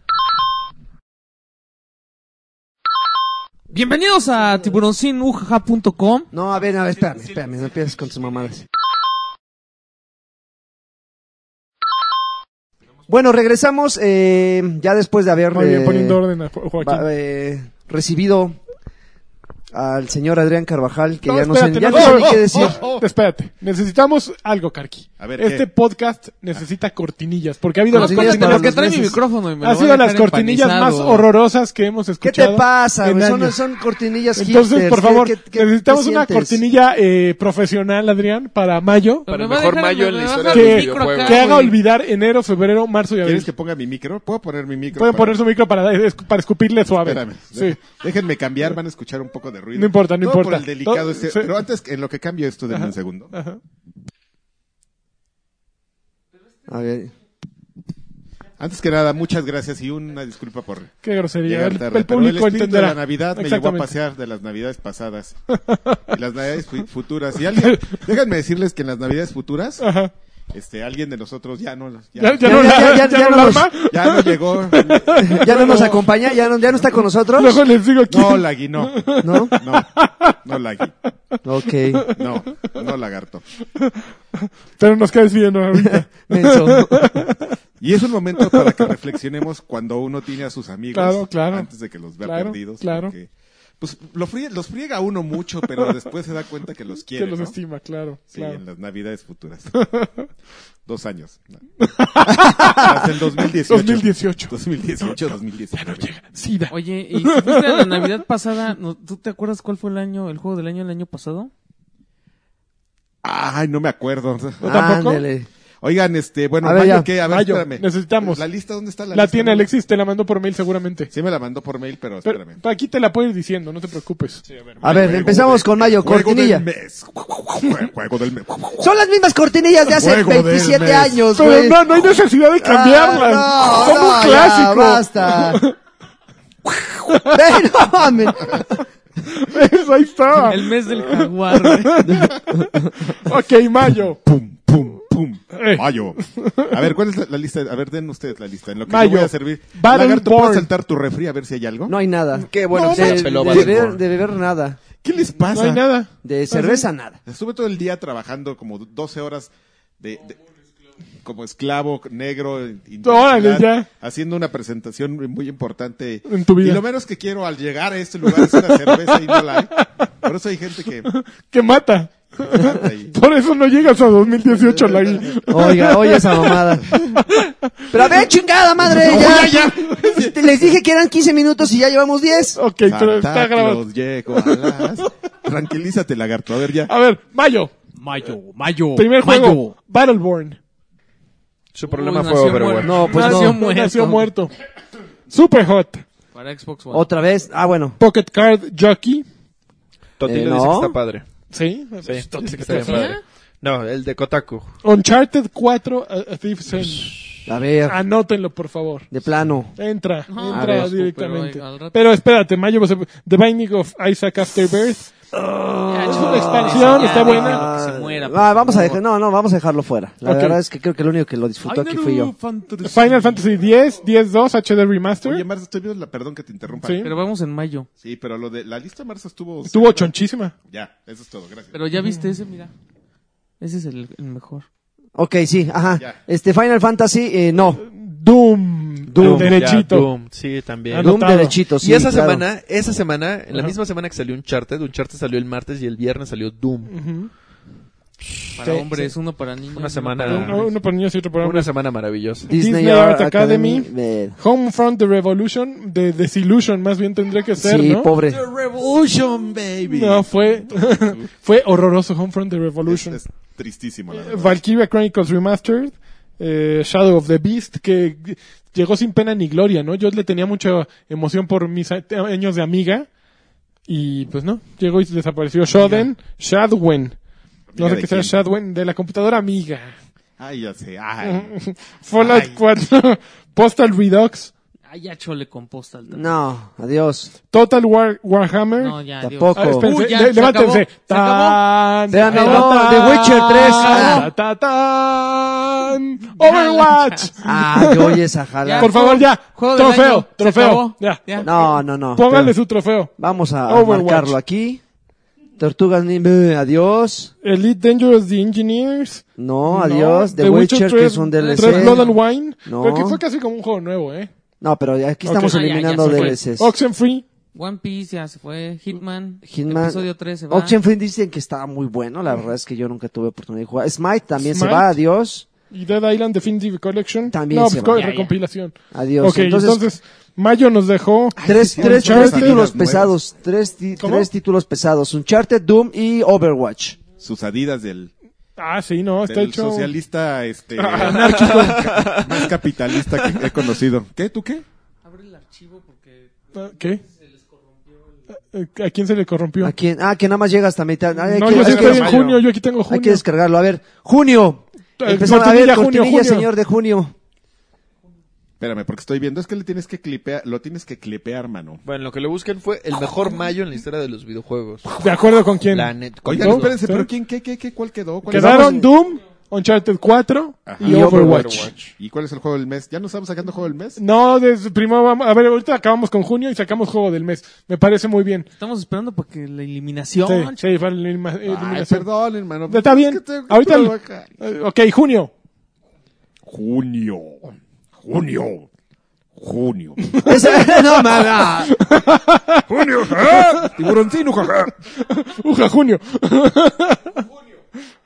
D: Bienvenidos a tiburoncinujaja.com.
A: No, a ver, a ver, espérame, espérame, no empieces con tus mamadas. Bueno, regresamos eh, ya después de haber
B: Muy bien,
A: eh,
B: poniendo orden a Jo- Joaquín.
A: va- eh, recibido al señor Adrián Carvajal, que
B: No,
A: ya no sé,
B: espérate,
A: ya
B: no,
A: no sé
B: no,
A: ni
B: oh,
A: qué decir.
B: oh, oh, Espérate, necesitamos algo, Carqui.
E: A ver,
B: este
E: ¿qué?
B: podcast necesita cortinillas, porque ha habido
D: No,
B: las
A: Cortinillas
D: cortinillas
A: para
D: porque
A: los
D: trae mi
A: meses.
D: micrófono y me lo
B: ha
D: van a
B: sido las
D: dejar
B: cortinillas más
D: empanizado.
B: horrorosas que hemos
A: ¿Qué te
B: escuchado.
A: pasa,
B: en
A: güey? Son,
B: años.
A: son cortinillas
B: Entonces,
A: hipsters.
B: por
A: ¿Qué-
B: favor,
A: qué- qué-
B: necesitamos
A: qué
B: una
A: sientes?
B: cortinilla eh, profesional, Adrián, para mayo,
D: Pero
E: Para el
D: me va a
E: mejor
D: dejar-
E: mayo
D: me
E: en la
D: va a
E: historia
D: dejar
B: del
D: el
E: videojuego.
D: micro acá,
B: que haga
D: Ah, güey.
B: olvidar enero, febrero, marzo y abril.
F: ¿Quieres que ponga mi micro? ¿Puedo poner mi micro?
B: Pueden
F: para-
B: poner su micro para, es- para escupirle suave.
F: Espérame.
B: Sí.
F: Déjenme cambiar, van a escuchar un poco de ruido.
B: No importa, no
F: Todo
B: importa.
F: Por el delicado
B: Todo-
F: este-
B: sí.
F: Pero antes, en lo que cambio esto, denme un segundo.
B: Ajá.
A: A ver,
F: Antes que nada, muchas gracias y una disculpa por
B: Qué grosería.
F: llegar
B: El,
F: tarde.
B: el
F: pero
B: público
F: espíritu
B: entenderá.
F: de la Navidad me llevó a
B: Exactamente.
F: pasear de las Navidades pasadas y las Navidades fu- futuras. Y alguien, déjenme decirles que en las Navidades futuras,
B: Ajá.
F: este, alguien de nosotros ya no,
B: Ya,
F: ya,
B: ya
A: Ya-
B: no
A: ya-
B: la,
A: ya-
B: ya
A: ya
B: no la
A: nos-
B: arma.
F: ya no llegó.
A: ya no nos acompaña, ya no, ya no está con nosotros,
B: Luego les digo quién.
F: No, Lagui, no.
A: ¿no?
F: No, no, Lagui.
A: Ok.
F: No, no, Lagarto.
B: Pero nos caes bien ¿no? ahorita.
A: Menso.
F: Y es un momento para que reflexionemos cuando uno tiene a sus amigos
B: Claro, claro.
F: antes de que los vea
B: Claro,
F: perdidos.
B: claro.
F: porque, pues lo frie- los friega uno mucho, pero después se da cuenta que los quiere.
B: que los
F: ¿no?
B: estima, claro.
F: Sí,
B: claro.
F: en las navidades futuras. Dos años. No. Hasta el 2018.
B: 2018.
F: 2018, 2019.
B: Sida.
D: Oye, y si fuiste a la Navidad pasada, no, ¿tú te acuerdas cuál fue el año, el juego del año el año pasado?
F: Ay, no me acuerdo.
B: tampoco?
A: Ándale.
F: Oigan, este, bueno,
A: A ver,
F: Mayo,
A: ya.
F: ¿qué? A ver,
B: Mayo,
F: espérame.
B: necesitamos.
F: ¿La lista dónde está la,
B: La,
F: lista?
B: tiene Alexis, te la mandó por mail seguramente.
F: Sí me la mandó por mail, pero
B: Pero,
F: espérame.
B: aquí te la puedo ir diciendo, no te preocupes.
A: A ver, empezamos con Mayo,
F: Juego
A: cortinilla.
F: del mes. Juego del mes.
A: Son las mismas cortinillas de hace
F: Juego del
A: 27
F: mes.
A: años,
B: Pero
A: Pues, güey.
B: no, no hay necesidad de cambiarlas.
A: Ah,
B: Son un
A: no, Ya,
B: clásico.
A: basta. Ey, no mames.
B: Eso, ahí está.
D: El mes del jaguar. güey.
B: Ok, Mayo.
F: pum, pum, pum.
B: Eh.
F: Mayo. A ver, ¿cuál es la, la lista? A ver, den ustedes la lista. En lo que
B: Mayo.
F: yo voy a servir.
B: Baden
F: Lagarto, ¿puedes
B: Born.
F: saltar tu refri a ver si hay algo?
A: No hay nada.
E: Qué bueno que se
A: de,
E: la peló
A: de
E: Baden
A: beber,
E: Born.
A: de beber nada.
F: ¿Qué les
B: No
F: pasa?
B: hay nada.
A: De cerveza nada.
F: Estuve todo el día trabajando como 12 horas de... de- como esclavo negro en- en-
B: Órale, ya.
F: haciendo una presentación muy- muy importante
B: En tu vida.
F: y lo menos que quiero al llegar a este lugar es una cerveza y no la hay. por eso hay gente que
B: Que mata. Por eso no llegas a 2018, Lagui.
A: Oiga, oye esa mamada. Pero a ver, chingada madre, ya. Les dije que eran 15 minutos y ya llevamos 10.
B: Ok, pero está grabado.
F: llego a las- tranquilízate lagarto a ver ya
B: A ver, Mayo.
D: Mayo, mayo.
B: Primer
D: mayo.
B: juego. Battleborn.
E: Su problema
D: Uy,
E: fue
D: nació
E: Overwatch.
D: muerto.
A: No, pues
D: nació
A: no.
D: Muerto.
B: Nació muerto. Super Hot.
D: Para Xbox One.
A: Otra vez. Ah, bueno.
B: Pocket Card Jockey.
E: Totilo
A: Eh, no.
E: dice que está padre.
B: Sí.
E: Sí, dice que está
D: ¿Sí?
E: bien padre. No, el de Kotaku.
B: Uncharted 4 a, a Thief's End.
A: A ver,
B: Anótenlo, por favor.
A: de plano.
B: Entra,
D: No,
B: entra
D: pero-
B: directamente.
D: pero al
B: Pero,
D: rato-
B: espérate, Mayo, pues, The Binding of Isaac Afterbirth. es
D: Ya,
B: una
D: chingada,
B: expansión,
D: ya,
B: está
D: ya,
B: buena.
D: déjenlo que se
A: Ah,
D: muera, por
A: ah, vamos a
D: favor.
A: dejar, no, no, vamos a dejarlo fuera. La
B: Ok.
A: verdad es que creo que el único que lo
D: Ay,
A: disfrutó aquí
D: no,
A: fui yo.
D: fantasía.
B: Final Fantasy X, 10-2, HD Remaster.
F: Oye, Marzo, estoy viendo la, perdón que te interrumpa.
B: Sí.
F: Sí.
D: Pero vamos en mayo.
F: pero lo de la lista de Marzo estuvo.
B: Estuvo chonchísima.
F: Ya, eso es todo, gracias.
D: Pero ya viste ese, mira. Ese es el, el mejor.
A: Ok, sí, ajá.
F: Ya.
A: Este Final Fantasy, eh, no.
B: Doom.
A: Doom,
B: Derechito.
E: Ya, Doom, sí, también.
B: Ah, no.
A: Doom
B: Anotado.
A: derechito, sí.
E: y esa
A: claro.
E: semana, esa semana, en la
B: Ajá.
E: misma semana que salió Uncharted, Uncharted salió el martes y el viernes salió Doom.
B: Ujú.
D: para
B: Sí,
D: hombres, uno para niños.
E: Una
D: uno
E: semana.
D: para
B: Uno, uno para niños y otro para
E: Una
B: hombres.
E: semana maravillosa.
B: Disney Art Academy.
A: man.
B: Homefront The Revolution, The Desillusion, más bien tendría que ser,
A: Sí,
B: ¿no?
A: pobre.
G: The Revolution, baby.
B: No, fue, fue horroroso Homefront The
F: Es,
B: Revolution.
F: es tristísimo, la
B: Eh,
F: verdad.
B: Valkyria Chronicles Remastered, eh, Shadow of the Beast, que llegó sin pena ni gloria, ¿no? Yo le tenía mucha emoción por mis a- años de amiga. Y pues no, llegó y desapareció. Shoden, Shadwen. No
F: ¿Amiga
B: sé
F: de
B: qué sea
F: quién?
B: Shadwen, de la computadora amiga.
F: Ay, ya sé.
B: eh,
F: Ay.
B: Fallout 4, Postal Redux,
D: Ah, ya chole con postal. también.
A: No, adiós.
B: Total War, Warhammer.
D: No, ya, Dios.
A: Tampoco.
B: Ah, espérense,
D: Uy, ya,
B: le-
D: se
B: levántense.
D: acabó, se acabó.
B: Tan,
A: Se acabó,
B: tan,
A: The Witcher Ah. 3.
B: tan, tan, tan. Overwatch.
A: Ah, yo oye esa jala.
D: Ya,
B: Por favor,
D: juego-
B: ya.
D: juego del
B: Trofeo,
D: año, se
B: trofeo,
D: acabó.
B: ya.
A: No, no, no.
B: Pónganle
A: Pero
B: su trofeo.
A: Vamos a a
B: Overwatch.
A: marcarlo aquí. Tortugas Ninja, adiós.
B: Elite Dangerous The Engineers.
A: No, adiós. The, Witcher, que es un
B: Red
A: DLC.
B: Blood and Wine.
A: No.
B: Porque fue casi como un juego nuevo, ¿eh?
A: No, pero aquí estamos
D: Ah, ya, ya
A: eliminando
D: se fue.
A: DLCs.
B: Oxenfree.
D: One Piece ya se fue. Hitman.
A: Hitman.
D: Episodio 3 se va.
A: Oxenfree dicen que está muy bueno, la verdad es que yo nunca tuve oportunidad de jugar. Smite también
B: Smite.
A: se va, adiós.
B: Y Dead Island Definitive Collection.
A: También
B: no,
A: se
B: pues
A: va.
B: co-
D: Ya, ya.
B: recompilación.
A: Adiós.
B: Ok, entonces, Mayo nos dejó.
A: tres,
F: sí,
A: tres,
B: Uncharted.
A: tres títulos
F: Adidas
A: pesados, tres, ti-
B: ¿Cómo?
A: tres títulos pesados, Uncharted, Doom y Overwatch.
F: Sus adidas del,
B: Ah, sí, no, está
F: del
B: hecho.
F: socialista este, anárquico ca- más capitalista que he conocido. ¿Qué? ¿Tú qué?
D: Abre el archivo porque...
B: Ah, ¿Qué? Eh, ¿A quién se le corrompió?
A: ¿A quién? Ah, que nada más llega hasta mitad. Ay, hay
B: No,
A: que-
B: yo
A: hay
B: sí
A: que-
B: estoy en
A: hay
B: junio, yo aquí tengo junio.
A: que descargarlo. A ver, junio.
B: Eh,
A: Empezamos a ver,
B: cortinilla, junio,
A: cortinilla,
B: junio.
A: señor de junio.
F: Espérame, porque estoy viendo. Es que le tienes que clipear, lo tienes que clipear, mano.
E: Bueno, lo que le busquen fue el mejor mayo en la historia de los videojuegos.
B: ¿De acuerdo con quién?
E: La net-
F: Oigan,
B: ¿No?
F: espérense,
B: ¿Sí?
F: pero ¿quién, qué, qué, qué, cuál quedó? ¿Cuál
B: Quedaron
A: Pues
F: es-
B: Doom, Uncharted 4
F: Ajá.
B: y Overwatch.
F: ¿Y cuál es el juego del mes? ¿Ya nos estamos sacando juego del mes?
B: No, des- primero vamos, a ver, ahorita acabamos con junio y sacamos juego del mes. Me parece muy bien.
D: Estamos esperando porque la eliminación...
B: Sí, sí, para la elima-
F: Ay,
B: eliminación.
F: perdón, hermano.
B: Está bien.
F: Es que te-
B: Ahorita
F: te-
B: lo- Eh, ok, junio.
F: Junio. Junio. Junio.
A: Ese- no, mamá.
F: Junio, jaja. Tiburoncino, jaja.
B: Uja, junio.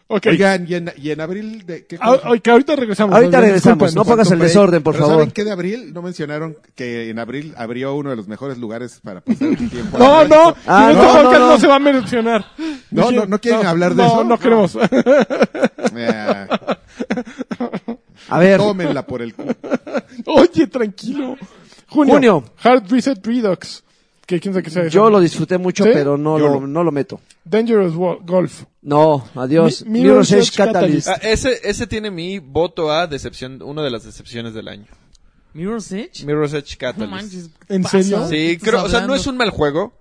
B: ok.
F: Oigan, ¿y en, y en abril de qué
B: Ah,
F: juegos?
B: ok, ahorita regresamos.
A: Ahorita
B: Oigan,
A: regresamos. No
B: discúlpanos.
A: pongas el
F: Pero,
A: desorden, por
F: ¿pero
A: favor.
F: ¿Saben qué de abril? No mencionaron que en abril abrió uno de los mejores lugares para pasar el tiempo.
B: No, no,
A: Ah,
B: en
A: no,
B: este podcast no,
A: no, no.
B: se va a mencionar.
F: No, no, no quieren hablar de eso.
B: No, no queremos.
F: Eh,
A: A ver,
F: tómenla por el cu-
B: Oye, tranquilo. Junio.
A: Junio.
B: Hard Reset Redux. Que quién sabe qué sea eso.
A: yo lo disfruté mucho,
B: ¿Sí?
A: pero no
F: Yo
A: lo,
F: lo-
A: no lo meto.
B: Dangerous Wo- Golf.
A: No, adiós.
B: Mi-
A: Mirror's
B: Mirror's
A: Edge
B: Edge Catalyst.
A: Catalyst.
E: Ah, ese, ese tiene mi voto a decepción, una de las decepciones del año.
D: Mirror's Edge.
E: Mirror's Edge
D: No
E: Catalyst.
D: manches.
B: ¿En
D: pasa?
B: serio?
D: ¿Qué
E: Sí,
D: estás
E: creo, o sea, no
D: hablando?
E: es un mal juego,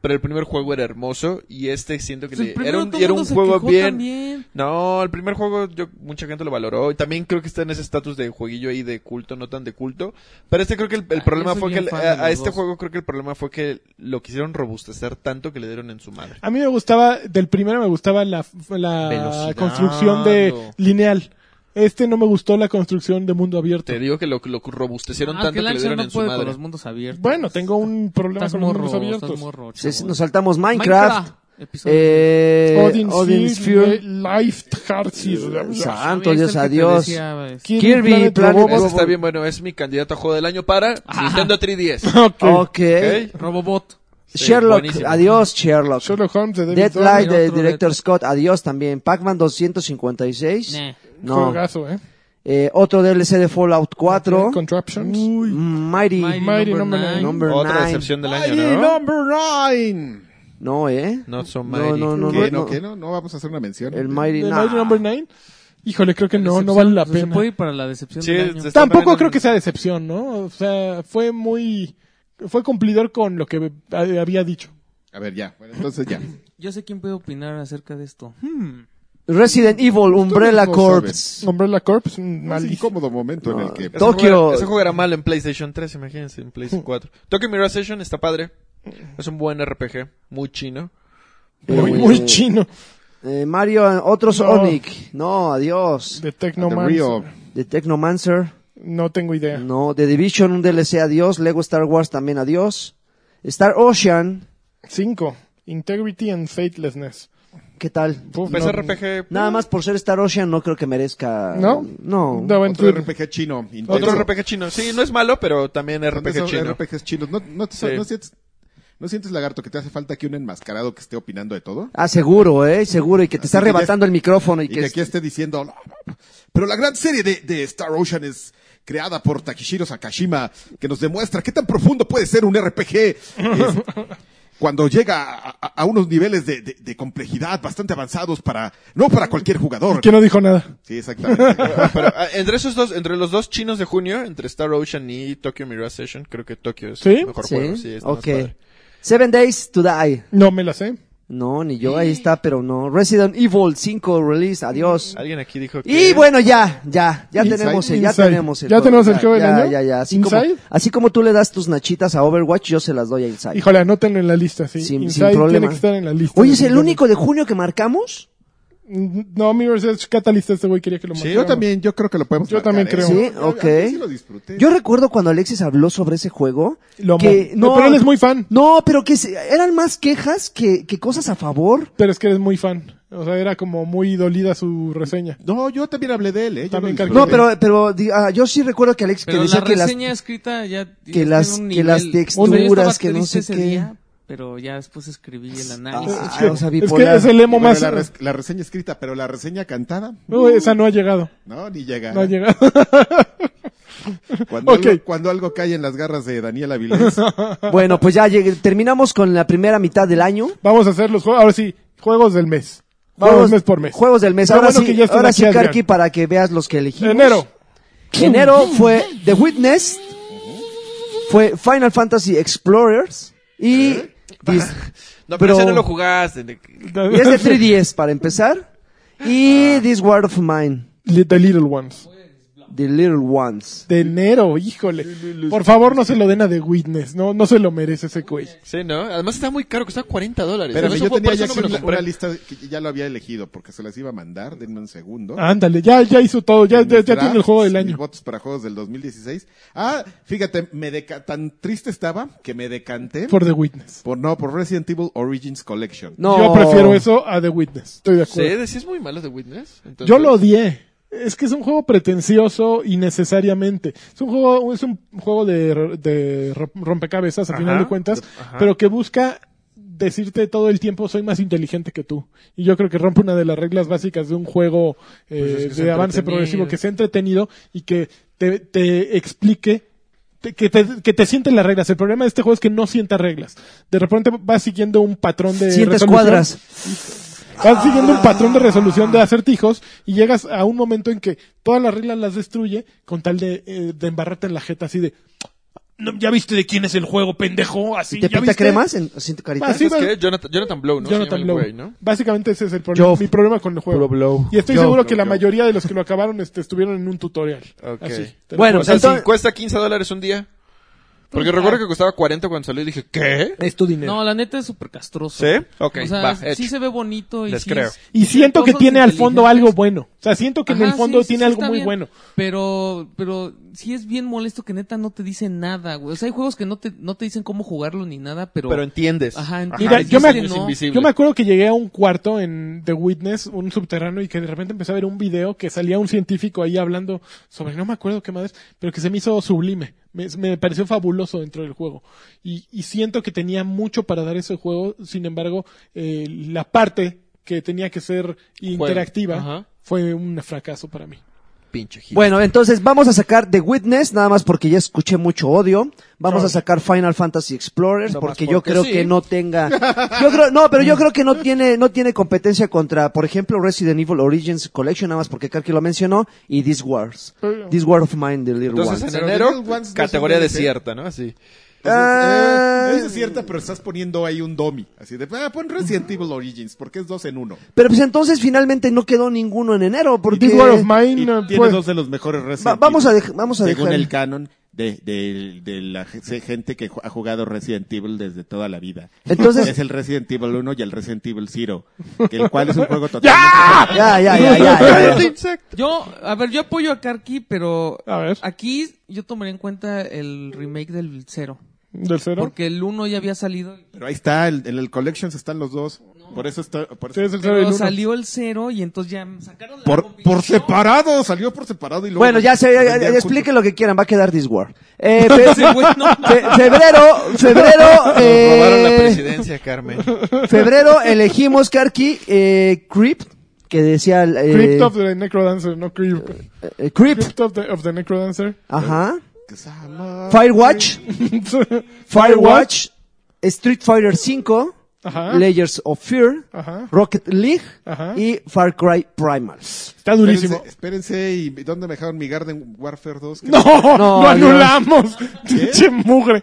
E: pero el primer juego era hermoso y este siento que
D: Pues el
E: le-
D: primero
E: era un,
D: todo
E: y era
D: mundo
E: un
D: se
E: juego
D: quejó
E: bien.
D: también.
E: No, el primer juego yo mucha gente lo valoró y también creo que está en ese estatus de jueguillo ahí de culto, no tan de culto, pero este creo que el, el
D: Ah,
E: problema
D: yo soy
E: fue que
D: bien
E: el-
D: fan de
E: a, a
D: los
E: este
D: dos.
E: juego creo que el problema fue que lo quisieron robustecer tanto que le dieron en su madre.
B: A mí me gustaba, del primero me gustaba la, la
E: Velocidad,
B: construcción de
E: no.
B: lineal. Este no me gustó la construcción de mundo abierto.
E: Te digo que lo, lo robustecieron
D: Ah,
E: tanto
D: que
E: que
D: el
E: le
D: Axel
E: dieron
D: no
E: en su
D: puede con
E: madre.
D: los mundos abiertos.
B: Bueno, tengo un problema
D: estás
B: con
D: morro,
B: los mundos
D: estás
B: abiertos.
D: morro,
A: Sí, sí,
D: chavo.
A: Nos saltamos Minecraft.
D: Episodio
A: Eh,
B: Odin
A: Odin's Sphere.
B: Life Hearts y-
A: Santo
D: Oye,
A: Dios,
D: es el que
A: adiós.
D: decía, este,
A: Kirby,
B: Planet
A: Planet
B: Robot.
E: Ese
A: Robot.
E: está bien bueno, es mi candidato a juego del año para Nintendo 3DS.
B: Ok.
A: Ok.
E: ¿ok?
D: Robobot.
E: Sí,
A: Sherlock,
E: buenísimo.
A: adiós Sherlock.
B: Sherlock Holmes de David Dunn.
A: Deadlight
D: Dunn.
A: de
D: Otro
A: Director Scott, adiós también. Pac-Man 256.
D: Nah.
A: No.
B: Juegazo, ¿eh?
A: Eh, otro DLC de Fallout 4.
B: Contraptions.
A: Mighty.
D: Mighty,
B: Mighty
D: Number
B: Number
D: Nine.
A: Number
E: Otra
A: 9.
E: decepción del año, ¿no?
F: Number 9.
A: No, ¿eh?
E: Not
A: No,
E: so mighty.
A: no, no.
F: ¿Qué?
A: no,
F: ¿No,
A: no.
F: qué? ¿No? ¿No vamos a hacer una mención?
A: El Mighty,
B: ¿De
A: nah.
B: Mighty Number 9? Híjole, creo que no, no
D: Decepción,
B: vale la
D: pues, Se
B: pena.
D: puede ir para la decepción
E: Sí,
D: del año.
E: es-
B: Tampoco
E: También-
B: creo que sea decepción, ¿no? O sea, fue muy... Fue cumplidor con lo que eh, había dicho.
F: A ver, ya. Bueno, entonces ya.
D: Yo sé quién puede opinar acerca de esto.
A: Resident Evil, Umbrella
F: no
A: Corps.
B: Umbrella Corps,
F: Mal
B: malísimo.
F: incómodo momento en el que...
E: Ese
A: Tokio.
E: juego era- Ese juego era malo en PlayStation 3, imagínense, en PlayStation 4. Tokyo Mirror Session está padre. Es un buen RPG, muy chino.
B: Muy,
A: Eh,
B: muy chino.
A: eh, Mario, otro Sonic. No, adiós.
B: De
F: No,
B: Technomancer.
F: Río.
A: The Technomancer.
B: No tengo idea.
A: No, The Division, un DLC, adiós. Lego Star Wars también, adiós. Star Ocean.
B: Cinco. Integrity and Faithlessness.
A: ¿Qué tal? No,
B: Puf,
E: Pues RPG.
A: Nada más por ser Star Ocean no creo que merezca...
B: ¿No?
A: No.
B: No, bueno,
F: Otro
B: tú-
F: RPG chino. intenso.
E: Otro RPG chino. Sí, no es malo, pero también
F: Son de
E: RPG
F: esos
E: chino.
F: RPGs chinos. ¿No, no, te-
E: Sí.
F: no sientes, no sientes, lagarto, que te hace falta aquí un enmascarado que esté opinando de todo?
A: Ah, seguro, ¿eh? Seguro. Y que te
F: Así
A: está
F: que ya-
A: arrebatando el micrófono y
F: Y que
A: que...
F: aquí esté diciendo... "No, no, no". Pero la gran serie de, de Star Ocean es creada por Takishiro Sakashima, que nos demuestra qué tan profundo puede ser un RPG es- cuando llega a, a- a unos niveles de, de- de complejidad bastante avanzados para... No para cualquier jugador.
B: Que no dijo nada.
F: Sí, exactamente.
E: Pero, ah, entre esos dos, entre los dos chinos de junio, entre Star Ocean y Tokyo Mirror Session, creo que Tokyo es
B: ¿Sí?
E: el mejor
A: Sí,
E: juego. Sí, está más
A: ok.
E: padre.
A: Seven Days to Die.
B: No me la sé.
A: No, ni yo, ahí está, pero no. Resident Evil 5 release, adiós.
E: Alguien aquí dijo que.
A: Y bueno, ya, ya, ya
B: Inside,
A: tenemos, el- ya
B: Inside.
A: tenemos el
B: ¿Ya tenemos el
A: ya,
B: juego del
A: ya,
B: año?
A: Ya, ya, así como,
B: Inside.
A: así como tú le das tus nachitas a Overwatch, yo se las doy a Inside.
B: Híjole, anótenlo en la lista, sí.
A: Sin- sin
B: Inside tiene
A: problema.
B: que estar en la lista.
A: Oye, ¿es el único de junio que marcamos?
B: No, Mirror's Edge Catalyst, este güey quería que lo
F: Sí,
B: marcáramos.
F: yo también, yo creo que lo podemos ¿eh?
B: Yo también creo.
A: Sí,
F: Yo-
A: ok.
F: yo sí lo disfruté.
A: Yo recuerdo cuando Alexis habló sobre ese juego.
B: Lo amo.
A: que,
B: No, pero él es muy fan.
A: No, pero que se- eran más quejas que, que cosas a favor.
B: Pero es que eres muy fan. O sea, era como muy dolida su reseña.
F: No, yo también hablé de él, ¿eh? Yo
B: También
F: lo disfruté.
B: Creo
A: No,
B: que-
A: pero, pero di- ah, yo sí recuerdo que Alexis que
D: Pero
A: decía
D: la
A: que las
D: reseña escrita ya
A: que las-
D: tiene un
A: que las
D: nivel-
A: texturas,
D: O sea, yo estaba
A: que no
D: triste
A: sé
D: ese
A: qué.
D: día, pero ya después escribí el análisis.
A: Ah, o sea,
B: es que
A: bipolar.
B: es el emo
F: Bueno,
B: más...
F: la, res- la reseña escrita, pero la reseña cantada,
B: No, esa no ha llegado.
F: no, ni llega.
A: Ah.
B: No ha llegado.
F: Cuando,
B: Ok.
F: algo, cuando algo cae en las garras de Daniel Avilés,
A: Bueno, pues ya llegué- terminamos con la primera mitad del año.
B: Vamos a hacer los juegos. Ahora sí, juegos del mes. Juegos mes por mes.
A: Juegos del mes.
B: Qué
A: Ahora
B: bueno que
A: sí,
B: ya están
A: ahora
B: aquí,
A: sí,
B: Adrián.
A: Karki, para que veas los que elegimos.
B: Enero.
A: Enero fue The Witness, fue Final Fantasy Explorers y,
B: Eh,
A: dis-
E: No, pero
A: Bro.
E: ese no lo jugaste. de-
A: y es de 3DS para empezar.
B: Ah.
A: Y This World of Mine,
B: The Little Ones.
A: The Little Ones.
B: De enero, híjole. Por favor, no se lo den a The Witness. No, no se lo merece ese güey.
E: Sí, ¿no? Además está muy caro, costaba 40 dólares.
F: pero
E: Por
F: yo
E: eso fue-
F: tenía
E: por
F: ya
E: eso no me
F: aquí
E: lo
F: una,
E: compré.
F: una lista que ya lo había elegido, porque se las iba a mandar, denme un segundo.
B: Ándale, ya, ya hizo todo. Ah, Ya, ya, ya tiene el juego del
F: Mis
B: año.
F: votos para juegos del 2016. Ah, fíjate, me deca- tan triste estaba que me decanté por...
B: Por The Witness.
F: no, por Resident Evil Origins Collection.
A: No.
B: Yo prefiero eso a The Witness. Estoy de
E: Sí,
B: acuerdo.
E: sí es muy malo de Witness. Entonces-
B: Yo lo odié. Es que es un juego pretencioso innecesariamente. Es un juego, es un juego de, r- de ro- rompecabezas, a final de cuentas, pero que busca decirte todo el tiempo soy más inteligente que tú. Y yo creo que rompe una de las reglas básicas de un juego eh, de avance progresivo que sea entretenido y que te, te explique te- que te, que te sienten las reglas. El problema de este juego es que no sienta reglas. De repente vas siguiendo un patrón de
A: Sientes
B: eh, resolución.
A: cuadras.
B: Vas siguiendo un patrón de resolución de acertijos y llegas a un momento en que todas las reglas las destruye con tal de, eh, de embarrarte en la jeta así de... "No, ¿Ya viste de quién es el juego, pendejo? Así,
A: ¿Y te
B: ¿ya
A: pinta
B: viste?".
A: cremas en, así en tu carita?
B: Ah, sí,
E: ¿Sabes
B: va-
E: qué? Jonathan, Jonathan Blow, ¿no? Se
B: Jonathan
E: llama el
B: Blow.
E: güey, ¿no?
B: Básicamente ese es el problema,
A: Job.
B: mi problema con el juego.
E: Blow.
B: Y estoy
A: Job.
B: seguro que la
F: Job.
B: mayoría de los que lo acabaron este, estuvieron en un tutorial.
E: Ok.
B: Así, te lo
A: Bueno,
D: pues,
E: O sea,
A: entonces-
E: si cuesta 15 dólares un día. Porque recuerdo que costaba 40 cuando salió y dije, ¿qué?
B: Es tu dinero.
D: No, la neta es súper castroso.
E: ¿Sí? Ok,
D: o sea,
E: va,
D: sí
E: hecho.
D: se ve bonito y
E: Les
D: sí
E: creo.
D: es-
B: Y siento que
D: Cosas
B: tiene al fondo
D: inteligentes.
B: algo bueno. O sea, siento que en el
D: Ajá,
B: fondo
D: sí, sí,
B: tiene
D: sí,
B: algo
D: está
B: muy
D: bien.
B: bueno.
D: Pero, pero sí es bien molesto que neta no te dice nada, güey. O sea, hay juegos que no te, no te dicen cómo jugarlo ni nada, pero...
E: Pero entiendes.
D: Ajá, entiendes.
B: Mira, yo me,
D: Este
E: ac-
D: no.
E: invisible.
B: yo me acuerdo que llegué a un cuarto en The Witness, un subterráneo, y que de repente empecé a ver un video que salía un científico ahí hablando sobre, no me acuerdo qué madres, pero que se me hizo sublime. Me, me pareció fabuloso dentro del juego. Y, y siento que tenía mucho para dar ese juego, sin embargo, eh, la parte que tenía que ser interactiva
E: Ajá.
B: fue un fracaso para mí.
E: Pinche hit.
A: Bueno, entonces vamos a sacar The Witness, nada más porque ya escuché mucho odio. Vamos a sacar Final Fantasy Explorers
E: No más
A: porque yo
E: porque
A: creo
E: sí.
A: que no tenga Yo creo no, pero yo creo que no tiene no tiene competencia contra, por ejemplo, Resident Evil Origins Collection, nada más porque Karki lo mencionó y This Wars. This War of Mine The Little
E: Entonces
A: Ones.
E: en
F: Pero
E: enero,
F: Little Ones no
E: categoría
F: son DLC.
E: desierta, ¿no? Así.
F: eh,
A: Ah.
F: Eso es cierta, pero estás poniendo ahí un dummy. Así de, ah, pon Resident Evil Origins, porque es dos en uno.
A: Pero pues entonces finalmente no quedó ninguno en enero porque
B: This War of
F: Y
B: Mine eh,
A: uh,
F: tiene
B: pues,
F: dos de los mejores Resident
A: Va- vamos a
F: Evil,
A: dej- vamos a
F: Según
A: dejar-
F: el canon de, de- de la ge- gente que ju- ha jugado Resident Evil desde toda la vida.
A: Entonces-
F: Es el Resident Evil 1 y el Resident Evil 0, que el cual es un juego totalmente...
A: ya, ya, ya, ya, ya, ya.
D: Yo, a ver, yo apoyo a Karki, pero
B: A ver.
D: aquí yo tomaría en cuenta el remake del cero.
B: del cero.
D: Porque el uno ya había salido.
F: Pero ahí está, el- en el Collections están los dos. Por eso está. Por,
B: Sí, es el cero y el
D: Pero
B: uno.
D: salió el cero y entonces ya sacaron la
F: por, por
D: combinación.
F: separado, salió por separado y luego.
A: Bueno, ya se ya- ya-
F: vendían juntos.
A: expliquen lo que quieran, va a quedar This War. Eh, fe-
D: Sí, güey, no.
A: fe- febrero, febrero, eh,
E: robaron la presidencia, Carmen.
A: febrero elegimos Karki eh, Creep, que decía el, eh,
B: Crypt of the Necrodancer, no Crypt.
A: eh, Creep,
B: Crypt of the, of the Necrodancer.
A: ajá,
F: Ah,
A: Firewatch,
B: Firewatch.
A: Firewatch, Street Fighter 5,
B: Ajá.
A: Layers of Fear,
B: Ajá.
A: Rocket League
B: Ajá.
A: y Far Cry Primal.
B: Está durísimo.
F: Espérense, espérense, ¿y dónde me dejaron mi Garden Warfare 2?
B: No,
A: No,
B: lo
A: no.
B: anulamos. Che mugre.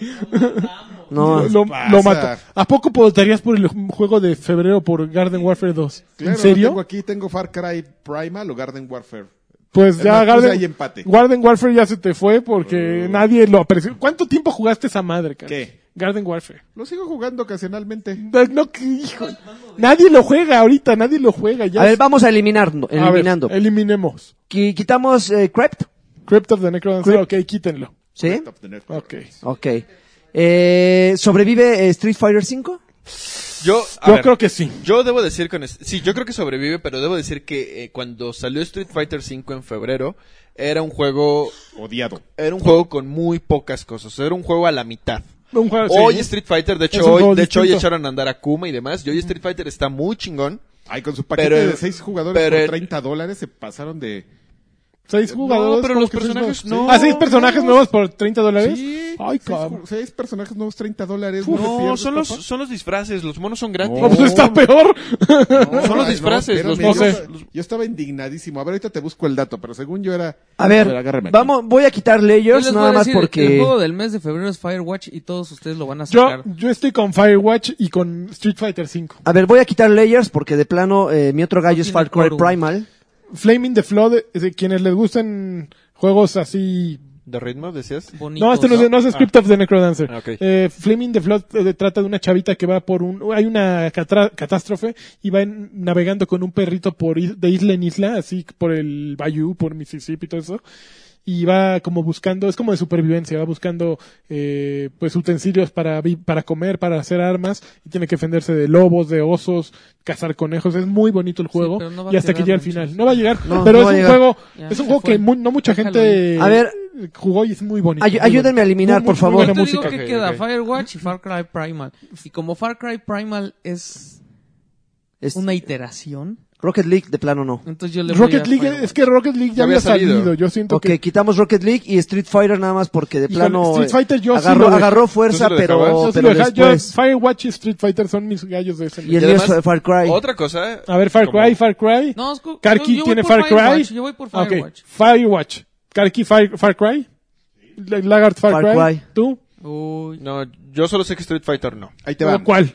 A: No,
B: Lo,
F: pasa?
B: lo mató. ¿A poco votarías por el juego de febrero por Garden Warfare 2?
F: Claro,
B: ¿En serio?
F: lo tengo aquí tengo Far Cry Primal o Garden Warfare.
B: Pues ya
F: Además, puse
B: Garden,
F: ahí empate. Oh.
B: Garden Warfare ya se te fue porque nadie lo apreció. ¿Cuánto tiempo jugaste esa madre, cara?
F: ¿Qué?
B: Garden Warfare.
F: Lo sigo jugando ocasionalmente.
B: No, no, que hijo. Nadie lo juega ahorita, nadie lo juega. Ya
A: A ver,
B: es-
A: vamos a eliminar,
B: A ver,
A: eliminando.
B: eliminemos.
A: Qui- Quitamos eh, Creep,
B: Crypt of the Necrodancer, ok, quítenlo.
A: ¿sí?
F: Top de Nerf.
B: Ok.
A: Ok. Eh, ¿Sobrevive eh, Street Fighter 5?
E: Yo, a
B: Yo
E: ver,
B: creo que sí.
E: yo debo decir con es- sí, yo creo que sobrevive, pero debo decir que eh, cuando salió Street Fighter V en febrero era un juego,
F: Odiado.
E: era un juego con muy pocas cosas, era un juego a la mitad.
B: Un juego- Ah, ¿eh? sí.
E: Hoy Street Fighter, de
B: Es
E: hecho
B: un juego
E: hoy, de hecho hoy
B: distinto.
E: echaron a andar a Kuma y demás, y hoy Street Fighter está muy chingón.
F: Ay, con su paquete
E: Pero-
F: de 6 jugadores
E: pero-
F: por 30 dólares se pasaron de.
B: Seis jugadores.
E: pero
B: ¿cómo
E: los
B: que seis
E: personajes
B: nuevos?
E: no,
B: Ah, seis personajes
E: no.
B: nuevos por 30 dólares. Ay,
F: seis,
B: cabrón.
F: ju- seis personajes nuevos, 30 dólares. te
E: No,
F: pierdes,
E: son los,
F: papá.
E: son los disfraces, los monos son gratis.
B: No, pues está peor.
E: son los
F: Ay, no,
E: disfraces, los
F: espérame,
B: no
E: monos.
F: yo,
B: sé.
F: esta- yo estaba indignadísimo. A ver, ahorita te busco el dato, pero según yo era.
A: A ver,
F: agárrame aquí.
A: vamos, voy a quitar
D: Yo
A: Layers
D: les voy
A: nada
D: a
A: más
D: decir, El
A: porque...
D: juego del mes de febrero es Firewatch y todos ustedes lo van a
B: Yo,
D: sacar.
B: yo estoy con Firewatch y con Street Fighter 5.
A: A ver, voy a quitar Layers porque de plano eh, mi otro gallo es
D: tiene
A: Far Cry
D: quórum.
A: Primal.
B: Flaming the Flood, es de quienes les gustan juegos así.
E: ¿De ritmo decías?
D: Bonitos.
B: No, este no, es- no es Script of the Necrodancer.
E: Ah, ok.
B: Eh, Flaming the Flood eh, trata de una chavita que va por un. Hay una catra- catástrofe y va en- navegando con un perrito por is- de isla en isla, así por el Bayou, por Mississippi y todo eso. y va como buscando, es como de supervivencia, va buscando eh, pues utensilios para, vi- para comer, para hacer armas, y tiene que defenderse de lobos, de osos, cazar conejos, es muy bonito el juego,
D: pero no va
B: y
D: a
B: hasta que
D: quedar,
B: llega al
D: manches.
B: final, no va a llegar,
A: No,
B: pero
A: no va
B: es
A: a
B: un
A: llegar.
B: juego,
D: Ya,
B: es un
D: se
B: juego
D: fue.
B: que mu- no mucha
D: Déjalo
B: gente
A: A ver.
B: eh, jugó y es muy bonito.
A: Ay-
B: muy
A: ayúdenme
B: bonito.
A: a eliminar,
B: Muy-
A: por
B: muy
A: favor.
B: buena
D: Yo te
B: música.
D: digo que
E: Ok,
D: queda
E: ok.
D: Firewatch y Far Cry Primal. Y como Far Cry Primal es
A: Es-
D: una iteración,
A: Rocket League de plano no.
D: entonces yo le voy
B: Rocket
D: a
B: League,
D: Firewatch.
B: es que Rocket League ya había
E: había
B: salido.
E: salido.
B: yo siento
A: Ok, quitamos Rocket League y Street Fighter nada más porque de
B: Híjole,
A: plano
B: Street
A: eh,
B: Fighter yo sí
A: agarró,
B: lo dejé.
A: agarró fuerza,
E: ¿Tú sí lo
A: pero,
E: dejabas?
B: que... Yo sí
A: pero
B: lo dejaba- yo-
A: después...
B: Firewatch y Street Fighter son mis gallos de ese
A: Y el
E: Y
A: mío es
E: además,
A: Far Cry.
E: Otra cosa,
B: A ver, Far Cry, Far Cry.
D: No, es co-
B: Karki
D: yo- yo voy
B: tiene
D: por
B: Far Cry.
D: Firewatch, yo voy por
B: Ah, ok.
D: Firewatch.
B: Firewatch. Karki Far, Far Cry. La- Lagart Far,
A: Far
B: Cry.
A: Cry.
B: ¿Tú?
D: Uy.
E: no, yo solo sé que Street Fighter no.
F: Ahí te va.
B: ¿O ¿Cuál?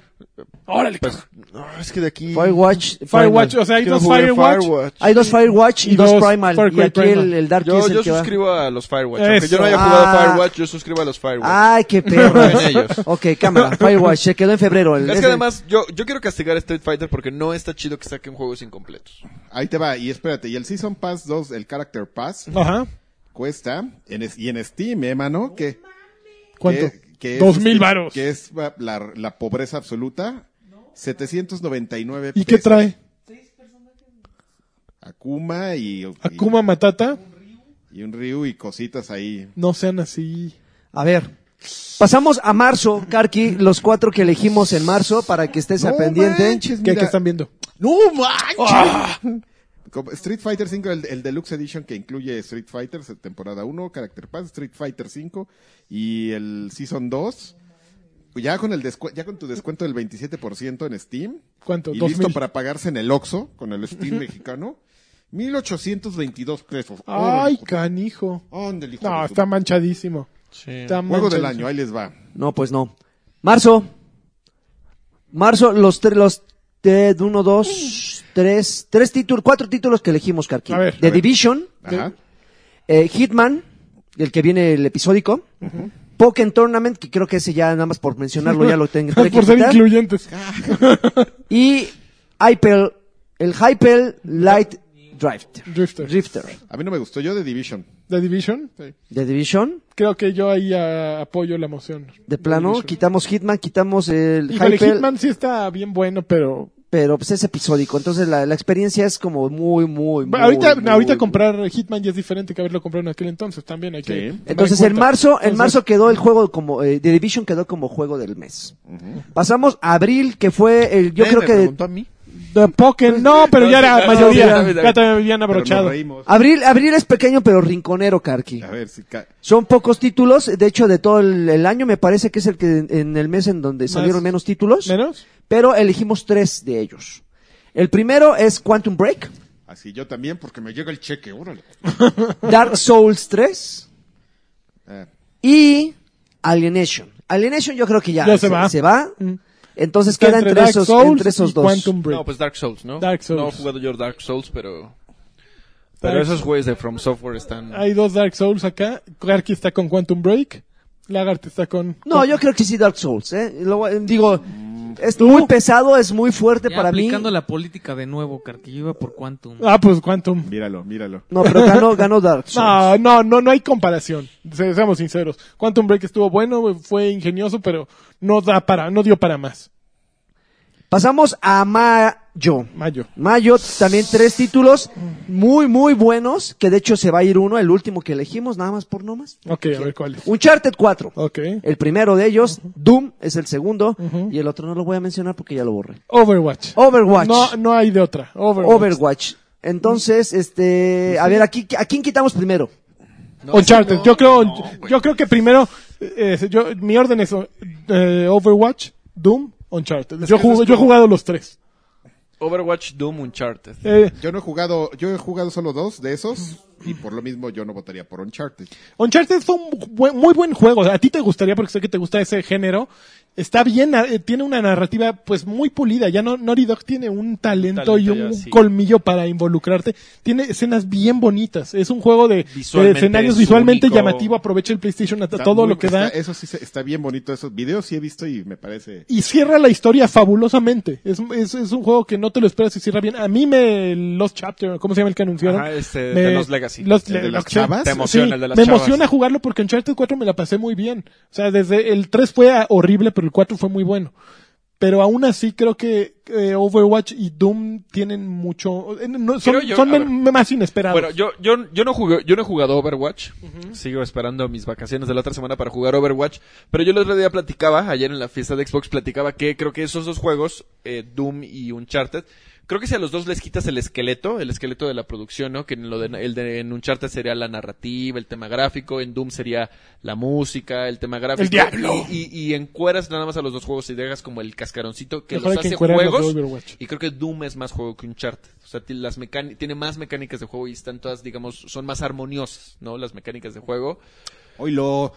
E: Pues, no, es que de aquí...
A: Firewatch.
B: Firewatch.
A: Primal.
B: O sea, hay
E: Quiero
B: dos
E: jugar
B: Firewatch.
A: Hay dos Firewatch y,
B: Y
A: dos
B: dos
A: Primal.
B: Far
A: Y
B: Cry
A: aquí
B: Primal.
A: el, el Darky es
E: Yo,
A: el
E: yo
A: que va.
E: suscribo a los Firewatch. Aunque yo no haya
A: Eso.
E: jugado
A: Ah.
E: a Firewatch, yo suscribo a los Firewatch.
A: Ay, qué perro.
E: Confío en ellos.
A: ok, cámara. Firewatch. Se quedó en febrero. El-
E: Es
A: ese-
E: que además, yo, yo quiero castigar a Street Fighter porque no está chido que saquen juegos incompletos.
F: Ahí te va. Y espérate. Y el Season Pass 2, el Character Pass,
B: Ajá.
F: cuesta. En, es- y en Steam, ¿eh, mano? Que,
B: ¿Cuánto?
F: que- que es-
B: Dos mil varos.
F: Que es va, la, la pobreza absoluta. 799
B: ¿Y qué
F: pesos.
B: trae?
F: Akuma y, y-
B: Akuma Matata.
F: y un Ryu y cositas ahí.
B: No sean así.
A: A ver. Pasamos a marzo, Karki. Los cuatro que elegimos en marzo para que estés a pendiente.
F: manches,
B: ¿Qué,
F: mira.
B: qué están viendo?
F: ¡No manches! Como Street Fighter 5, el, el Deluxe Edition que incluye Street Fighter se- temporada 1, Character Pass, Street Fighter 5 y el Season 2. Ya con, el descu- ya con tu descuento del 27% en Steam.
B: ¿Cuánto?
F: Y
B: Dos
F: listo
B: mil.
F: para pagarse en el Oxxo con el Steam mexicano. 1822 pesos.
B: Ay, canijo.
F: Ándale, hijo
B: No,
F: de su-
B: está manchadísimo. Está
F: Juego del
B: manchadísimo.
F: año, ahí les va.
A: No, pues no. Marzo. Marzo, los tres, los eh, uno, dos, tres, tres títulos, cuatro títulos que elegimos, Karki.
B: A ver,
A: The
B: a ver.
A: Division,
F: Ajá.
A: eh, Hitman, el que viene el episódico, Pokémon Tournament, que creo que ese ya nada más por mencionarlo ya lo tengo.
B: Por ser incluyentes.
A: Ah. y Hypel, el Hypel Light Drifter.
B: Drifter.
A: Drifter.
F: A mí no me gustó, yo de Division.
B: The Division.
A: The Division,
B: Creo que yo ahí ah, apoyo la moción.
A: de plano,
B: Division.
A: quitamos Hitman, quitamos el
B: Híjole,
A: Hypel.
B: Hitman sí está bien bueno, pero
A: pero pues es episódico. Entonces la, la experiencia es como muy, muy, muy.
B: ahorita
A: muy-
B: ahorita comprar Hitman ya es diferente que haberlo comprado en aquel entonces. También hay que. tomar
A: Entonces en
B: cuenta.
A: marzo, en
B: Entonces,
A: marzo quedó el juego como eh, The Division quedó como juego del mes. Pasamos a abril que fue el yo
E: Nadie
A: creo
E: me
A: que
E: preguntó a mí.
B: de Pokémon, no, pero ya era
E: No,
B: mayoría.
E: sí, David, David.
B: ya también habían
F: Pero nos
B: abrochado. Ah.
F: reímos.
A: abril abril es pequeño pero rinconero, Karki.
F: A ver si ca-
A: Son pocos títulos, de hecho de todo el, el año me parece que es el que en, en el mes en donde salieron menos títulos,
B: Menos.
A: pero elegimos tres de ellos. El primero es Quantum Break,
F: Así yo también, porque me llega el cheque, órale.
A: Dark Souls 3,
F: Ah,
A: y Alienation. Alienation yo creo que ya,
B: Ya se va. Mm.
A: Entonces queda entre,
B: Dark
A: esos,
B: Souls
A: entre esos
B: y
A: dos.
B: Quantum Break.
C: No, pues Dark Souls, ¿no?
B: Dark Souls.
C: No he jugado yo Dark Souls, pero. Pero
B: Dark-
C: esos güeyes de From Software están.
B: Hay dos Dark Souls acá. Clarky está con Quantum Break. Lagart está con.
A: No, yo creo que sí Dark Souls. ¿eh? Lo-
B: Mm.
A: eh, digo, es muy pesado, es muy fuerte
B: Este
D: Ya
A: para mí.
D: aplicando la política de nuevo, Carqui, yo iba por Quantum.
B: Ah, pues Quantum.
F: míralo, míralo.
A: No, pero ganó, ganó Dark Souls.
B: No, no, no, no hay comparación. Se- Seamos sinceros. Quantum Break estuvo bueno, fue ingenioso, pero no da para, no dio para más.
A: Pasamos a Mayo.
B: Mayo.
A: Mayo, también tres títulos muy, muy buenos, que de hecho se va a ir uno, el último que elegimos, nada más por nomás.
B: Ok, a ver cuál es.
A: Uncharted 4.
B: Ok.
A: El primero de ellos, Doom, es el segundo, y el otro no lo voy a mencionar porque ya lo borré.
B: Overwatch.
A: Overwatch.
B: No, no hay de otra. Overwatch.
A: Overwatch. Entonces, este, a ver, aquí, ¿a quién quitamos primero?
B: Uncharted. yo creo, yo creo que primero, eh, yo, mi orden es eh, Overwatch, Doom, Uncharted. Yo,
E: que eso
B: jugué-
E: es
B: yo he
E: como-
B: jugado los tres.
C: Overwatch, Doom, Uncharted.
B: Eh,
F: Yo no he jugado, yo he jugado solo dos de esos, y por lo mismo yo no votaría por Uncharted.
B: Uncharted fue un bu- muy buen juego. A ti te gustaría porque sé que te gusta ese género. Está bien, na- eh, tiene una narrativa pues muy pulida. Ya no, Naughty Dog tiene un talento,
C: Talento
B: y
C: ya,
B: un
C: sí.
B: colmillo para involucrarte. Tiene escenas bien bonitas. Es un juego de, de
C: Visualmente
B: escenarios
C: es
B: visualmente
C: único.
B: llamativo. Aprovecha el PlayStation a a
F: Está
B: todo
F: muy-
B: lo que da.
F: está- eh. eso sí se- está bien bonito, esos videos sí he visto y me parece...
B: y cierra la historia fabulosamente. Es, es, es un juego que no te lo esperas y cierra bien. A mí me Lost Chapter, ¿cómo se llama el que anunciaron?
C: Ajá, este,
B: Me-
C: de los Legacy.
B: Lost
F: ¿El de
B: Le-
F: las
B: Lost Chap-
F: chavas?
C: Te emociona
B: Sí,
C: el de las
B: me
C: chavas.
B: emociona jugarlo porque Uncharted 4 me la pasé muy bien. O sea, desde el 3 fue ah, horrible, pero el 4 fue muy bueno. Pero aún así creo que eh, Overwatch y Doom tienen mucho... eh, no, son
C: Creo yo-
B: son
C: a
B: men-
C: ver.
B: más inesperados.
C: Bueno, yo, yo, yo, no jugué, yo no he jugado Overwatch. Sigo esperando mis vacaciones de la otra semana para jugar Overwatch. Pero yo el otro día platicaba, ayer en la fiesta de Xbox, platicaba que creo que esos dos juegos, eh, Doom y Uncharted, creo que si a los dos les quitas el esqueleto, el esqueleto de la producción, ¿no? Que en lo de, el de en Uncharted sería la narrativa, el tema gráfico, en Doom sería la música, el tema gráfico.
B: ¡El diablo!
C: Y, y, y encueras nada más a los dos juegos y dejas como el cascaroncito que
B: Mejor
C: los
B: hay que
C: hace
B: encuerar los de
C: juegos.
B: Overwatch.
C: Y creo que Doom es más juego que Uncharted. O sea, ti- las mecáni- tiene más mecánicas de juego y están todas, digamos, son más armoniosas, ¿no? Las mecánicas de juego.
F: Oilo,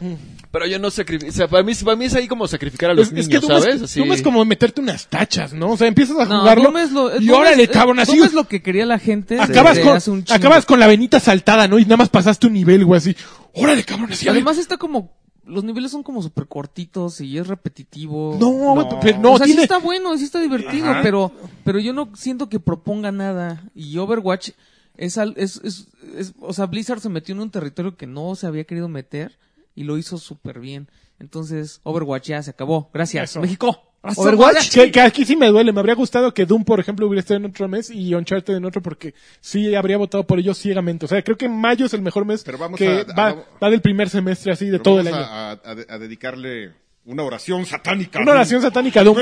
C: Pero yo no sacrifico. O sea, para mí, para mí es ahí como sacrificar a los niños, ¿sabes?
B: Doom, es,
C: Así-
B: Doom es como meterte unas tachas, ¿no? O sea, empiezas a
D: No,
B: jugarlo
D: Doom es lo- eh,
B: y
D: Doom
B: órale,
D: es-
B: cabrón, así...
D: Doom es lo que quería la gente. desde
B: Acabas
D: hace
B: con,
D: un chingo.
B: acabas con la venita saltada, ¿no? Y nada más pasaste un nivel, güey, así. Órale, cabrón, así. a ver.
D: Además está como... Los niveles son como súper cortitos y es repetitivo.
B: no, güey, pero no,
D: o sea, sí
B: tiene.
D: está bueno, sí está divertido, pero pero yo no siento que proponga nada. Y Overwatch es, al- es, es, es- o sea, Blizzard se metió en un territorio que no se había querido meter y lo hizo súper bien. Entonces, Overwatch ya se acabó. Gracias,
B: Eso.
D: México. Gracias,
A: Overwatch.
B: Que, que aquí sí me duele. Me habría gustado que Doom, por ejemplo, hubiera estado en otro mes y Uncharted en otro, porque sí habría votado por ellos ciegamente. O sea, creo que mayo es el mejor mes
F: Pero vamos
B: que
F: a-
B: va,
F: vamos-
B: va del primer semestre así de todo el
F: vamos
B: año.
F: A, a- a de- a dedicarle una oración satánica.
B: Una oración satánica a Doom.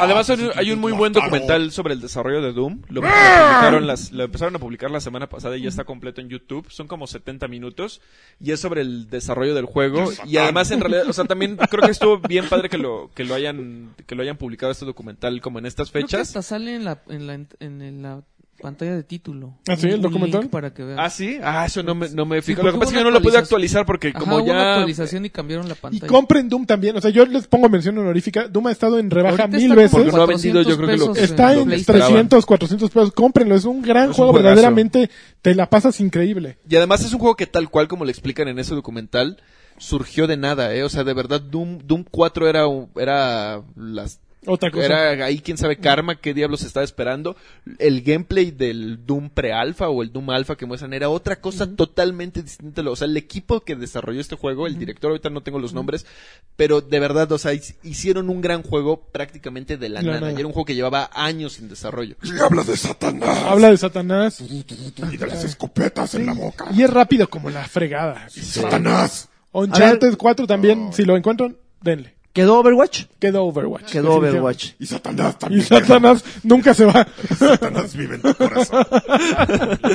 C: Además, hay un- hay un muy buen documental sobre el desarrollo de Doom. Lo, lo
B: ¡Ah!
C: publicaron las- lo empezaron a publicar la semana pasada y ya está completo en YouTube. Son como 70 minutos. Y es sobre el desarrollo del juego. Y además, en realidad, o sea, también creo que estuvo bien padre que lo, que lo hayan, que lo hayan publicado este documental como en estas
D: Creo que
C: fechas.
D: hasta sale en la, en la, en la pantalla de título.
B: ¿Ah, sí? ¿El
D: Un link
B: documental?
D: Para que veas.
C: Ah, sí. Ah, eso no me, no me fijo.
D: porque
C: Lo que pasa es
D: hubo
C: que yo no
D: una
C: lo pude
D: actualización.
C: actualizar porque
D: Ajá,
C: como
D: hubo una
C: ya.
D: actualización y cambiaron la
B: Y
D: pantalla.
B: compren Doom también. O sea, yo les pongo mención honorífica. Doom ha estado en rebaja
D: Ahorita está
B: mil
D: como
B: veces.
C: Porque no ha vendido, yo
D: 400
C: creo que lo que
D: pesos
B: Está
C: lo
B: en
C: que
B: 300, 400 pesos. Cómprenlo. Es un gran
C: Es un
B: juego.
C: juegazo.
B: verdaderamente te la pasas increíble.
C: Y además es un juego que tal cual como lo explican en ese documental surgió de nada, eh, o sea, de verdad Doom Doom 4 era un- era las
B: Otra cosa.
C: Era ahí quién sabe Karma, qué diablos estaba esperando. El gameplay del Doom pre-alpha o el Doom alpha que muestran era otra cosa totalmente distinta. O sea, el equipo que desarrolló este juego, el director, ahorita no tengo los nombres, pero de verdad, o sea, hic- hicieron un gran juego prácticamente de la
B: La
C: nada.
B: nada.
C: Y era un juego que llevaba años en desarrollo.
F: Y habla de Satanás.
B: Habla de Satanás
F: Y de las escopetas en la boca.
B: Ah, y es rápido como la fregada.
F: Satanás.
B: Uncharted 4 también, si lo encuentran, denle.
A: ¿Quedó Overwatch?
B: Quedó Overwatch.
A: Quedó Overwatch.
F: Y Satanás
B: Y
F: también.
B: Satanás nunca se va.
F: Satanás vive en tu corazón.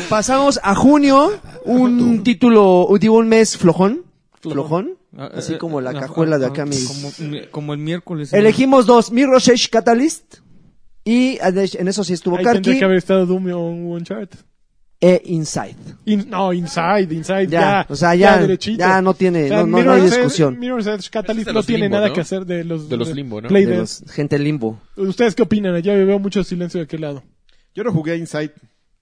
A: Pasamos a junio, un título, digo un mes flojón, flojón,
B: Ah,
A: Ah,
B: eh,
A: así como la cajuela de acá. mis-
D: Como, como el miércoles.
A: Elegimos dos, Mirror's Edge Catalyst y en eso sí estuvo
B: Ahí tendría
A: Karki
B: que haber estado Doom o Uncharted.
A: e Inside.
B: In- no, Inside, Inside, ya.
A: Ya, o sea, ya-
B: derechito.
A: ya no tiene- no- no- no hay
B: Mirror's Edge-
A: discusión.
B: Mirror's Edge Catalyst
C: Este es de
B: no
C: los
B: tiene
C: Limbo,
B: nada
C: ¿no?
B: que hacer de los...
C: De los Limbo, ¿no?
B: Play
A: de
B: Dead.
A: los- gente limbo.
B: ¿Ustedes qué opinan? Ya veo mucho silencio de aquel lado.
F: Yo no jugué a Inside.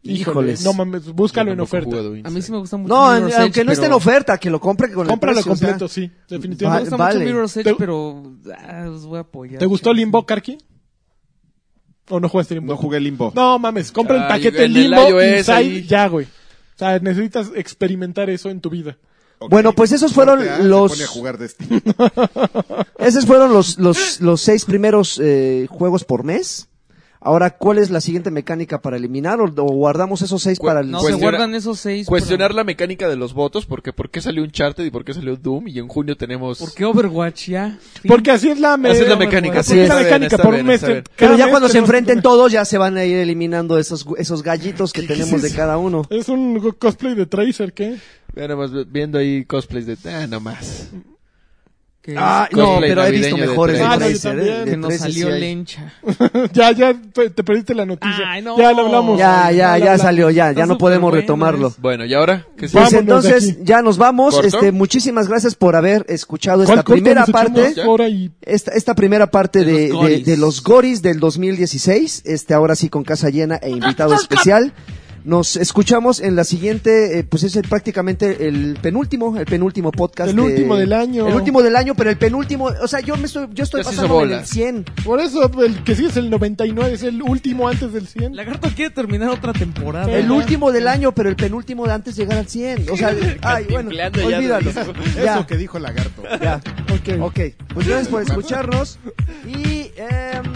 A: Híjoles.
B: No mames, búscalo en
C: Tampoco he
B: oferta.
C: jugado
D: A
C: Inside.
D: mí sí me gusta mucho.
A: No,
D: Mirror's Edge,
A: aunque no esté en
D: pero-
A: oferta, que lo compre con
B: Cómpralo
A: el precio, o sea.
B: completo, sí.
D: Me
A: Va-
B: Definitivamente.
D: gusta
A: vale.
D: mucho Mirror's Edge,
B: ¿Te-
D: pero ah, los voy a apoyar.
B: ¿Te gustó Limbo, Karki? ¿O no jugaste Limbo?
F: No jugué Limbo.
B: No mames, compra el
H: Ay,
B: paquete
H: el del
B: Limbo
H: iOS
B: Inside
H: ahí.
B: ya, güey. O sea, necesitas experimentar eso en tu vida.
F: Ok.
A: Bueno, pues esos fueron
F: Ah,
A: los-
F: Se pone a jugar de este.
A: Esos fueron los, los, los seis primeros eh, juegos por mes. Ahora, ¿cuál es la siguiente mecánica para eliminar o, o guardamos esos seis
C: Cu-
A: para el...
D: No, se
C: Cuestiona-
D: guardan esos seis. para-
C: Cuestionar la mecánica de los votos, porque ¿por qué salió Uncharted y por qué salió Doom? Y en junio tenemos...
D: ¿Por qué Overwatch ya? Fin.
B: Porque así es la, me-
C: Así es la mecánica,
B: Porque
A: sí,
B: es
A: está
B: la
C: bien,
B: mecánica
C: está
B: por
C: bien,
B: un mes.
C: está
B: te-
C: bien.
B: cada
A: Pero ya
B: mes
A: cuando
B: te
A: se
B: vas-
A: enfrenten todos ya se van a ir eliminando esos, esos gallitos que tenemos de cada uno.
B: Es un go- cosplay de Tracer, ¿qué?
C: Vean nada más viendo ahí cosplays de... Ah, no más.
D: Que,
A: Ah, no,
C: Cosplay
A: pero he
C: navideño
A: visto
C: de
A: mejores de
B: Tracer. Ah, no, yo
A: Tracer, ¿eh?
B: también.
A: De
D: que nos
A: Tracer sí
D: salió
A: hay.
D: lencha.
B: ya, ya, te, te perdiste la noticia.
D: Ay, no.
B: Ya lo hablamos.
A: Ya, ya, ya
B: hablamos.
A: salió, ya, ya
D: Está
A: no podemos
D: superbueno
A: retomarlo.
D: eso.
C: Bueno, ¿y ahora? ¿Qué sigue?
A: Pues
B: Vámonos de
A: entonces
B: aquí.
A: ya nos vamos.
C: ¿Corto?
A: Este, muchísimas gracias por haber escuchado
B: ¿Cuál
A: esta
B: corto
A: primera
B: nos echamos?
A: parte.
B: Hora y-
A: Esta, esta primera parte de,
D: los
A: de-
D: Goris.
A: de los Goris del 2016, este ahora sí con casa llena e invitado especial. Nos escuchamos en la siguiente, eh, pues es el- prácticamente el penúltimo, el penúltimo podcast.
B: El último del año.
A: El último del año, pero el penúltimo, o sea, yo me estoy, yo estoy
C: Ya se hizo
A: pasando en el
C: bolas.
A: 100.
B: Por eso, el que sigue es el 99, es el último antes del 100.
D: Lagarto quiere terminar otra temporada.
A: El último del año, pero el penúltimo de antes de llegar al 100. O sea, ay, bueno,
H: Cantimpleando ya
A: olvídalo.
H: de
F: Eso
A: Ya,
F: que dijo el lagarto.
A: ya.
B: Ok.
A: Ok, pues gracias por escucharnos y... em,